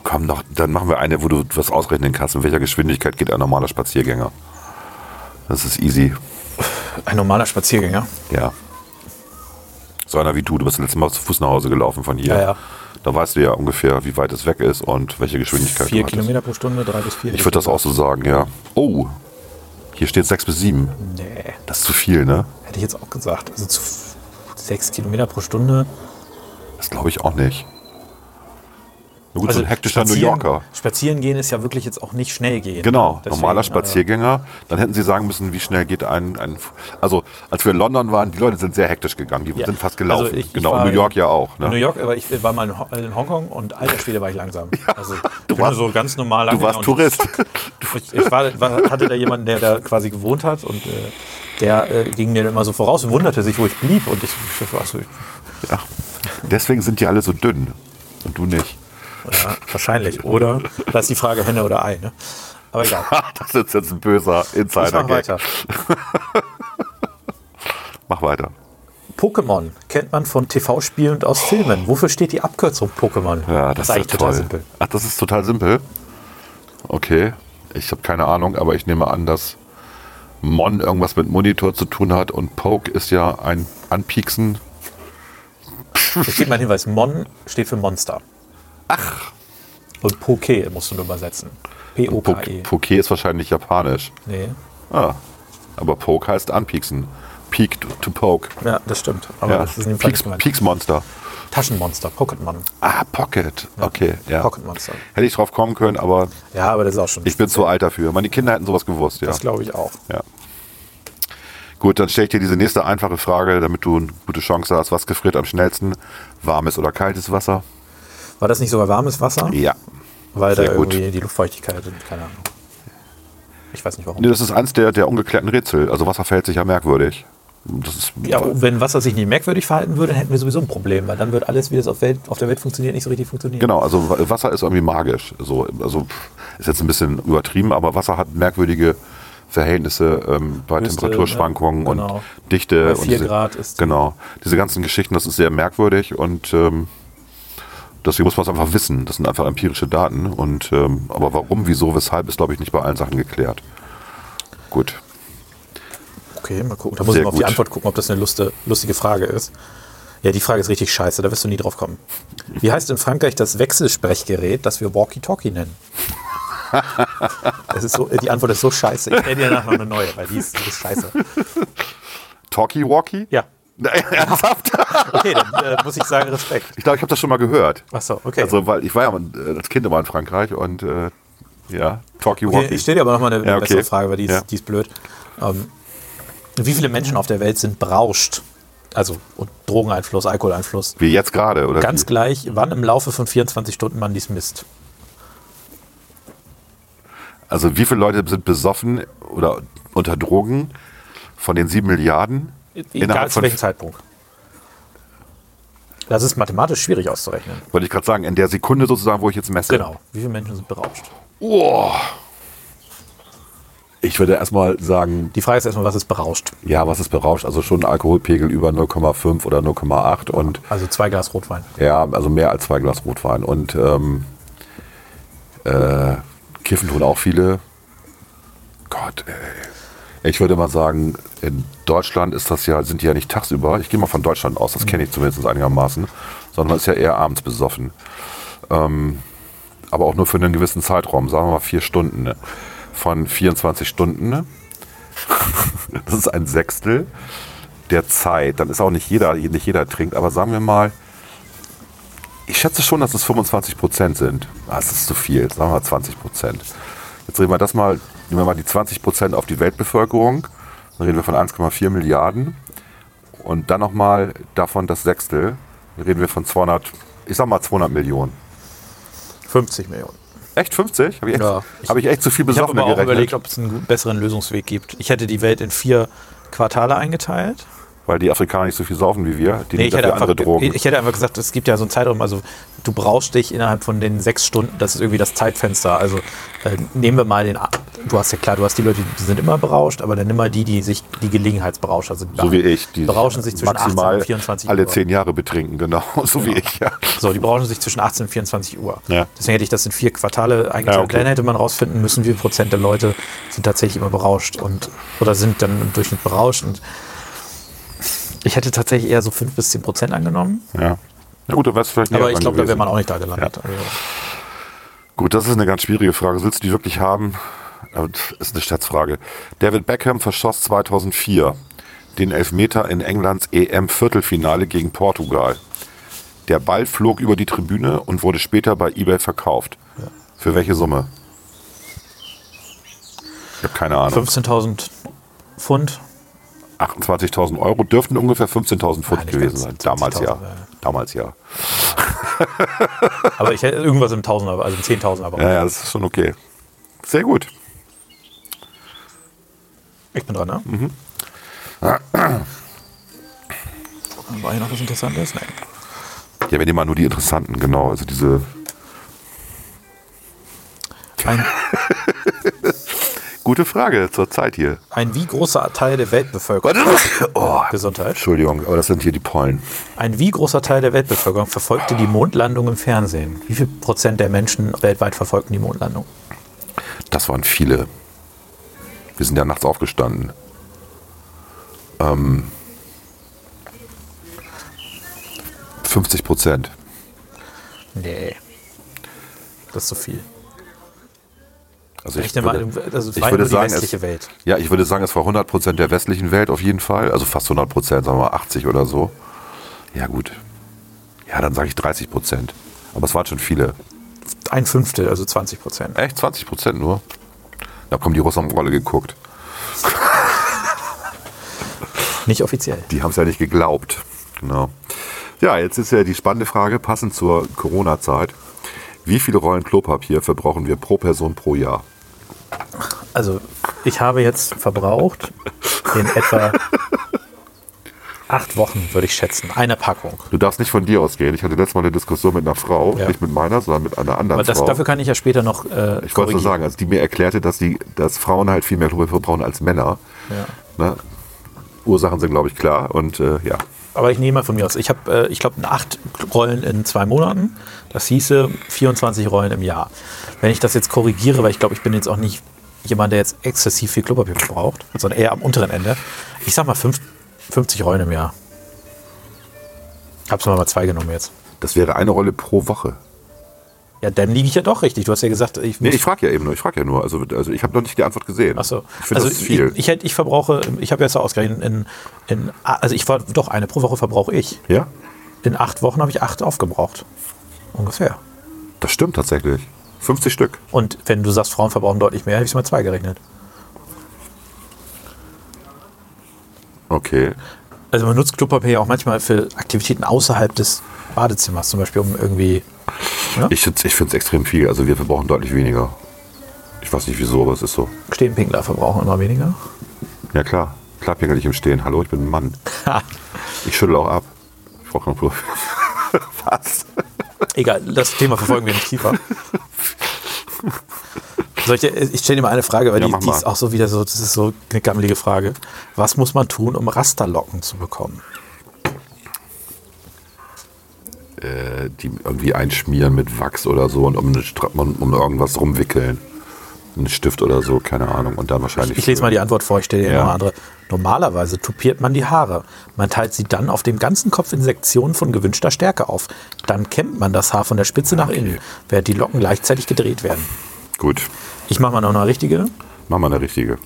S2: Komm noch, dann machen wir eine, wo du was ausrechnen kannst. In welcher Geschwindigkeit geht ein normaler Spaziergänger? Das ist easy.
S1: Ein normaler Spaziergänger.
S2: Ja. So einer wie du, du bist letztes Mal zu Fuß nach Hause gelaufen von hier.
S1: Ja, ja.
S2: Da weißt du ja ungefähr, wie weit es weg ist und welche Geschwindigkeit
S1: Vier
S2: du hattest.
S1: Kilometer pro Stunde, drei bis vier.
S2: Ich würde das auch so sagen, ja. Oh, hier steht 6 bis 7.
S1: Nee,
S2: Das ist zu viel, ne?
S1: hätte ich jetzt auch gesagt. Also zu f- sechs Kilometer pro Stunde.
S2: Das glaube ich auch nicht. Na gut,
S1: Also
S2: so ein hektischer New
S1: spazieren-
S2: Yorker.
S1: Spazieren gehen ist ja wirklich jetzt auch nicht schnell gehen.
S2: Genau,
S1: Deswegen,
S2: normaler
S1: äh,
S2: Spaziergänger. Dann hätten sie sagen müssen, wie schnell geht ein, ein. Also, als wir in London waren, die Leute sind sehr hektisch gegangen. Die
S1: ja.
S2: sind fast gelaufen.
S1: Also ich- ich
S2: genau, in
S1: war
S2: New York
S1: in-
S2: ja auch.
S1: In New
S2: Ne?
S1: York, aber ich war mal in, Ho in Hongkong und alter Schwede war ich langsam. Also, du
S2: warst-
S1: so ganz normal
S2: Du warst
S1: langgegangen und-
S2: Tourist.
S1: Ich, ich war, war, hatte da jemanden, der da quasi gewohnt hat und äh, der äh, ging mir immer so voraus und wunderte sich, wo ich blieb. Und ich, ich also, war so,
S2: Ja. Deswegen sind die alle so dünn. Und du nicht.
S1: ja, wahrscheinlich. Oder da ist die Frage Henne oder Ei. Ne? Aber egal.
S2: Das ist jetzt ein böser
S1: Ich mach
S2: Insider-Gag.
S1: weiter.
S2: Mach weiter.
S1: Pokémon kennt man von TV-Spielen und aus Filmen. Wofür steht die Abkürzung Pokémon?
S2: Oh. Ja, das, ist ja toll. Ach, das ist total simpel. Okay. Ich habe keine Ahnung, aber ich nehme an, dass Mon irgendwas mit Monitor zu tun hat und Poke ist ja ein Anpieksen.
S1: Ich gebe mal einen Hinweis. Mon steht für Monster. Ach. Und Poké musst du nur übersetzen.
S2: Poke,
S1: P-O-K-E.
S2: Poke ist wahrscheinlich japanisch.
S1: E. Nee.
S2: Ah. Aber Poke heißt Anpieksen. Peak to, to Poke.
S1: Ja, das stimmt. Aber das ist in dem Fall
S2: Peaks,
S1: nicht gemeint.
S2: Peaks Monster.
S1: Taschenmonster, Pokémon.
S2: Ah, Pocket. Okay, ja.
S1: Pocket-Monster.
S2: Hätte ich drauf kommen können, aber
S1: Ja, aber das ist auch schon.
S2: ich bin zu alt dafür. Meine Kinder hätten sowas gewusst, ja.
S1: das glaube ich auch.
S2: Ja. Gut, dann stelle ich dir diese nächste einfache Frage, damit du eine gute Chance hast. Was gefriert am schnellsten? Warmes oder kaltes Wasser?
S1: War das nicht sogar warmes Wasser?
S2: Ja.
S1: Weil da
S2: sehr gut.
S1: irgendwie die Luftfeuchtigkeit und keine Ahnung. Ich weiß nicht warum.
S2: Nee, das ist eins der, der ungeklärten Rätsel. Also Wasser verhält sich ja merkwürdig. Das ist,
S1: Ja, aber wenn Wasser sich nicht merkwürdig verhalten würde, dann hätten wir sowieso ein Problem, weil dann wird alles, wie das auf, Welt, auf der Welt funktioniert, nicht so richtig funktionieren.
S2: Genau, also Wa- Wasser ist irgendwie magisch. So, also pff, ist jetzt ein bisschen übertrieben, aber Wasser hat merkwürdige Verhältnisse ähm, bei
S1: Höchste,
S2: Temperaturschwankungen
S1: ne? Genau.
S2: und Dichte.
S1: Bei
S2: und
S1: vier Grad ist die-
S2: Genau, diese ganzen Geschichten, das ist sehr merkwürdig und ähm, deswegen muss man es einfach wissen. Das sind einfach empirische Daten. Und, ähm, aber warum, wieso, weshalb ist, glaube ich, nicht bei allen Sachen geklärt. Gut.
S1: Okay, mal gucken. Da muss
S2: Sehr
S1: ich mal auf
S2: gut.
S1: die Antwort gucken, ob das eine luste, lustige Frage ist. Ja, die Frage ist richtig scheiße, da wirst du nie drauf kommen. Wie heißt in Frankreich das Wechselsprechgerät, das wir Walkie-Talkie nennen? Das ist so, die Antwort ist so scheiße. Ich nenne dir danach noch eine neue, weil die ist, die ist scheiße.
S2: Talkie-Walkie?
S1: Ja,
S2: Ernsthaft?
S1: okay, dann äh, muss ich sagen Respekt.
S2: Ich glaube, ich habe das schon mal gehört.
S1: Achso, okay.
S2: Also, weil ich war ja mal, äh, als Kind immer in Frankreich und äh, ja, Talkie-Walkie.
S1: Okay, ich stelle dir aber nochmal eine
S2: Ja, okay.
S1: bessere Frage, weil die ist,
S2: Ja.
S1: die ist blöd. Ähm, wie viele Menschen auf der Welt sind berauscht? Also und Drogeneinfluss, Alkoholeinfluss.
S2: Wie jetzt gerade, oder?
S1: Ganz
S2: wie?
S1: gleich, wann im Laufe von 24 Stunden man dies misst.
S2: Also wie viele Leute sind besoffen oder unter Drogen von den sieben Milliarden?
S1: Egal zu welchem Zeitpunkt. Das ist mathematisch schwierig auszurechnen.
S2: wollte ich gerade sagen, in der Sekunde sozusagen, wo ich jetzt messe.
S1: Genau. Wie viele Menschen sind berauscht?
S2: Ich würde erstmal sagen,
S1: Die Frage ist erstmal, was ist berauscht?
S2: ja, was ist berauscht? Also schon Alkoholpegel über 0,5 oder 0,8 und
S1: Also zwei Glas Rotwein.
S2: ja, also mehr als zwei Glas Rotwein. Und ähm, äh, kiffen tun auch viele. Gott, ey. Ich würde mal sagen, in Deutschland ist das ja, sind die ja nicht tagsüber. Ich gehe mal von Deutschland aus, das kenne ich zumindest einigermaßen, sondern man ist ja eher abends besoffen. Ähm, aber auch nur für einen gewissen Zeitraum, sagen wir mal vier Stunden. ne? Von 24 Stunden. ne? Das ist ein Sechstel der Zeit. Dann ist auch nicht jeder, nicht jeder trinkt, aber sagen wir mal, ich schätze schon, dass es 25 Prozent sind. Ah, Das ist zu viel. Sagen wir mal 20 Prozent. Jetzt reden wir das mal, nehmen wir mal die 20 Prozent auf die Weltbevölkerung. Dann reden wir von 1,4 Milliarden. Und dann nochmal davon das Sechstel. Dann reden wir von 200, ich sag mal 200 Millionen.
S1: 50 Millionen.
S2: Echt 50? Habe ich, echt-
S1: Ja.
S2: hab ich echt zu viel
S1: Ich habe
S2: besoffen
S1: aber auch
S2: gerechnet?
S1: überlegt, ob es einen gut- besseren Lösungsweg gibt. Ich hätte die Welt in vier Quartale eingeteilt.
S2: weil die Afrikaner nicht so viel saufen wie wir. Die
S1: Nee,
S2: nehmen
S1: ich, hätte
S2: dafür
S1: einfach,
S2: andere Drogen.
S1: ich hätte einfach gesagt, es gibt ja so einen Zeitraum, also du brauchst dich innerhalb von den sechs Stunden, das ist irgendwie das Zeitfenster. Also äh, nehmen wir mal den, A- du hast ja klar, du hast die Leute, die sind immer berauscht, aber dann nimm mal die, die sich die Gelegenheitsberauscher sind.
S2: so wie ich. Die
S1: Die berauschen sich zwischen 18
S2: maximal
S1: und 24
S2: alle
S1: Uhr.
S2: zehn Jahre betrinken, genau. So wie ich, ja.
S1: So, die brauchen sich zwischen 18 und 24 Uhr.
S2: Ja.
S1: Deswegen hätte ich das in vier Quartale eingeteilt.
S2: Ja, okay.
S1: Dann hätte man rausfinden müssen, wie viel Prozent der Leute sind tatsächlich immer berauscht und oder sind dann im Durchschnitt berauscht. Und ich hätte tatsächlich eher so 5 bis 10 Prozent angenommen.
S2: ja. Na gut, dann wär's vielleicht näher
S1: aber ich
S2: dran
S1: glaube, da wäre
S2: gewesen.
S1: man auch nicht da gelandet. Also,
S2: Gut, das ist eine ganz schwierige Frage. Willst du die wirklich haben? Aber das ist eine Schätzfrage. David Beckham verschoss 2004 den Elfmeter in Englands EM-Viertelfinale gegen Portugal. Der Ball flog über die Tribüne und wurde später bei eBay verkauft. Für welche Summe? Ich habe keine Ahnung.
S1: 15.000 Pfund.
S2: 28.000 Euro dürften ungefähr 15.000 Pfund
S1: Nein, Ah, nicht
S2: gewesen
S1: ganz. äh.
S2: sein. Damals ja.
S1: 17.000, ja.
S2: Damals ja.
S1: Aber ich hätte irgendwas im Tausender, also im Zehntausender. Aber
S2: Ja, ja, das ist schon okay. Sehr gut.
S1: ich bin dran, ne?
S2: Mhm.
S1: War hier noch was Interessantes? Nein.
S2: Ja, wir nehmen mal nur die interessanten, genau. Also diese
S1: Ein,
S2: Gute Frage zur Zeit hier.
S1: ein wie großer Teil der Weltbevölkerung.
S2: Oh,
S1: Gesundheit.
S2: Entschuldigung, aber das sind hier die Pollen.
S1: Ein wie großer Teil der Weltbevölkerung verfolgte die Mondlandung im Fernsehen? Wie viel Prozent der Menschen weltweit verfolgten die Mondlandung?
S2: Das waren viele. Wir sind ja nachts aufgestanden. Ähm, 50 Prozent.
S1: Nee. Das ist zu viel.
S2: Also ich,
S1: Ich nehme
S2: würde,
S1: an, also es
S2: ich
S1: war ja
S2: würde
S1: nur die
S2: sagen,
S1: westliche
S2: es,
S1: Welt.
S2: Ja, ich würde sagen, es war 100 Prozent der westlichen Welt auf jeden Fall. Also fast 100 Prozent, sagen wir mal 80 oder so. Ja gut. Ja, dann sage ich 30 Prozent. Aber es waren schon viele.
S1: Ein Fünftel, also 20 Prozent.
S2: Echt? 20 Prozent nur? Da kommen die Russen haben alle geguckt.
S1: Nicht offiziell.
S2: Die haben es ja nicht geglaubt. Genau. Ja, jetzt ist ja die spannende Frage, passend zur Corona-Zeit. Wie viele Rollen Klopapier verbrauchen wir pro Person pro Jahr?
S1: Also ich habe jetzt verbraucht in etwa acht Wochen, würde ich schätzen. Eine Packung.
S2: Du darfst nicht von dir ausgehen. Ich hatte letztes Mal eine Diskussion mit einer Frau,
S1: Ja.
S2: nicht mit meiner, sondern mit einer anderen
S1: Aber das,
S2: Frau.
S1: dafür kann ich ja später noch äh,
S2: ich wollte nur sagen, also die mir erklärte, dass, die, dass Frauen halt viel mehr Klopapier verbrauchen als Männer.
S1: Ja.
S2: Ne? Ursachen sind, glaube ich, klar. Und äh, ja,
S1: Aber ich nehme mal von mir aus. Ich habe, äh, ich glaube, acht Rollen in zwei Monaten. Das hieße 24 Rollen im Jahr. Wenn ich das jetzt korrigiere, weil ich glaube, ich bin jetzt auch nicht jemand, der jetzt exzessiv viel Klopapier verbraucht, sondern eher am unteren Ende. Ich sag mal fünf, 50 Rollen im Jahr. Hab's mal mal zwei genommen jetzt.
S2: das wäre eine Rolle pro Woche.
S1: Ja, dann liege ich ja doch richtig. Du hast ja gesagt, ich
S2: Nee,
S1: muss
S2: ich frage ja eben nur, ich frage ja nur. Also, also ich habe noch nicht die Antwort gesehen.
S1: Ach so.
S2: Ich finde
S1: also
S2: das ist viel.
S1: Ich, ich, hätte- ich verbrauche, ich habe jetzt ausgerechnet, in, in, also ich war, doch eine pro Woche verbrauche ich.
S2: ja?
S1: In acht Wochen habe ich acht aufgebraucht. Ungefähr.
S2: Das stimmt tatsächlich. 50 Stück.
S1: Und wenn du sagst, Frauen verbrauchen deutlich mehr, habe ich es mal zwei gerechnet.
S2: Okay.
S1: Also man nutzt Klopapier ja auch manchmal für Aktivitäten außerhalb des Badezimmers, zum Beispiel um irgendwie.
S2: Ich, ich finde es extrem viel. Also wir verbrauchen deutlich weniger. Ich weiß nicht wieso, aber es ist so.
S1: Stehenpinkler verbrauchen immer weniger.
S2: Ja klar. Klar pingel ich im Stehen. Hallo, ich bin ein Mann. Ich schüttel auch ab. Ich brauche keinen Pullover. Was?
S1: Egal, das Thema verfolgen wir nicht tiefer. Soll ich, ich stelle dir mal eine Frage, weil
S2: Ja,
S1: die,
S2: mach
S1: die ist
S2: mal.
S1: auch so wieder so, das ist so eine gammelige Frage. Was muss man tun, um Rasterlocken zu bekommen?
S2: Äh, die irgendwie einschmieren mit Wachs oder so und um, eine Stra um, um irgendwas rumwickeln. Einen Stift oder so, keine Ahnung. Und dann wahrscheinlich.
S1: Ich lese mal die Antwort vor, ich stelle dir
S2: Ja.
S1: noch eine andere. Normalerweise tupiert man die Haare. Man teilt sie dann auf dem ganzen Kopf in Sektionen von gewünschter Stärke auf. Dann kämmt man das Haar von der Spitze nach innen, während die Locken gleichzeitig gedreht werden.
S2: Gut.
S1: Ich mache mal noch eine richtige.
S2: Mach mal eine richtige.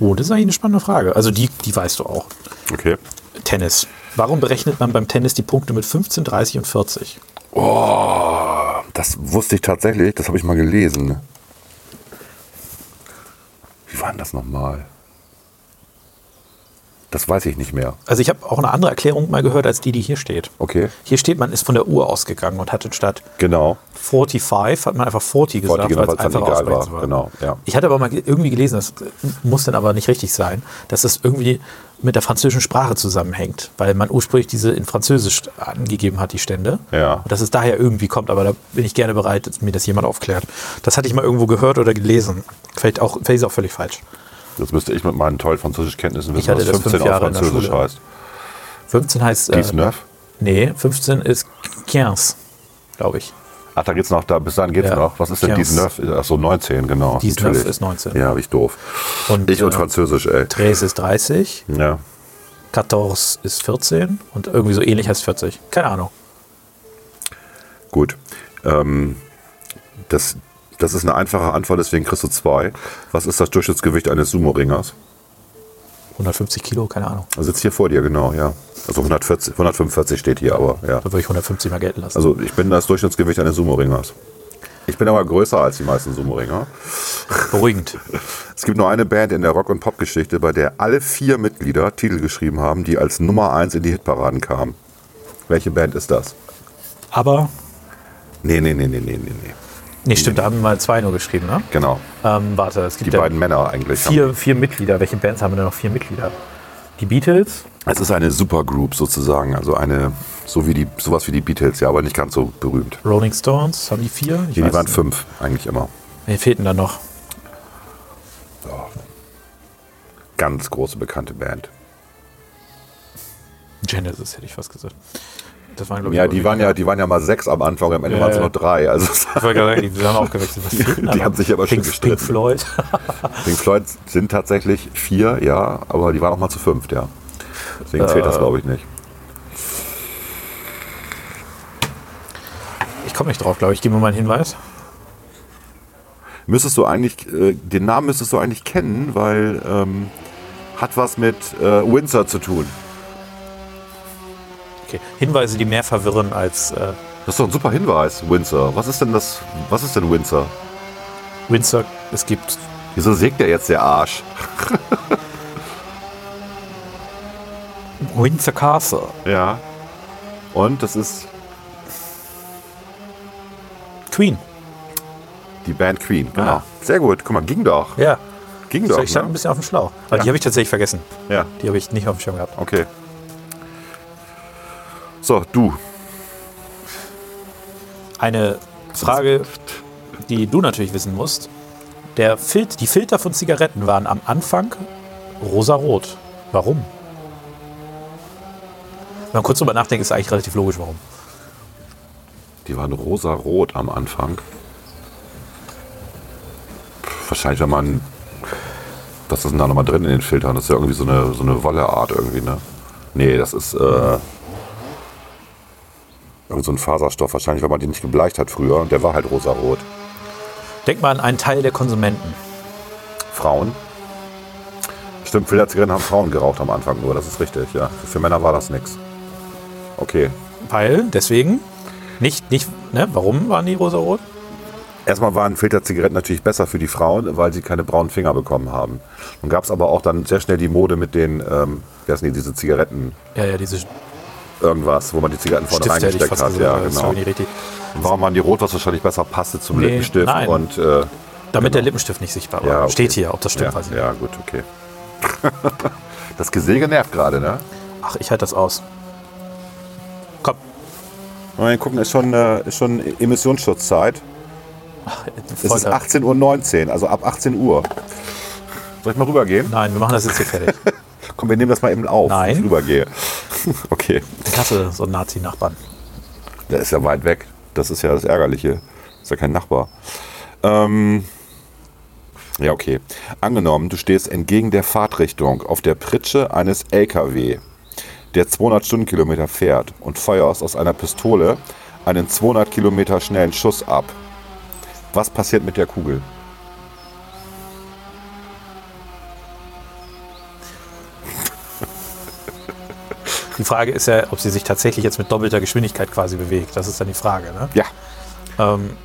S1: Oh, das ist eigentlich eine spannende Frage. Also die, die weißt du auch.
S2: Okay.
S1: Tennis. Warum berechnet man beim Tennis die Punkte mit 15, 30 und 40?
S2: Oh, das wusste ich tatsächlich. Das habe ich mal gelesen. Wie war denn das nochmal? Das weiß ich nicht mehr.
S1: Also ich habe auch eine andere Erklärung mal gehört, als die, die hier steht.
S2: Okay.
S1: Hier steht, man ist von der Uhr ausgegangen und hatte statt
S2: Genau.
S1: 45, hat man einfach 40 gesagt,
S2: 40
S1: weil's
S2: genau, weil's dann
S1: einfacher
S2: egal war.
S1: aussprechen zu wollen.
S2: Genau, ja.
S1: Ich hatte aber mal ge- irgendwie gelesen, das muss dann aber nicht richtig sein, dass das irgendwie mit der französischen Sprache zusammenhängt, weil man ursprünglich diese in Französisch angegeben hat, die Stände.
S2: Ja.
S1: Und dass es daher irgendwie kommt, aber da bin ich gerne bereit, dass mir das jemand aufklärt. Das hatte ich mal irgendwo gehört oder gelesen. Vielleicht, auch, vielleicht ist es auch völlig falsch.
S2: Das müsste ich mit meinen tollen Französischkenntnissen
S1: Ich
S2: wissen,
S1: hatte
S2: was
S1: das fünf
S2: 15 auf
S1: Jahre in der
S2: Französisch
S1: Schule.
S2: heißt.
S1: 15 heißt. äh,
S2: Dies Neuf?
S1: nee, 15 ist 15, glaube ich.
S2: Ach, da geht's noch, da, bis dahin geht's
S1: Ja.
S2: noch. Was ist denn
S1: Quinze.
S2: dies Neuf? Ach so, 19, genau.
S1: Dies Neuf
S2: natürlich.
S1: ist 19.
S2: Ja, hab ich doof.
S1: Und,
S2: ich und
S1: äh,
S2: Französisch, ey.
S1: 13 ist 30.
S2: Ja.
S1: 14 ist 14 und irgendwie so ähnlich heißt 40. Keine Ahnung.
S2: Gut. Ähm, das, das ist eine einfache Antwort, deswegen kriegst du zwei. Was ist das Durchschnittsgewicht eines Sumo-Ringers?
S1: 150 Kilo, keine Ahnung.
S2: Er sitzt hier vor dir, genau, ja. Also 140, 145 steht hier, aber ja.
S1: Da würde ich 150 mal gelten lassen.
S2: Also ich bin das Durchschnittsgewicht eines Sumo-Ringers. Ich bin aber größer als die meisten Sumo-Ringer.
S1: beruhigend.
S2: Es gibt nur eine Band in der Rock- und Pop-Geschichte, bei der alle vier Mitglieder Titel geschrieben haben, die als Nummer eins in die Hitparaden kamen. Welche Band ist das?
S1: Aber,
S2: Nee, nee, nee, nee, nee, nee, nee.
S1: nee, stimmt, da haben wir mal zwei nur geschrieben, ne?
S2: Genau.
S1: Ähm, warte, es
S2: Die
S1: gibt ja
S2: beiden Männer eigentlich. haben-
S1: vier, vier Mitglieder. Welche Bands haben denn noch vier Mitglieder? Die Beatles,
S2: Es ist eine Supergroup sozusagen, also eine, so wie die, sowas wie die Beatles, ja, aber nicht ganz so berühmt.
S1: Rolling Stones, haben die vier? Ich
S2: Die waren
S1: nicht.
S2: fünf eigentlich immer.
S1: Wer fehlten da noch?
S2: Ganz große bekannte Band.
S1: Genesis, hätte ich fast gesagt. Das waren, glaube ich,
S2: Ja, die waren ja, die waren ja mal sechs am Anfang, am Ende
S1: Ja,
S2: waren es
S1: ja.
S2: nur drei. Also
S1: Ich wollte gerade sagen, die haben auch gewechselt. Was fehlten da
S2: Die
S1: noch?
S2: haben sich aber schon
S1: Pink,
S2: gestritten.
S1: Pink Floyd.
S2: Pink Floyd sind tatsächlich vier, ja, aber die waren auch mal zu fünft, ja. Deswegen zählt
S1: Äh.
S2: das, glaube ich, nicht.
S1: Ich komme nicht drauf, glaube ich. Gib mir mal einen Hinweis.
S2: Müsstest du eigentlich, äh, den Namen müsstest du eigentlich kennen, weil ähm, hat was mit äh, Windsor zu tun.
S1: Okay. Hinweise, die mehr verwirren als äh,
S2: Das ist doch ein super Hinweis, Windsor. Was ist denn das, was ist denn Windsor?
S1: Windsor. Es gibt
S2: Wieso sägt der jetzt der Arsch?
S1: Windsor Castle.
S2: Ja. Und das ist
S1: Queen.
S2: die Band Queen. Genau.
S1: Ah.
S2: Sehr gut. Guck mal, ging doch.
S1: Ja.
S2: Ging
S1: So,
S2: doch.
S1: ich stand ein
S2: Ne?
S1: bisschen auf dem Schlauch. Aber
S2: Ja.
S1: die habe ich tatsächlich vergessen.
S2: Ja,
S1: Die habe ich nicht auf dem Schirm gehabt.
S2: okay. So, du.
S1: Eine Frage, die du natürlich wissen musst. Der Fil die Filter von Zigaretten waren am Anfang rosarot. Warum? Wenn man kurz drüber nachdenkt, ist eigentlich relativ logisch, warum.
S2: Die waren rosa-rot am Anfang. Pff, Wahrscheinlich, wenn man. Was ist denn da nochmal drin in den Filtern? Das ist ja irgendwie so eine, so eine Wolleart irgendwie, ne? Nee, das ist. Äh, irgend so ein Faserstoff. Wahrscheinlich, weil man den nicht gebleicht hat früher. Und der war halt rosa-rot.
S1: Denk mal an einen Teil der Konsumenten.
S2: Frauen. Stimmt, Filterzigaretten haben Frauen geraucht am Anfang nur, das ist richtig, ja. Für Männer war das nix. Okay,
S1: Weil, deswegen, nicht, nicht, ne, warum waren die rosarot?
S2: Erstmal waren Filterzigaretten natürlich besser für die Frauen, weil sie keine braunen Finger bekommen haben. Nun gab es aber auch dann sehr schnell die Mode mit den, ähm, wie heißen die, diese Zigaretten,
S1: Ja, ja, diese
S2: irgendwas, wo man die Zigaretten vorne
S1: Stifte hätte ich
S2: reingesteckt
S1: fast
S2: hat.
S1: gesagt,
S2: Ja,
S1: das ist
S2: genau.
S1: irgendwie richtig.
S2: Warum waren die rot, was wahrscheinlich besser passte zum
S1: Nee,
S2: Lippenstift
S1: nein.
S2: und äh,
S1: Damit der Lippenstift nicht sichtbar war.
S2: ja, okay.
S1: Steht hier, ob das stimmt,
S2: ja,
S1: weiß ich nicht.
S2: Ja, gut, okay. das Gesäge nervt gerade, ne?
S1: Ach, ich halte das aus. Komm,
S2: Mal gucken, ist schon, äh, ist schon Emissionsschutzszeit. Es ist
S1: Volker.
S2: 18.19 Uhr, also ab 18 Uhr. Soll ich mal rübergehen?
S1: Nein, wir machen das jetzt hier fertig.
S2: Komm, wir nehmen das mal eben auf,
S1: Nein.
S2: wenn ich rübergehe. okay,
S1: Ich hasse so einen Nazi-Nachbarn.
S2: der ist ja weit weg. Das ist ja das Ärgerliche. Ist ja kein Nachbar. Ähm, ja, okay. Angenommen, du stehst entgegen der Fahrtrichtung auf der Pritsche eines LKW, der 200 Stundenkilometer fährt und feuerst aus einer Pistole einen 200 Kilometer schnellen Schuss ab. Was passiert mit der Kugel?
S1: Die Frage ist ja, ob sie sich tatsächlich jetzt mit doppelter Geschwindigkeit quasi bewegt. Das ist dann die Frage. Ne?
S2: Ja,
S1: Ähm,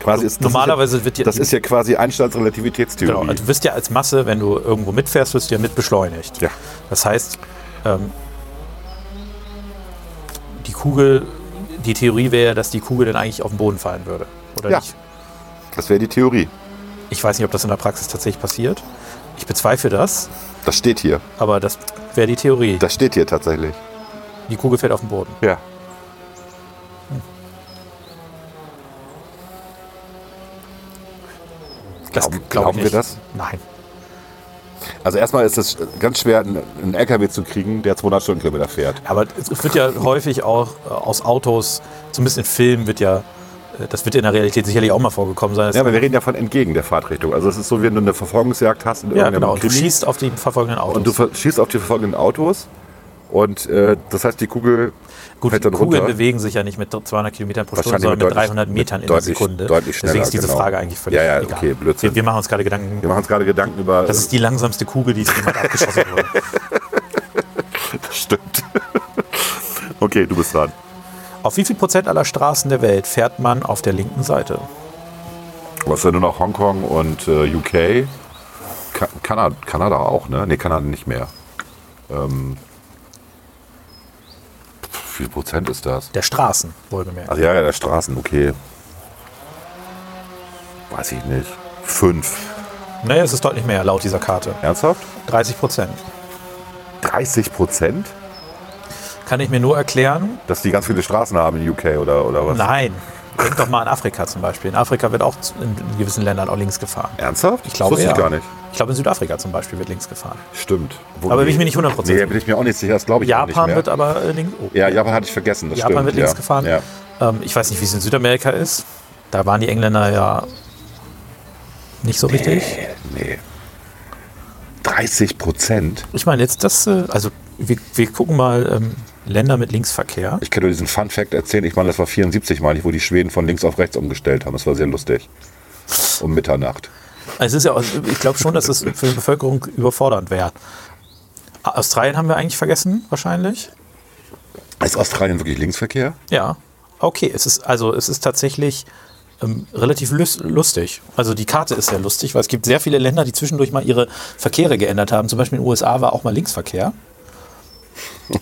S2: quasi ist, das
S1: normalerweise
S2: ist
S1: wird
S2: ja,
S1: ja-
S2: das ist ja quasi Einsteins Relativitätstheorie.
S1: genau, also du wirst ja als Masse, wenn du irgendwo mitfährst, wirst du ja mit beschleunigt.
S2: Ja.
S1: Das heißt, ähm, die Kugel, die Theorie wäre, dass die Kugel dann eigentlich auf den Boden fallen würde. Oder
S2: Ja.
S1: nicht?
S2: Das wäre die Theorie.
S1: Ich weiß nicht, ob das in der Praxis tatsächlich passiert. Ich bezweifle das,
S2: Das steht hier.
S1: aber das wäre die Theorie.
S2: Das steht hier tatsächlich.
S1: Die Kugel fällt auf den Boden. Hm.
S2: Ja.
S1: Das
S2: Glauben-
S1: glaub
S2: glauben
S1: ich nicht.
S2: wir das?
S1: Nein.
S2: Also erstmal ist es ganz schwer, einen einen LKW zu kriegen, der 200 Stundenkilometer fährt.
S1: Aber es wird ja häufig auch äh, aus Autos, zumindest in Filmen wird ja, äh, das wird in der Realität sicherlich auch mal vorgekommen sein. dass-
S2: Ja, aber wir reden ja von entgegen der Fahrtrichtung. Also es ist so, wie wenn du eine Verfolgungsjagd hast in
S1: ja
S2: irgendeinem
S1: genau. Und du
S2: Krimi
S1: schießt auf die verfolgenden Autos.
S2: und du ver- schießt auf die verfolgenden Autos und äh, das heißt, die Kugel
S1: Gut, die
S2: fällt halt dann
S1: Kugeln
S2: runter.
S1: bewegen sich ja nicht mit 200 Kilometern pro Stunde,
S2: Wahrscheinlich
S1: sondern
S2: mit
S1: mit
S2: deutlich-
S1: 300 Metern in
S2: deutlich-
S1: der Sekunde.
S2: deutlich schneller,
S1: Deswegen ist diese
S2: genau.
S1: Frage eigentlich völlig
S2: Ja, ja,
S1: egal.
S2: okay, Blödsinn.
S1: Wir, wir machen uns gerade Gedanken.
S2: Wir machen uns gerade Gedanken über...
S1: das ist die langsamste Kugel, die es jemand abgeschossen wurde.
S2: stimmt. okay, du bist dran.
S1: Auf wie viel Prozent aller Straßen der Welt fährt man auf der linken Seite?
S2: Was ja nur noch Hongkong und äh, UK. Ka Kanada, Kanada auch, ne? Ne, Kanada nicht mehr. Ähm, pf, wie viel Prozent ist das?
S1: Der Straßen, wohlgemerkt.
S2: Also ja, ja, der Straßen, okay. Weiß ich nicht. Fünf.
S1: naja, es ist deutlich mehr laut dieser Karte.
S2: Ernsthaft?
S1: 30 Prozent.
S2: 30 Prozent?
S1: Kann ich mir nur erklären,
S2: Dass die ganz viele Straßen haben in UK oder, oder was?
S1: Nein. Denk doch mal an Afrika zum Beispiel. In Afrika wird auch zu- in in gewissen Ländern auch links gefahren.
S2: Ernsthaft?
S1: Ich glaube
S2: das wusste ich
S1: ja.
S2: gar nicht.
S1: Ich glaube, in Südafrika zum Beispiel wird links gefahren.
S2: Stimmt. Wo
S1: Aber bin ich mir nicht 100%
S2: Nee, bin ich mir auch nicht sicher. Das glaube ich auch nicht
S1: Japan
S2: mehr.
S1: wird aber äh, links. Oh,
S2: Ja, Japan hatte ich vergessen. Das
S1: Japan
S2: stimmt.
S1: wird links
S2: ja.
S1: gefahren.
S2: Ja.
S1: Ähm, ich weiß nicht, wie es in Südamerika ist. Da waren die Engländer ja nicht so richtig.
S2: Äh, Nee. 30 Prozent?
S1: Ich meine, jetzt das, äh, also wir, wir gucken mal ähm, Länder mit Linksverkehr.
S2: Ich kann dir diesen Fun Fact erzählen. Ich meine, das war 74, meine ich, wo die Schweden von links auf rechts umgestellt haben. Das war sehr lustig. Um Mitternacht.
S1: Also es ist ja, auch- ich glaube schon, dass es für die Bevölkerung überfordernd wäre. Australien haben wir eigentlich vergessen, wahrscheinlich.
S2: Ist Australien wirklich Linksverkehr?
S1: Ja, okay. Es ist also es ist tatsächlich ähm, relativ lus- lustig. Also die Karte ist sehr lustig, weil es gibt sehr viele Länder, die zwischendurch mal ihre Verkehre geändert haben. Zum Beispiel in den USA war auch mal Linksverkehr.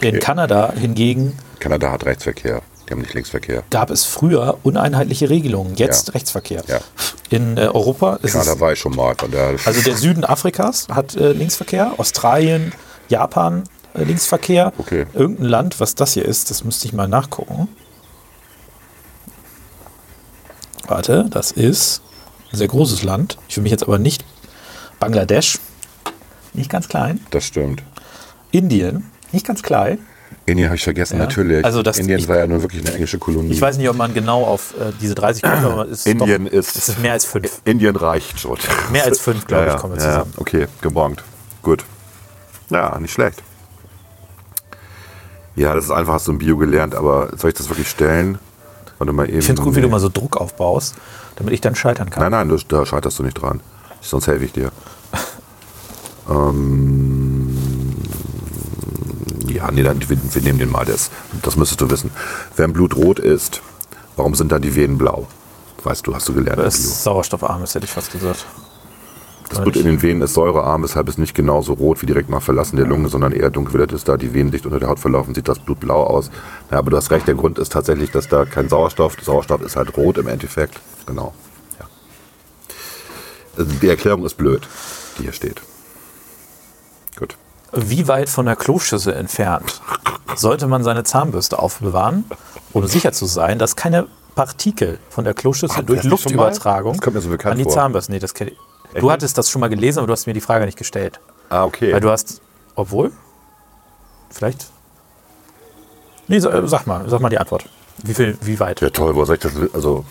S1: In Kanada hingegen
S2: Kanada hat Rechtsverkehr. Die haben nicht Linksverkehr.
S1: gab es früher uneinheitliche Regelungen. Jetzt
S2: Ja.
S1: Rechtsverkehr.
S2: Ja.
S1: In äh, Europa ist es
S2: Kanada war ich schon mal. Von daher
S1: also der Süden Afrikas hat äh, Linksverkehr, Australien, Japan äh, Linksverkehr.
S2: Okay.
S1: Irgendein Land, was das hier ist, das müsste ich mal nachgucken. Warte, das ist ein sehr großes Land. Ich will mich jetzt aber nicht. Bangladesch, nicht ganz klein.
S2: das stimmt.
S1: Indien, nicht ganz klein.
S2: Indien habe ich vergessen,
S1: Ja.
S2: natürlich.
S1: Also das-
S2: Indien
S1: ich-
S2: war ja nun wirklich eine englische Kolonie.
S1: Ich weiß nicht, ob man genau auf äh, diese 30 kommt, aber es ist
S2: Indien
S1: doch,
S2: ist-
S1: es ist mehr als fünf.
S2: Indien reicht schon.
S1: Mehr als fünf, glaube
S2: ja,
S1: ich, kommen wir
S2: ja, ja.
S1: zusammen.
S2: Okay, gebongt. Gut. Ja, nicht schlecht. Ja, das ist einfach, hast du im Bio gelernt, aber soll ich das wirklich stellen? Warte mal eben.
S1: Ich finde es gut, wie du mal so Druck aufbaust, damit ich dann scheitern kann.
S2: Nein, nein, du, da scheiterst du nicht dran. Sonst helfe ich dir. ähm, ja, nee, dann, wir, wir nehmen den mal. Das, das müsstest du wissen. Wenn Blut rot ist, warum sind dann die Venen blau? Weißt du, hast du gelernt.
S1: Das
S2: im Bio.
S1: ist sauerstoffarmes, hätte ich fast gesagt.
S2: Das Blut in den Venen ist säurearm, weshalb es nicht genauso rot wie direkt nach Verlassen der Lunge, sondern eher dunkelviolett ist. Da die Venen dicht unter der Haut verlaufen, sieht das Blut blau aus. Ja, aber du hast recht, der Grund ist tatsächlich, dass da kein Sauerstoff, Sauerstoff ist halt rot im Endeffekt. Genau. Ja. Also die Erklärung ist blöd, die hier steht. Gut.
S1: Wie weit von der Kloschüssel entfernt sollte man seine Zahnbürste aufbewahren, um sicher zu sein, dass keine Partikel von der Kloschüssel
S2: Hatten wir
S1: durch
S2: das nicht schon mal?
S1: Luftübertragung
S2: Das kommt mir so bekannt
S1: an die
S2: vor.
S1: Zahnbürste. Nee, das kenn ich. Du hattest das schon mal gelesen, aber du hast mir die Frage nicht gestellt.
S2: Ah, okay.
S1: Weil du hast, obwohl, vielleicht. Nee, sa- äh, sag mal, sag mal die Antwort. Wie viel, wie weit?
S2: ja, toll, wo soll ich das? Also,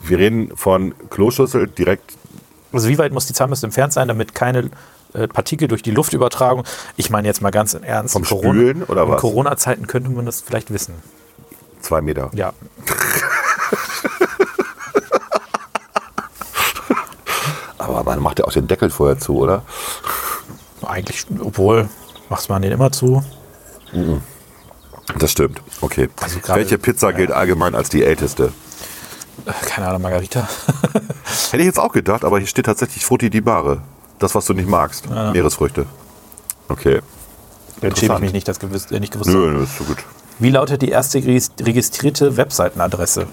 S2: wir reden von Kloschüssel direkt.
S1: Also wie weit muss die Zahnbürste entfernt sein, damit keine äh, Partikel durch die Luftübertragung? Ich meine jetzt mal ganz im Ernst.
S2: Vom
S1: in
S2: Spülen oder
S1: in
S2: was?
S1: Corona-Zeiten könnte man das vielleicht wissen.
S2: Zwei Meter.
S1: Ja.
S2: Aber man macht ja auch den Deckel vorher zu, oder?
S1: Eigentlich, obwohl, machst man den immer zu.
S2: Das stimmt. Okay.
S1: Also gerade-
S2: Welche Pizza gilt allgemein als die älteste?
S1: Äh, Keine Ahnung, Margarita.
S2: Hätte ich jetzt auch gedacht, aber hier steht tatsächlich Frutti di Mare. Das, was du nicht magst. Meeresfrüchte. Okay.
S1: Dann schäme ich mich nicht, das gewiss, äh, nicht gewusst.
S2: Nö, nö, ist so gut.
S1: Wie lautet die erste regis- registrierte Webseitenadresse?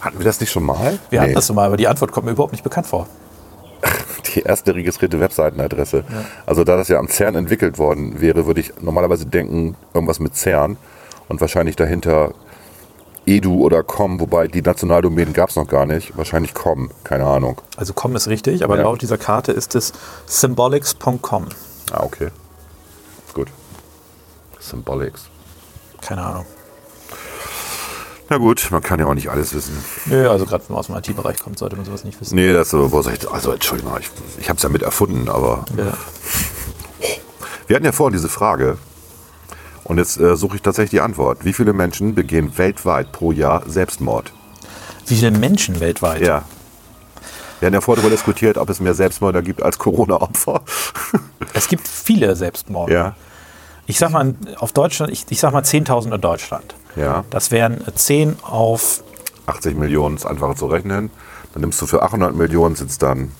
S2: Hatten wir das nicht schon mal?
S1: Wir hatten das schon mal, aber die Antwort kommt mir überhaupt nicht bekannt vor.
S2: Die erste registrierte Webseitenadresse. Also da das ja am CERN entwickelt worden wäre, würde ich normalerweise denken, irgendwas mit CERN und wahrscheinlich dahinter Edu oder Com, wobei die Nationaldomänen gab es noch gar nicht. Wahrscheinlich Com, keine Ahnung.
S1: Also com ist richtig, aber
S2: Ja.
S1: laut dieser Karte ist es symbolics.com.
S2: Ah, okay. Gut. Symbolics.
S1: Keine Ahnung.
S2: Na gut, man kann ja auch nicht alles wissen.
S1: Nö, also gerade wenn man aus dem IT-Bereich kommt, sollte man sowas nicht wissen.
S2: Nee, das äh, wo soll ich, also Entschuldigung, ich, ich habe es ja mit erfunden, aber
S1: Ja.
S2: wir hatten ja vorhin diese Frage und jetzt äh, suche ich tatsächlich die Antwort. Wie viele Menschen begehen weltweit pro Jahr Selbstmord?
S1: Wie viele Menschen weltweit?
S2: Ja. Wir hatten ja vorhin darüber diskutiert, ob es mehr Selbstmörder gibt als Corona-Opfer.
S1: Es gibt viele Selbstmorde.
S2: ja.
S1: Ich sag mal, auf Deutschland, ich, ich sag mal 10.000 in Deutschland.
S2: Ja.
S1: Das wären 10 auf
S2: 80 Millionen ist einfacher zu rechnen. Dann nimmst du für 800 Millionen sitzt dann.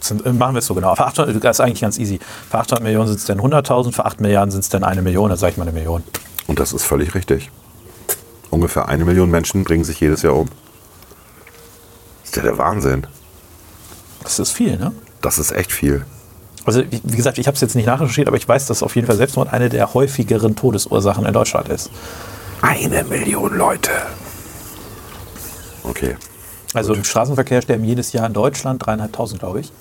S1: sind, äh, machen wir es so genau. Für 800, das ist eigentlich ganz easy. Für 800 Millionen sind es dann 100.000, für 8 Milliarden sind es dann eine Million, dann sage ich mal eine Million.
S2: Und das ist völlig richtig. Ungefähr eine Million Menschen bringen sich jedes Jahr um. Ist ja der Wahnsinn.
S1: Das ist viel, ne?
S2: Das ist echt viel.
S1: Also wie wie gesagt, ich habe es jetzt nicht nachrecherchiert, aber ich weiß, dass auf jeden Fall Selbstmord eine der häufigeren Todesursachen in Deutschland ist.
S2: Eine Million Leute. Okay.
S1: Also im Straßenverkehr sterben jedes Jahr in Deutschland dreieinhalbtausend, glaube ich.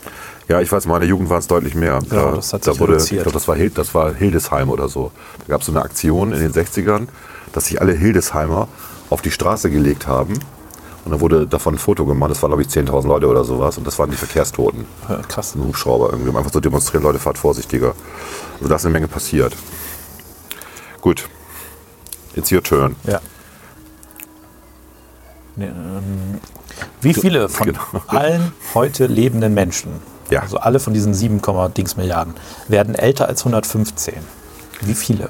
S2: Ja, ich weiß, in meiner Jugend waren es deutlich mehr.
S1: Genau,
S2: da,
S1: das hat
S2: da
S1: sich
S2: wurde, ich
S1: reduziert.
S2: glaube, das, war Hil- das war Hildesheim oder so. Da gab es so eine Aktion in den 60ern, dass sich alle Hildesheimer auf die Straße gelegt haben. Und dann wurde davon ein Foto gemacht. Das waren, glaube ich, 10.000 Leute oder sowas. Und das waren die Verkehrstoten.
S1: Ja, Äh, krass.
S2: Ein Hubschrauber irgendwie, um einfach zu demonstrieren, Leute, fahrt vorsichtiger. Also da ist eine Menge passiert. Gut. It's your turn.
S1: Ja. Nee, ähm, Wie viele von
S2: Genau.
S1: allen heute lebenden Menschen,
S2: Ja.
S1: also alle von diesen 7, Dings Milliarden, werden älter als 115? Wie viele?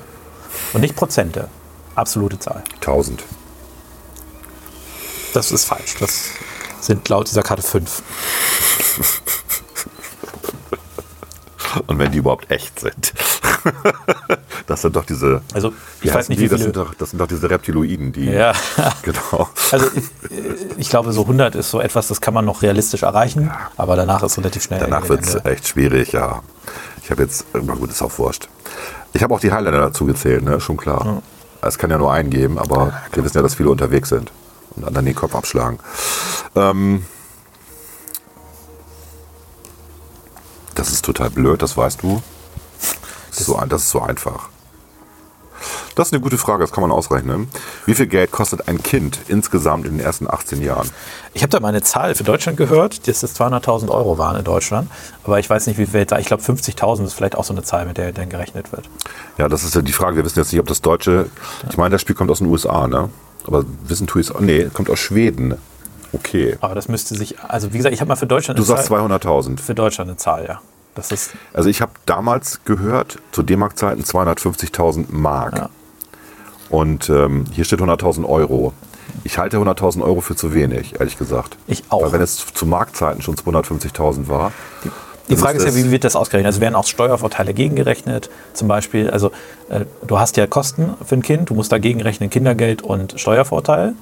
S1: Und nicht Prozente. Absolute Zahl.
S2: 1000.
S1: Das ist falsch. Das sind laut dieser Karte fünf.
S2: Und wenn die überhaupt echt sind. das sind doch diese.
S1: Also
S2: wie
S1: ich weiß
S2: heißen
S1: nicht,
S2: die?
S1: wie
S2: das,
S1: viele.
S2: sind doch, das sind doch diese Reptiloiden, die.
S1: Ja.
S2: Genau.
S1: Also ich, äh, ich glaube, so 100 ist so etwas, das kann man noch realistisch erreichen, aber danach ist relativ schnell.
S2: Danach
S1: Ende,
S2: wird es
S1: Ende.
S2: echt schwierig, ja. Ich habe jetzt. Na gut, ist auch wurscht. Ich habe auch die Highlander dazu gezählt, ne? Schon klar. Es kann ja nur einen geben, aber wir wissen ja, dass viele unterwegs sind und anderen den Kopf abschlagen. Ähm, das ist total blöd, das weißt du. Das ist, so, ein- das ist so einfach. Das ist eine gute Frage, das kann man ausrechnen. Wie viel Geld kostet ein Kind insgesamt in den ersten 18 Jahren?
S1: Ich habe da mal eine Zahl für Deutschland gehört, dass es 200.000 Euro waren in Deutschland. Aber ich weiß nicht, wie viel da. Ich glaube, 50.000 ist vielleicht auch so eine Zahl, mit der dann gerechnet wird.
S2: Ja, das ist ja die Frage. Wir wissen jetzt nicht, ob das deutsche. Ich meine, das Spiel kommt aus den USA, ne? Aber wissen tue ich es. Nee, kommt aus Schweden. Okay.
S1: Aber das müsste sich. Also, wie gesagt, ich habe mal für Deutschland
S2: Du
S1: eine
S2: sagst
S1: Zahl.
S2: 200.000.
S1: Für Deutschland eine Zahl, ja. Das ist.
S2: Also, ich habe damals gehört, zu D-Mark-Zeiten 250.000 Mark.
S1: Ja.
S2: Und ähm, hier steht 100.000 Euro. Ich halte 100.000 Euro für zu wenig, ehrlich gesagt.
S1: Ich auch.
S2: Weil wenn es zu Marktzeiten schon 250.000 war,
S1: Die Frage ist
S2: Also ist
S1: ja, wie wird das ausgerechnet? Also werden auch Steuervorteile gegengerechnet? Zum Beispiel, also äh, du hast ja Kosten für ein Kind, du musst dagegen rechnen Kindergeld und Steuervorteil,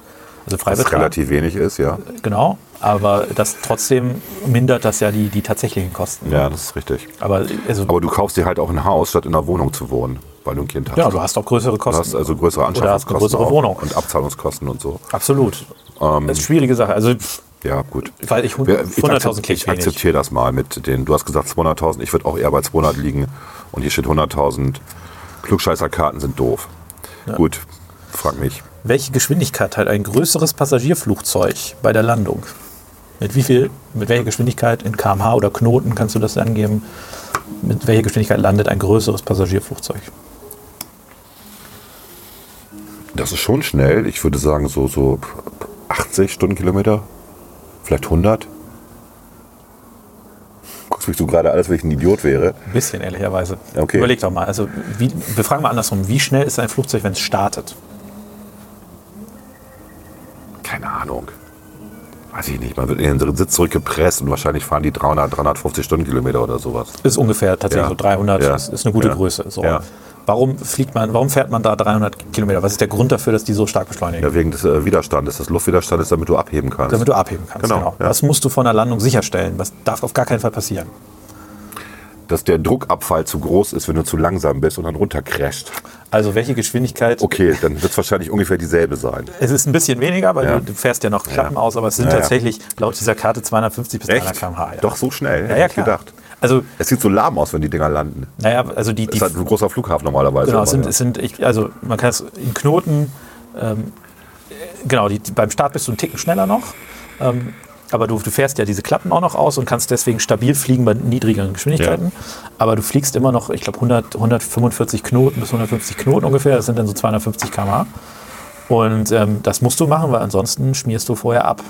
S1: also
S2: was
S1: Freibetrag.
S2: relativ wenig ist, ja.
S1: Genau, aber das trotzdem mindert das ja die, die tatsächlichen Kosten.
S2: Ja, das ist richtig.
S1: Aber, also,
S2: Aber du kaufst dir halt auch ein Haus, statt in einer Wohnung zu wohnen, weil du ein Kind hast.
S1: ja, du hast auch größere
S2: Du
S1: Kosten.
S2: hast also größere
S1: Oder hast
S2: Anschaffungskosten
S1: eine größere
S2: auch
S1: Wohnung.
S2: und Abzahlungskosten und so. Ähm,
S1: Absolut. das ist eine schwierige Sache. Also, pff,
S2: Ja, gut.
S1: weil ich hund-
S2: Wir- ich
S1: 100.000
S2: akzept-
S1: klingt
S2: Ich
S1: wenig.
S2: akzeptiere das mal mit den, du hast gesagt 200.000, ich würde auch eher bei 200 liegen und hier steht 100.000. Klugscheißerkarten sind doof. Gut, frag mich.
S1: Welche Geschwindigkeit hat ein größeres Passagierflugzeug bei der Landung? Mit wie viel, mit welcher Geschwindigkeit in kmh oder Knoten kannst du das angeben? Mit welcher Geschwindigkeit landet ein größeres Passagierflugzeug?
S2: Das ist schon schnell. Ich würde sagen so, so 80 Stundenkilometer, vielleicht 100. Guckst mich so gerade alles, wenn ich ein Idiot wäre.
S1: Ein bisschen, ehrlicherweise.
S2: Okay.
S1: Überleg doch mal. Also, wie, wir fragen mal andersrum. Wie schnell ist ein Flugzeug, wenn es startet?
S2: Keine Ahnung. Weiß ich nicht. Man wird in den Sitz zurückgepresst und wahrscheinlich fahren die 300, 350 Stundenkilometer oder sowas.
S1: Ist ungefähr tatsächlich
S2: Ja.
S1: so 300.
S2: Ja.
S1: Ist, ist eine gute
S2: Ja.
S1: Größe. So.
S2: Ja.
S1: Warum fliegt man, warum fährt man da 300 Kilometer? Was ist der Grund dafür, dass die so stark beschleunigen?
S2: Ja, wegen des äh, Widerstandes, des Luftwiderstandes, damit du abheben kannst.
S1: Damit du abheben kannst.
S2: Genau, ja.
S1: Das musst du von der Landung sicherstellen. Das darf auf gar keinen Fall passieren.
S2: Dass der Druckabfall zu groß ist, wenn du zu langsam bist und dann runtercrasht.
S1: Also welche Geschwindigkeit?
S2: Okay, dann wird es wahrscheinlich ungefähr dieselbe sein.
S1: Es ist ein bisschen weniger, weil
S2: Ja.
S1: du, du fährst ja noch Klappen aus, aber es sind
S2: Ja, ja.
S1: tatsächlich laut dieser Karte 250 bis 300 km/h. Ja.
S2: Doch so schnell?
S1: ja,
S2: Hätte
S1: ja,
S2: ich
S1: klar.
S2: gedacht.
S1: Also,
S2: Es sieht so lahm aus, wenn die Dinger landen.
S1: naja, also die, die
S2: Das ist halt ein großer Flughafen normalerweise.
S1: genau,
S2: aber
S1: es sind,
S2: ja.
S1: es sind ich, also man kann es in Knoten, ähm, äh, genau, die, die, beim Start bist du einen Ticken schneller noch, ähm, aber du, du fährst ja diese Klappen auch noch aus und kannst deswegen stabil fliegen bei niedrigeren Geschwindigkeiten, aber du fliegst immer noch, ich glaube 100, 145 Knoten bis 150 Knoten ungefähr, das sind dann so 250 km/h. Und ähm, das musst du machen, weil ansonsten schmierst du vorher ab.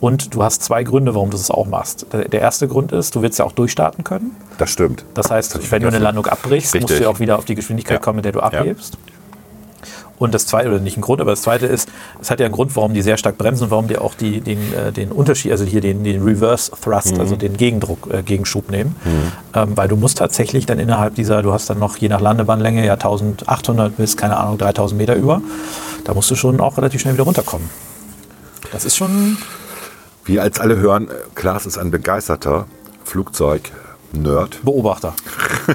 S1: Und du hast zwei Gründe, warum du das auch machst. Der der erste Grund ist, du willst ja auch durchstarten können.
S2: das stimmt.
S1: Das heißt, wenn du eine
S2: vergessen.
S1: Landung abbrichst, musst
S2: Richtig.
S1: du ja auch wieder auf die Geschwindigkeit
S2: Ja.
S1: kommen, mit der du abhebst. Und das zweite, oder nicht ein Grund, aber das zweite ist, es hat ja einen Grund, warum die sehr stark bremsen und warum die auch die, den, äh, den Unterschied, also hier den, den Reverse
S2: Mhm.
S1: Thrust, also den Gegendruck, äh, Gegenschub nehmen. Ähm, weil du musst tatsächlich dann innerhalb dieser, du hast dann noch je nach Landebahnlänge ja 1800 bis, keine Ahnung, 3000 Meter über. Da musst du schon auch relativ schnell wieder runterkommen. Das ist schon
S2: Wie als alle hören, äh, Klaas ist ein begeisterter Flugzeug-Nerd.
S1: Beobachter.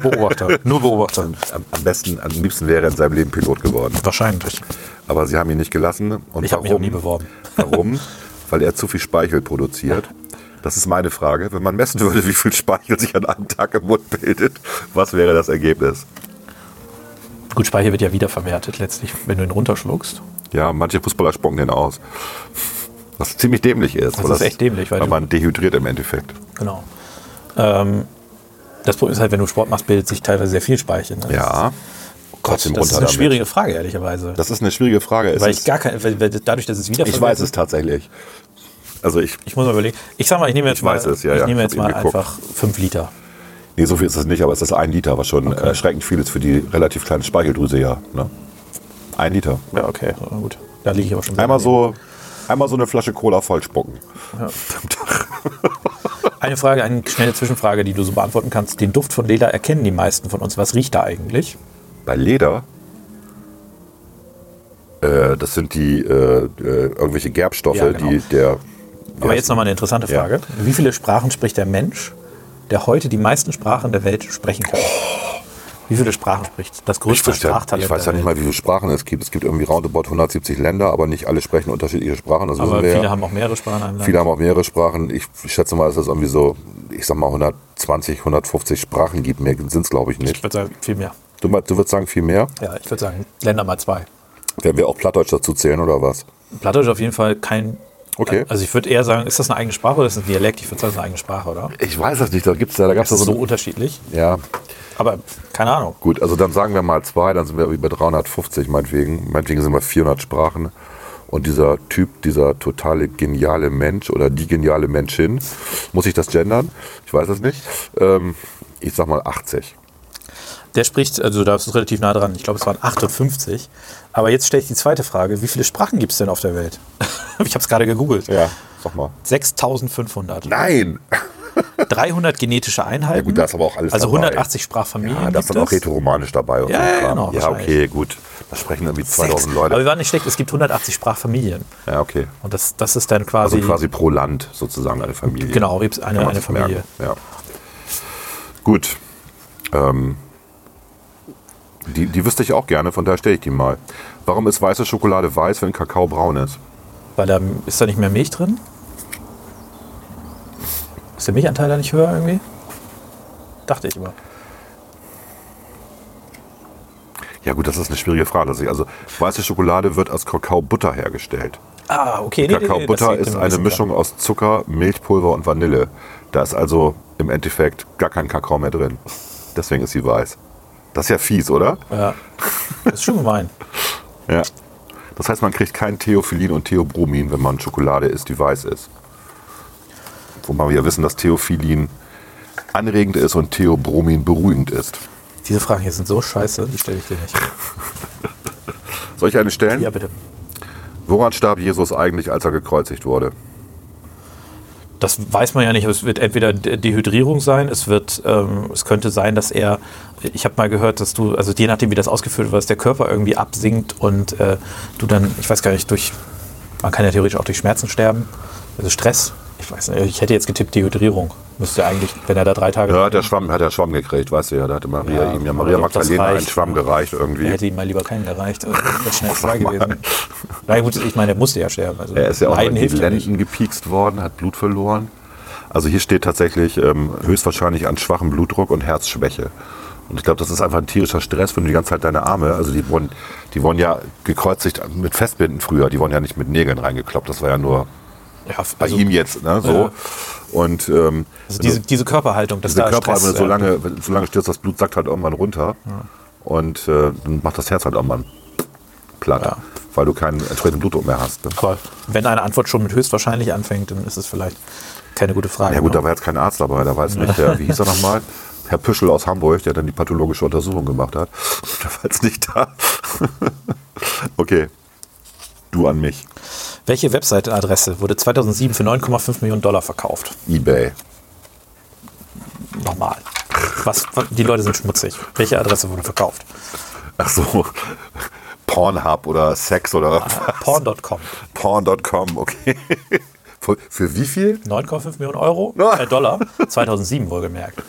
S1: Beobachter. Nur Beobachter.
S2: Am, am besten, am liebsten wäre er in seinem Leben Pilot geworden.
S1: Wahrscheinlich.
S2: Aber sie haben ihn nicht gelassen. Und
S1: Ich habe mich auch
S2: warum?
S1: nie beworben.
S2: Warum? Weil er zu viel Speichel produziert. Das ist meine Frage. Wenn man messen würde, wie viel Speichel sich an einem Tag im Mund bildet, was wäre das Ergebnis?
S1: Gut, Speicher wird ja wiederverwertet letztlich, wenn du ihn runterschluckst.
S2: Ja, manche Fußballer spucken den aus. Was ziemlich dämlich ist.
S1: Das
S2: weil
S1: ist echt dämlich, weil
S2: weil
S1: du-
S2: man dehydriert im Endeffekt.
S1: Genau. Ähm, das Problem ist halt, wenn du Sport machst, bildet sich teilweise sehr viel Speichel. Ne?
S2: Ja.
S1: Gott, das
S2: trotzdem
S1: ist
S2: runter
S1: eine
S2: damit.
S1: schwierige Frage, ehrlicherweise.
S2: Das ist eine schwierige Frage. Es
S1: weil
S2: ist-
S1: ich gar kein, weil, weil dadurch, dass es wiederverwertet
S2: ich weiß es tatsächlich. Also ich,
S1: Ich muss mal überlegen. Ich sag mal, ich nehme jetzt mal,
S2: weiß es, ja,
S1: ich
S2: ja,
S1: nehme
S2: ich
S1: jetzt
S2: hab
S1: mal
S2: eben geguckt.
S1: einfach 5 Liter.
S2: nee, so viel ist es nicht, aber es ist ein Liter, was schon erschreckend viel ist für die relativ kleine Speicheldrüse, ja. Ne? Ein Liter.
S1: Ja, okay, na gut. Da liege ich aber schon sehr
S2: Einmal
S1: daneben.
S2: so, einmal so eine Flasche Cola vollspucken.
S1: Eine Frage, eine schnelle Zwischenfrage, die du so beantworten kannst. Den Duft von Leder erkennen die meisten von uns. Was riecht da eigentlich?
S2: Bei Leder, äh, das sind die äh, äh, irgendwelche Gerbstoffe,
S1: Ja, genau.
S2: die der.
S1: Aber jetzt nochmal eine interessante
S2: Ja.
S1: Frage. Wie viele Sprachen spricht der Mensch, der heute die meisten Sprachen der Welt sprechen kann? Wie viele Sprachen spricht? Das
S2: Oh. Ich
S1: größte
S2: weiß, ja,
S1: Sprachtalent.
S2: ich weiß ja
S1: der
S2: nicht
S1: Welt.
S2: mal, wie viele Sprachen es gibt. Es gibt irgendwie roundabout 170 Länder, aber nicht alle sprechen unterschiedliche Sprachen. Das
S1: Aber
S2: wissen wir.
S1: viele
S2: ja.
S1: haben auch mehrere Sprachen in einem Land.
S2: viele haben auch mehrere Sprachen. Ich schätze mal, dass es irgendwie so, ich sag mal, 120, 150 Sprachen gibt. Mehr sind es, glaube ich,
S1: Ich
S2: nicht.
S1: würde sagen, viel mehr.
S2: Du, meinst- du würdest sagen, viel mehr?
S1: Ja, ich würde sagen, Länder mal zwei.
S2: Werden wir auch Plattdeutsch dazu zählen oder was?
S1: Plattdeutsch auf jeden Fall kein.
S2: Okay.
S1: Also ich würde eher sagen, ist das eine eigene Sprache oder ist das ein Dialekt? Ich würde sagen, es ist eine eigene Sprache, oder?
S2: Ich weiß das nicht. Da gibt es ja, da gab es
S1: Das ist so
S2: so.
S1: unterschiedlich.
S2: Ja,
S1: Aber keine Ahnung.
S2: Gut, also dann sagen wir mal zwei, dann sind wir irgendwie bei 350 meinetwegen. Meinetwegen sind wir 400 Sprachen. Und dieser Typ, dieser totale geniale Mensch oder die geniale Menschin, muss ich das gendern? Ich weiß es nicht. Ähm, ich sag mal 80.
S1: Der spricht, also da ist es relativ nah dran. Ich glaube, es waren 58. Aber jetzt stelle ich die zweite Frage. Wie viele Sprachen gibt es denn auf der Welt? ich habe es gerade gegoogelt.
S2: Ja, sag mal.
S1: 6500.
S2: Nein!
S1: 300 genetische Einheiten.
S2: Ja, gut, da ist aber auch alles
S1: Also
S2: dabei.
S1: 180 Sprachfamilien.
S2: Ah, da ist
S1: gibt
S2: dann auch
S1: es.
S2: rätoromanisch dabei. Und
S1: Ja,
S2: so
S1: ja, genau,
S2: Kram. Ja,
S1: wahrscheinlich. Also
S2: okay, gut. Da sprechen irgendwie
S1: Sechs.
S2: 2000
S1: Aber wir
S2: Leute.
S1: waren nicht schlecht. Es gibt 180 Sprachfamilien.
S2: Ja, okay.
S1: Und das, das ist dann quasi,
S2: Also quasi pro Land sozusagen eine Familie.
S1: genau, gibt's eine,
S2: Kann man
S1: eine
S2: sich
S1: Familie.
S2: merken. Ja. Gut. Ähm, die, die wüsste ich auch gerne, von daher stelle ich die mal. Warum ist weiße Schokolade weiß, wenn Kakao braun ist?
S1: Weil da ist da nicht mehr Milch drin. Ist der Milchanteil da nicht höher irgendwie? Dachte ich immer.
S2: Ja gut, das ist eine schwierige Frage. Also, also weiße Schokolade wird aus Kakaobutter hergestellt.
S1: Ah, okay. nee, nee, nee, das
S2: Kakaobutter
S1: liegt
S2: ist
S1: im
S2: eine
S1: Wissen
S2: Mischung aus Zucker, Milchpulver und Vanille. Da ist also im Endeffekt gar kein Kakao mehr drin. Deswegen ist sie weiß. Das ist ja fies, oder?
S1: dran. Ja. Das ist schon gemein.
S2: Ja. Das heißt, man kriegt kein Theophilin und Theobromin, wenn man Schokolade isst, die weiß ist. Wobei wir ja wissen, dass Theophilin anregend ist und Theobromin beruhigend ist.
S1: Diese Fragen hier sind so scheiße, die stelle ich dir nicht.
S2: Soll ich eine stellen?
S1: Ja, bitte.
S2: Woran starb Jesus eigentlich, als er gekreuzigt wurde?
S1: Das weiß man ja nicht. Es wird entweder De- Dehydrierung sein, es wird, ähm, es könnte sein, dass er, ich habe mal gehört, dass du, also je nachdem, wie das ausgeführt wird, dass der Körper irgendwie absinkt und äh, du dann, ich weiß gar nicht, durch, man kann ja theoretisch auch durch Schmerzen sterben, also Stress. Ich weiß nicht, ich hätte jetzt getippt Dehydrierung. Müsste eigentlich, wenn er da drei Tage,
S2: Ja, hat der Schwamm, hat der Schwamm gekriegt, weißt du ja. Da hatte Maria
S1: Ja,
S2: ihm ja
S1: aber
S2: Maria
S1: ob das
S2: Magdalena einen
S1: reicht,
S2: Schwamm
S1: ne?
S2: gereicht irgendwie.
S1: hätte ihm mal lieber keinen erreicht. Das wäre schnell
S2: Sag
S1: zwei gewesen.
S2: mal.
S1: Na gut, ich meine, er musste ja sterben. Also
S2: Er ist ja auch noch in
S1: Leiden
S2: die
S1: hilft ja nicht.
S2: Lenden gepiekst worden, hat Blut verloren. Also hier steht tatsächlich ähm, höchstwahrscheinlich an schwachem Blutdruck und Herzschwäche. Und ich glaube, das ist einfach ein tierischer Stress, wenn du die ganze Zeit deine Arme, also die wurden, die wurden ja gekreuzigt mit Festbinden früher, die wurden ja nicht mit Nägeln reingekloppt, das war ja nur
S1: Ja,
S2: bei
S1: also,
S2: ihm jetzt, ne, so.
S1: Ja.
S2: Und ähm,
S1: also diese, diese Körperhaltung, dass
S2: der
S1: da
S2: Körper,
S1: Stress,
S2: so
S1: äh,
S2: lange, so lange stürzt, das Blut sackt halt irgendwann runter und äh, dann macht das Herz halt irgendwann platt,
S1: Ja.
S2: weil du keinen entsprechenden Blutdruck mehr hast. Ne?
S1: Aber wenn eine Antwort schon mit höchstwahrscheinlich anfängt, dann ist es vielleicht keine gute Frage.
S2: Ja gut, da
S1: ne?
S2: war jetzt kein Arzt dabei, da war jetzt nicht der, wie hieß er nochmal? Herr Püschel aus Hamburg, der dann die pathologische Untersuchung gemacht hat. Da war jetzt nicht da. okay. Du an mich.
S1: Welche Webseitenadresse wurde 2007 für 9,5 Millionen Dollar verkauft?
S2: Ebay.
S1: Nochmal. Was, die Leute sind schmutzig. Welche Adresse wurde verkauft?
S2: Ach so. Pornhub oder Sex oder
S1: Ah. Porn.com.
S2: Porn.com, okay. Für, für wie viel?
S1: 9,5 Millionen Euro?
S2: Ah.
S1: Äh, Dollar? 2007 wohlgemerkt.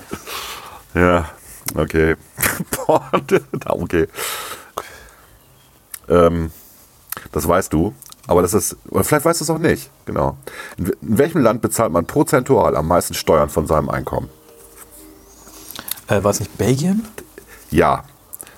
S2: Ja, okay. Porn, na, okay. Ähm, das weißt du, aber das ist, oder vielleicht weißt du es auch nicht, genau. In, w- in welchem Land bezahlt man prozentual am meisten Steuern von seinem Einkommen?
S1: Äh, war es nicht Belgien?
S2: Ja,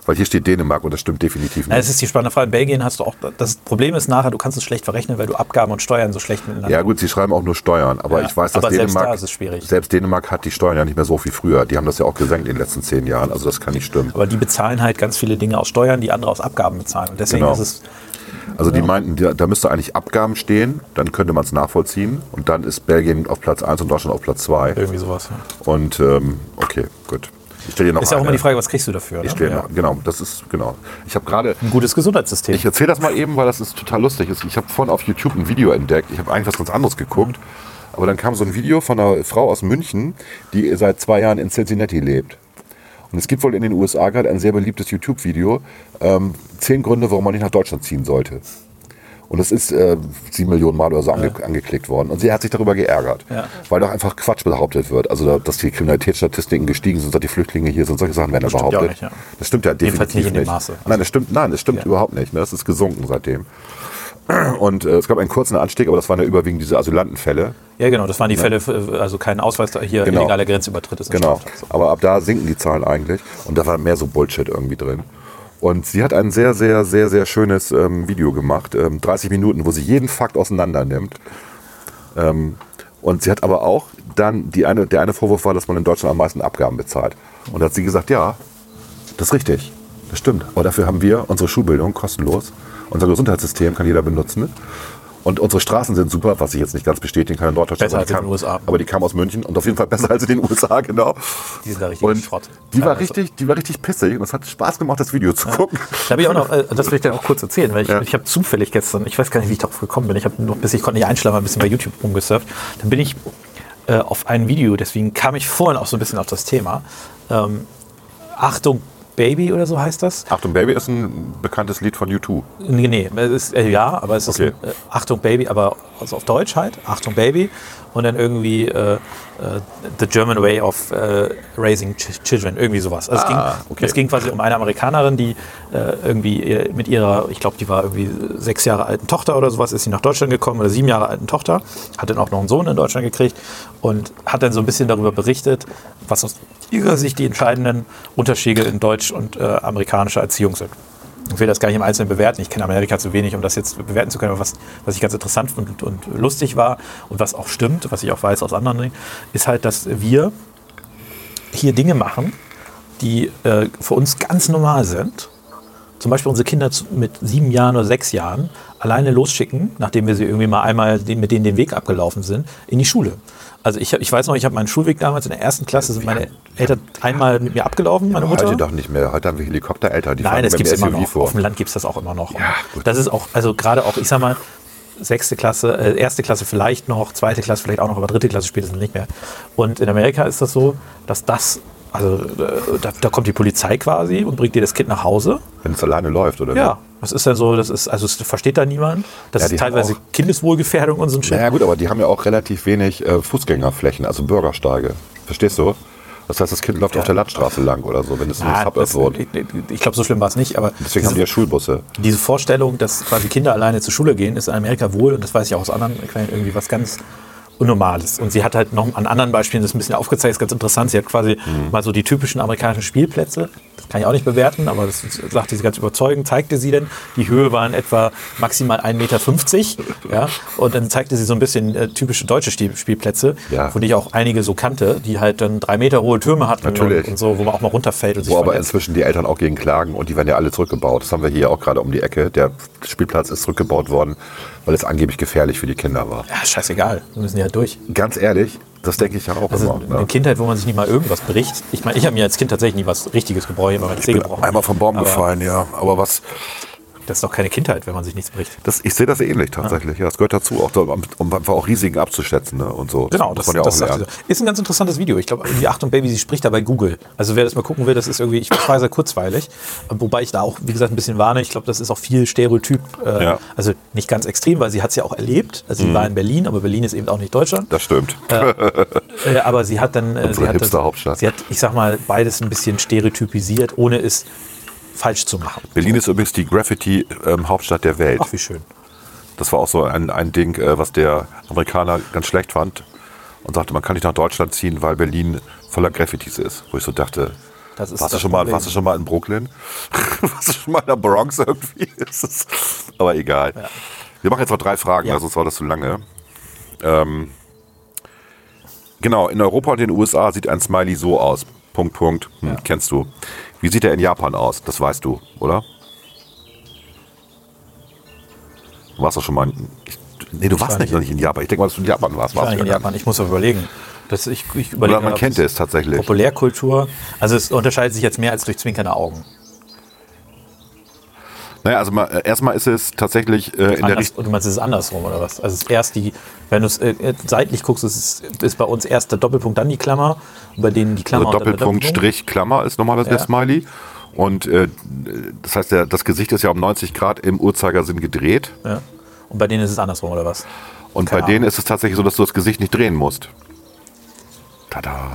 S2: weil hier steht Dänemark und das stimmt definitiv
S1: Nein,
S2: nicht.
S1: das Äh, ist die spannende Frage. In Belgien hast du auch. Das Problem ist nachher, du kannst es schlecht verrechnen, weil du Abgaben und Steuern so schlecht miteinander.
S2: Ja gut, sie schreiben auch nur Steuern, aber
S1: Ja,
S2: ich weiß, dass
S1: aber selbst
S2: Dänemark,
S1: da ist es schwierig.
S2: selbst Dänemark hat die Steuern ja nicht mehr so wie früher. Die haben das ja auch gesenkt in den letzten zehn Jahren, also das kann nicht stimmen.
S1: Aber die bezahlen halt ganz viele Dinge aus Steuern, die andere aus Abgaben bezahlen. Und deswegen
S2: Genau.
S1: ist es
S2: Also die meinten, da, da müsste eigentlich Abgaben stehen, dann könnte man es nachvollziehen und dann ist Belgien auf Platz 1 und Deutschland auf Platz 2.
S1: irgendwie sowas. Ja.
S2: Und ähm, okay, gut. Ich stelle dir noch
S1: Ist ja auch
S2: eine.
S1: immer die Frage, was kriegst du dafür?
S2: Ich
S1: ne?
S2: stell dir
S1: Ja. Hm.
S2: noch, genau, das ist genau. Ich habe gerade
S1: Ein gutes Gesundheitssystem.
S2: ich erzähle das mal eben, weil das ist total lustig. Ich habe vorhin auf YouTube ein Video entdeckt. Ich habe eigentlich was ganz anderes geguckt. Aber dann kam so ein Video von einer Frau aus München, die seit zwei Jahren in Cincinnati lebt. Und es gibt wohl in den USA gerade ein sehr beliebtes YouTube-Video. Ähm, zehn Gründe, warum man nicht nach Deutschland ziehen sollte. Und das ist äh, sieben Millionen Mal oder so ange angeklickt worden. Und sie hat sich darüber geärgert,
S1: Ja.
S2: weil doch einfach Quatsch behauptet wird. Also, da- dass die Kriminalitätsstatistiken gestiegen sind, dass die Flüchtlinge hier sind, solche Sachen werden da
S1: stimmt ja auch
S2: behauptet.
S1: nicht, ja.
S2: Das stimmt ja
S1: Jedenfalls
S2: definitiv
S1: nicht in dem Maße.
S2: Nein, das stimmt, nein, das stimmt
S1: Ja.
S2: überhaupt nicht. ne? Das ist gesunken seitdem. Und äh, es gab einen kurzen Anstieg, aber das waren ja überwiegend diese Asylantenfälle.
S1: ja, genau, das waren die Fälle, äh, also kein Ausweis da- hier
S2: Genau.
S1: illegaler Grenzübertritt ist. eine
S2: Genau.
S1: Straftat, so.
S2: Aber ab da sinken die Zahlen eigentlich. Und da war mehr so Bullshit irgendwie drin. Und sie hat ein sehr, sehr, sehr, sehr schönes ähm, Video gemacht. Ähm, 30 Minuten, wo sie jeden Fakt auseinander nimmt. Ähm, und sie hat aber auch dann, die eine, der eine Vorwurf war, dass man in Deutschland am meisten Abgaben bezahlt. Und da hat sie gesagt, ja, das ist richtig. Das stimmt. Aber dafür haben wir unsere Schulbildung kostenlos. Unser Gesundheitssystem kann jeder benutzen. Und unsere Straßen sind super, was ich jetzt nicht ganz bestätigen kann in Norddeutschland.
S1: Besser
S2: aber
S1: als
S2: die
S1: in
S2: kam-
S1: den USA.
S2: Aber die kam aus München und auf jeden Fall besser als in den USA, genau.
S1: Die sind da richtig
S2: Und
S1: Schrott.
S2: die war
S1: Teilweise.
S2: richtig, die war richtig pissig und es hat Spaß gemacht, das Video zu gucken.
S1: Da habe ich auch noch, äh, das will ich dann auch kurz erzählen, weil ich,
S2: Ja.
S1: ich habe zufällig gestern, ich weiß gar nicht, wie ich darauf gekommen bin, ich habe noch bis ich konnte nicht einschlafen, ein bisschen bei YouTube rumgesurft. Dann bin ich äh, auf ein Video, deswegen kam ich vorhin auch so ein bisschen auf das Thema. Ähm, Achtung Baby oder so heißt das?
S2: Achtung Baby ist ein bekanntes Lied von U2.
S1: Nee, nee, es ist, äh, ja, aber es ist
S2: Okay.
S1: ein, äh, Achtung Baby, aber also auf Deutsch halt, Achtung Baby und dann irgendwie äh, äh, The German Way of äh, Raising Ch Children, irgendwie sowas. Also
S2: Ah,
S1: es, ging,
S2: okay.
S1: es ging quasi um eine Amerikanerin, die äh, irgendwie äh, mit ihrer, ich glaube, die war irgendwie sechs Jahre alten Tochter oder sowas, ist sie nach Deutschland gekommen oder sieben Jahre alten Tochter, hat dann auch noch einen Sohn in Deutschland gekriegt und hat dann so ein bisschen darüber berichtet, was aus ihrer Sicht die entscheidenden Unterschiede in deutsch und äh, amerikanischer Erziehung sind. Ich will das gar nicht im Einzelnen bewerten. Ich kenne Amerika zu wenig, um das jetzt bewerten zu können. Aber was, was ich ganz interessant und, und lustig war und was auch stimmt, was ich auch weiß aus anderen Dingen, ist halt, dass wir hier Dinge machen, die äh, für uns ganz normal sind. Zum Beispiel unsere Kinder zu- mit sieben Jahren oder sechs Jahren alleine losschicken, nachdem wir sie irgendwie mal einmal den, mit denen den Weg abgelaufen sind, in die Schule. Also ich, hab- ich weiß noch, ich habe meinen Schulweg damals in der ersten Klasse, sind meine Eltern einmal mit mir abgelaufen, meine Mutter.
S2: Heute doch nicht mehr. Heute haben wir Helikoptereltern, die
S1: Nein, das
S2: mit
S1: gibt
S2: dem
S1: es immer
S2: SUV
S1: noch.
S2: vor.
S1: Auf dem Land gibt es das auch immer noch.
S2: Ja, gut.
S1: das ist auch, also gerade auch, ich sag mal, sechste Klasse, äh, erste Klasse vielleicht noch, zweite Klasse vielleicht auch noch, aber dritte Klasse spätestens nicht mehr. Und in Amerika ist das so, dass das, also äh, da, da kommt die Polizei quasi und bringt dir das Kind nach Hause.
S2: Wenn es alleine läuft, oder?
S1: Ja, das ist ja so, das ist, also das versteht da niemand. Das
S2: Ja, die
S1: ist
S2: haben
S1: teilweise
S2: auch-
S1: Kindeswohlgefährdung und so ein Shit.
S2: Naja gut, aber die haben ja auch relativ wenig äh, Fußgängerflächen, also Bürgersteige. Verstehst du? Das heißt, das Kind läuft auf der Landstraße lang oder so, wenn es in einem
S1: Ah,
S2: Suburb
S1: das,
S2: wohnt.
S1: ich ich glaube, so schlimm war es nicht, aber
S2: Deswegen haben
S1: diese-
S2: die ja Schulbusse.
S1: diese Vorstellung, dass quasi Kinder alleine zur Schule gehen, ist in Amerika wohl, und das weiß ich auch aus anderen Quellen, irgendwie was ganz Unnormales. Und sie hat halt noch an anderen Beispielen das ein bisschen aufgezeigt, ist ganz interessant. Sie hat quasi
S2: Mhm.
S1: mal so die typischen amerikanischen Spielplätze, das kann ich auch nicht bewerten, aber das sagte sie ganz überzeugend, zeigte sie denn, die Höhe waren etwa maximal 1,50 Meter. Ja? Und dann zeigte sie so ein bisschen äh, typische deutsche Stil- Spielplätze,
S2: Ja.
S1: von denen ich auch einige so kannte, die halt dann drei Meter hohe Türme hatten
S2: Natürlich.
S1: Und, und so, wo man auch mal runterfällt und sich
S2: Wo aber
S1: verletzt.
S2: inzwischen die Eltern auch gegen klagen und die werden ja alle zurückgebaut. Das haben wir hier auch gerade um die Ecke. Der Spielplatz ist zurückgebaut worden, weil es angeblich gefährlich für die Kinder war.
S1: Ja, scheißegal, wir müssen ja durch.
S2: Ganz ehrlich, das denke ich ja auch
S1: Also
S2: immer.
S1: eine
S2: Ne?
S1: Kindheit, wo man sich nicht mal irgendwas bricht. Ich meine, ich habe mir als Kind tatsächlich nie was Richtiges gebrochen, aber mein Zeh gebrochen.
S2: Einmal vom Baum
S1: Aber
S2: gefallen, ja. Aber was,
S1: Das ist doch keine Kindheit, wenn man sich nichts bricht.
S2: das, ich sehe das ähnlich tatsächlich. Ja, das gehört dazu, auch, da- um, um einfach auch Risiken abzuschätzen ne? und so.
S1: Genau,
S2: das
S1: das,
S2: muss man ja
S1: das
S2: auch
S1: sagt
S2: lernen.
S1: sie so. ist ein ganz interessantes Video. Ich glaube, die Achtung Baby, sie spricht da bei Google. Also wer das mal gucken will, das ist irgendwie, ich war sehr kurzweilig. Wobei ich da auch, wie gesagt, ein bisschen warne. Ich glaube, das ist auch viel Stereotyp. Äh,
S2: Ja. Mhm.
S1: Also nicht ganz extrem, weil sie hat es ja auch erlebt. Also sie war in Berlin, aber Berlin ist eben auch nicht Deutschland.
S2: Das stimmt.
S1: Äh, aber sie hat dann, äh, sie,
S2: Unsere
S1: hat
S2: Hipster-Hauptstadt.
S1: das, sie hat, ich sag mal, beides ein bisschen stereotypisiert, ohne es falsch zu machen.
S2: Berlin ist übrigens die Graffiti-Hauptstadt der Welt.
S1: Ach, wie schön.
S2: Das war auch so ein, ein Ding, äh, was der Amerikaner ganz schlecht fand und sagte, man kann nicht nach Deutschland ziehen, weil Berlin voller Graffitis ist. Wo ich so dachte,
S1: Das ist
S2: warst, du
S1: das
S2: schon mal,
S1: Problem.
S2: warst du schon mal in Brooklyn? warst du schon mal in der Bronx irgendwie? Es ist, aber egal. Wir machen jetzt noch drei Fragen,
S1: Ja.
S2: also sonst war das zu lange. Ähm, genau, in Europa und den USA sieht ein Smiley so aus. Punkt, Punkt. Hm, Kennst du. Wie sieht er in Japan aus? Das weißt du, oder? Du warst doch schon mal. In, ich, nee, du warst
S1: war
S2: nicht,
S1: nicht
S2: noch nicht in Japan. Ich denke mal, dass du in Japan warst.
S1: Ich war
S2: warst du
S1: nicht in
S2: ja gar
S1: Japan, ich muss aber überlegen. Das, ich, ich überlege,
S2: Oder man
S1: ob
S2: kennt es tatsächlich.
S1: Populärkultur. Also es unterscheidet sich jetzt mehr als durch zwinkernde Augen.
S2: nicht. Naja, also mal, äh, erstmal ist es tatsächlich äh, in der
S1: Anders,
S2: Richtung.
S1: und du meinst, es ist andersrum oder was? Also es ist erst die, wenn du es äh, seitlich guckst, es ist, ist bei uns erst der Doppelpunkt, dann die Klammer, bei denen die Klammer
S2: Also
S1: und dann der
S2: Doppelpunkt, Strich, Klammer ist normalerweise
S1: Ja.
S2: der Smiley. Und äh, das heißt, der, das Gesicht ist ja um 90 Grad im Uhrzeigersinn gedreht.
S1: Ja. Und bei denen ist es andersrum oder was?
S2: Und
S1: Keine
S2: bei denen
S1: Ahnung.
S2: ist es tatsächlich so, dass du das Gesicht nicht drehen musst. Tada.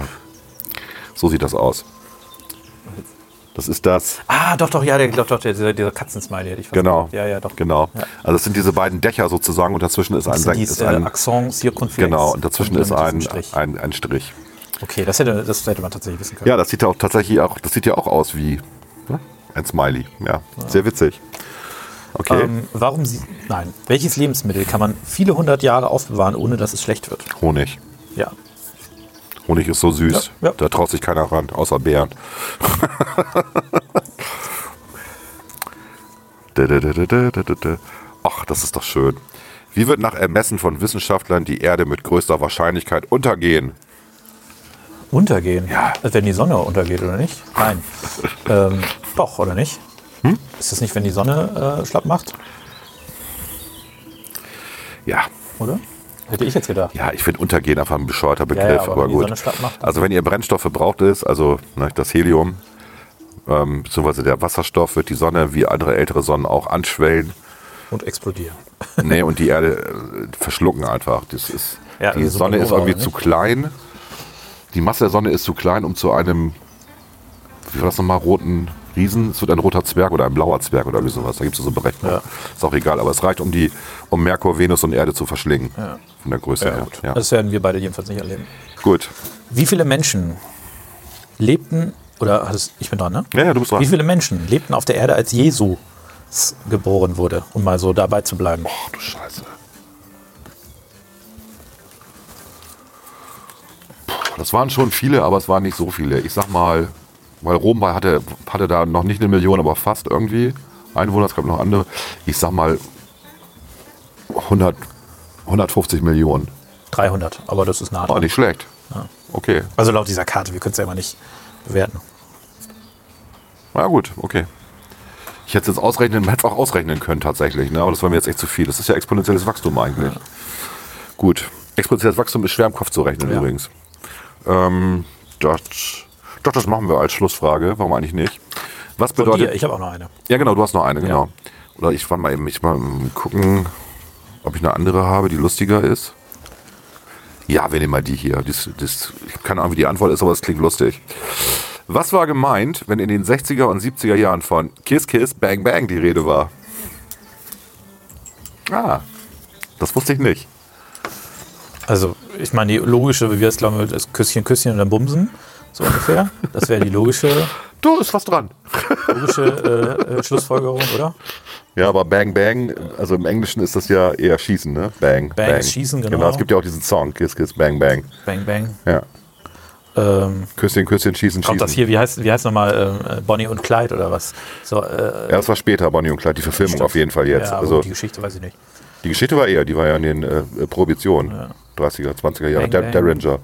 S2: So sieht das aus. Das ist das.
S1: Ah, doch, doch, ja, der, doch, doch, der, dieser, dieser Katzensmiley hätte ich fast
S2: Genau.
S1: gesagt. Ja, ja, doch.
S2: Genau. Also es sind diese beiden Dächer sozusagen und dazwischen ist ein,
S1: Das sind
S2: Sek-
S1: die
S2: ist
S1: äh,
S2: ein
S1: Accent Circumflex.
S2: genau und dazwischen ist
S1: dann
S2: ein,
S1: mit diesem Strich.
S2: ein, ein Strich.
S1: Okay, das hätte, das hätte man tatsächlich wissen können.
S2: Ja, das sieht ja auch tatsächlich auch das sieht ja auch aus wie ne? ein Smiley. Ja, sehr witzig. Okay.
S1: Ähm, warum sie. Nein. Welches Lebensmittel kann man viele hundert Jahre aufbewahren, ohne dass es schlecht wird?
S2: Honig.
S1: Ja.
S2: Honig ist so süß.
S1: Ja, ja.
S2: Da traut sich keiner ran, außer Bären. Dä, dä, dä, dä, dä, dä, dä, dä. Ach, das ist doch schön. Wie wird nach Ermessen von Wissenschaftlern die Erde mit größter Wahrscheinlichkeit untergehen?
S1: Untergehen?
S2: Ja.
S1: Als wenn die Sonne untergeht, oder nicht? Nein. ähm, doch, oder nicht?
S2: Hm?
S1: Ist das nicht, wenn die Sonne äh, schlapp macht,
S2: Ja,
S1: oder? Hätte ich jetzt gedacht.
S2: ja, ich finde untergehen einfach ein bescheuerter Begriff,
S1: ja, aber
S2: aber,
S1: wenn die Sonne
S2: gut.
S1: schlapp macht, dann-
S2: Also wenn ihr Brennstoff verbraucht ist, also ne, das Helium, ähm, beziehungsweise der Wasserstoff, wird die Sonne wie andere ältere Sonnen auch anschwellen.
S1: Und explodieren.
S2: Nee, und die Erde äh, verschlucken einfach. Das ist,
S1: Ja,
S2: die
S1: das ist
S2: Sonne ist
S1: Supernova,
S2: irgendwie
S1: oder
S2: zu klein. Die Masse der Sonne ist zu klein, um zu einem, wie war das nochmal, roten Riesen, es wird ein roter Zwerg oder ein blauer Zwerg oder irgendwie sowas. Da gibt es so Berechnungen. Ist auch egal, aber es reicht, um die, um Merkur, Venus und Erde zu verschlingen. Von der Größe her. Ja.
S1: Das werden wir beide jedenfalls nicht erleben.
S2: Gut.
S1: Wie viele Menschen lebten, oder hattest, ich bin dran, ne?
S2: Ja, ja, du bist
S1: Wie
S2: dran.
S1: viele Menschen lebten auf der Erde, als Jesus geboren wurde, um mal so dabei zu bleiben?
S2: Ach Oh, du Scheiße. Puh, Das waren schon viele, aber es waren nicht so viele. Ich sag mal, weil Rom war, hatte, hatte da noch nicht eine Million, aber fast irgendwie Einwohner. Es gab noch andere. Ich sag mal 100, 150 Millionen.
S1: 300, aber das ist nah.
S2: Oh,
S1: dran.
S2: nicht schlecht. Okay.
S1: Also laut dieser Karte, wir können es ja immer nicht bewerten.
S2: Na gut, okay. Ich hätte es jetzt ausrechnen, man hätte es auch ausrechnen können tatsächlich, ne? aber das war mir jetzt echt zu viel. Das ist ja exponentielles Wachstum eigentlich. Gut, exponentielles Wachstum ist schwer im Kopf zu rechnen
S1: Ja.
S2: übrigens. Ähm, das, doch, das machen wir als Schlussfrage, warum eigentlich nicht? Was
S1: Und
S2: bedeutet...
S1: dir, ich habe auch noch eine.
S2: Ja, genau, du hast noch eine, genau. Oder ich war mal eben, ich mal ähm, gucken, ob ich eine andere habe, die lustiger ist. Ja, wir nehmen mal die hier. Das, das, ich habe keine Ahnung, wie die Antwort ist, aber es klingt lustig. Was war gemeint, wenn in den 60er und 70er Jahren von Kiss Kiss Bang Bang die Rede war? Ah, das wusste ich nicht.
S1: Also, ich meine, die logische, wie wir es glauben, ist Küsschen, Küsschen und dann Bumsen, so ungefähr. Das wäre die logische,
S2: Du, ist was dran.
S1: logische äh, äh, Schlussfolgerung, oder?
S2: Ja, aber Bang Bang, also im Englischen ist das ja eher Schießen, ne? Bang.
S1: Bang ist Schießen, genau.
S2: Es gibt ja auch diesen Song, Kiss Kiss Bang Bang.
S1: Bang, bang.
S2: Ja.
S1: Ähm,
S2: Küsschen, Küsschen, Schießen, Schießen.
S1: kommt das hier, wie heißt, wie heißt nochmal, äh, Bonnie und Clyde oder was? So, äh,
S2: Ja, das war später, Bonnie und Clyde, die Verfilmung auf jeden Fall jetzt.
S1: ja, aber
S2: also
S1: die Geschichte weiß ich nicht.
S2: die Geschichte war eher, die war ja in den äh, Prohibitionen, 30er, 20er Jahre,
S1: Bang,
S2: der,
S1: bang.
S2: der Ranger.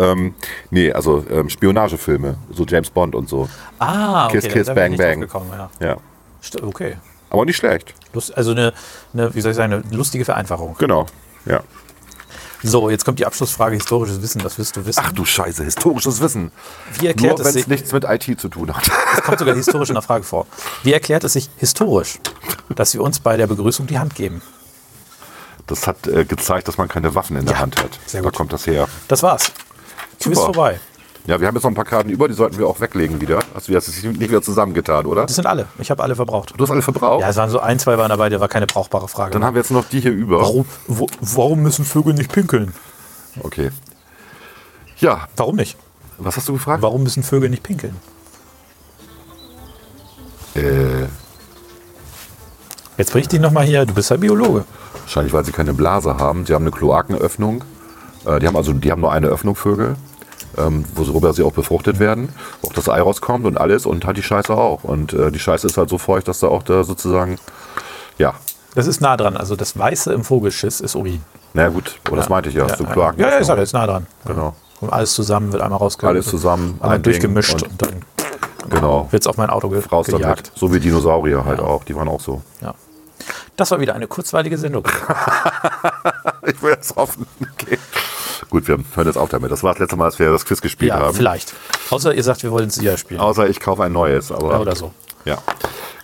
S2: Ähm, nee, also ähm, Spionagefilme, so James Bond und so.
S1: Ah, okay.
S2: Kiss, Kiss,
S1: da wäre ich
S2: Bang,
S1: nicht drauf Gekommen, ja.
S2: Ja.
S1: St- Okay.
S2: Aber nicht schlecht.
S1: Lust, also eine, eine, wie soll ich sagen, eine lustige Vereinfachung.
S2: Genau. Ja.
S1: So, jetzt kommt die Abschlussfrage, historisches Wissen, was willst du wissen?
S2: Ach du Scheiße, historisches Wissen.
S1: Wie erklärt
S2: Nur
S1: es
S2: wenn es
S1: sich,
S2: nichts mit IT zu tun hat.
S1: kommt sogar historisch in der Frage vor, wie erklärt es sich historisch, dass wir uns bei der Begrüßung die Hand geben?
S2: Das hat äh, gezeigt, dass man keine Waffen in der
S1: Ja,
S2: Hand hat.
S1: sehr
S2: Da
S1: gut.
S2: kommt das her.
S1: Das war's. Quiz
S2: Super.
S1: vorbei.
S2: Ja, wir haben jetzt noch ein paar Karten über, die sollten wir auch weglegen wieder. Also, wir hast es nicht wieder zusammengetan, oder?
S1: Das sind alle. Ich habe alle verbraucht.
S2: Du hast alle verbraucht.
S1: Ja, es waren so ein, zwei waren dabei, da war keine brauchbare Frage.
S2: Dann haben wir jetzt noch die hier über.
S1: warum, wo, warum müssen Vögel nicht pinkeln?
S2: Okay. Ja,
S1: Warum nicht?
S2: was hast du gefragt?
S1: Warum müssen Vögel nicht pinkeln?
S2: Äh,
S1: Jetzt bring ich dich nochmal hier, du bist ja Biologe.
S2: wahrscheinlich, weil sie keine Blase haben. Die haben eine Kloakenöffnung. Äh, die haben also, die haben nur eine Öffnung, Vögel. Ähm, worüber sie auch befruchtet werden, wo auch das Ei rauskommt und alles und hat die Scheiße auch. Und äh, die Scheiße ist halt so feucht, dass da auch da sozusagen, ja,
S1: Das ist nah dran. Also das Weiße im Vogelschiss ist Urin.
S2: na gut, aber das meinte ich ja, so Kloaken.
S1: Ja, ja, ist alles nah dran.
S2: Genau.
S1: Und alles zusammen wird einmal rausgeholt.
S2: Alles zusammen,
S1: Einmal
S2: ein Ding
S1: durchgemischt
S2: und-
S1: und, dann
S2: Genau.
S1: wird es auf mein Auto ge
S2: Raus damit.
S1: gejagt.
S2: So wie Dinosaurier halt auch, die waren auch so.
S1: Ja. Das war wieder eine kurzweilige Sendung.
S2: Ich will das hoffen. Okay. Gut, wir hören jetzt auf damit. Das war das letzte Mal, dass wir das Quiz gespielt
S1: ja,
S2: haben.
S1: vielleicht. Außer ihr sagt, wir wollen es wieder spielen.
S2: Außer ich kaufe ein neues, aber.
S1: Oder so.
S2: Ja.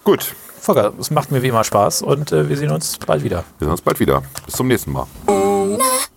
S2: Gut,
S1: Volker, es macht mir wie immer Spaß und äh, wir sehen uns bald wieder.
S2: wir sehen uns bald wieder. Bis zum nächsten Mal.
S5: Ohne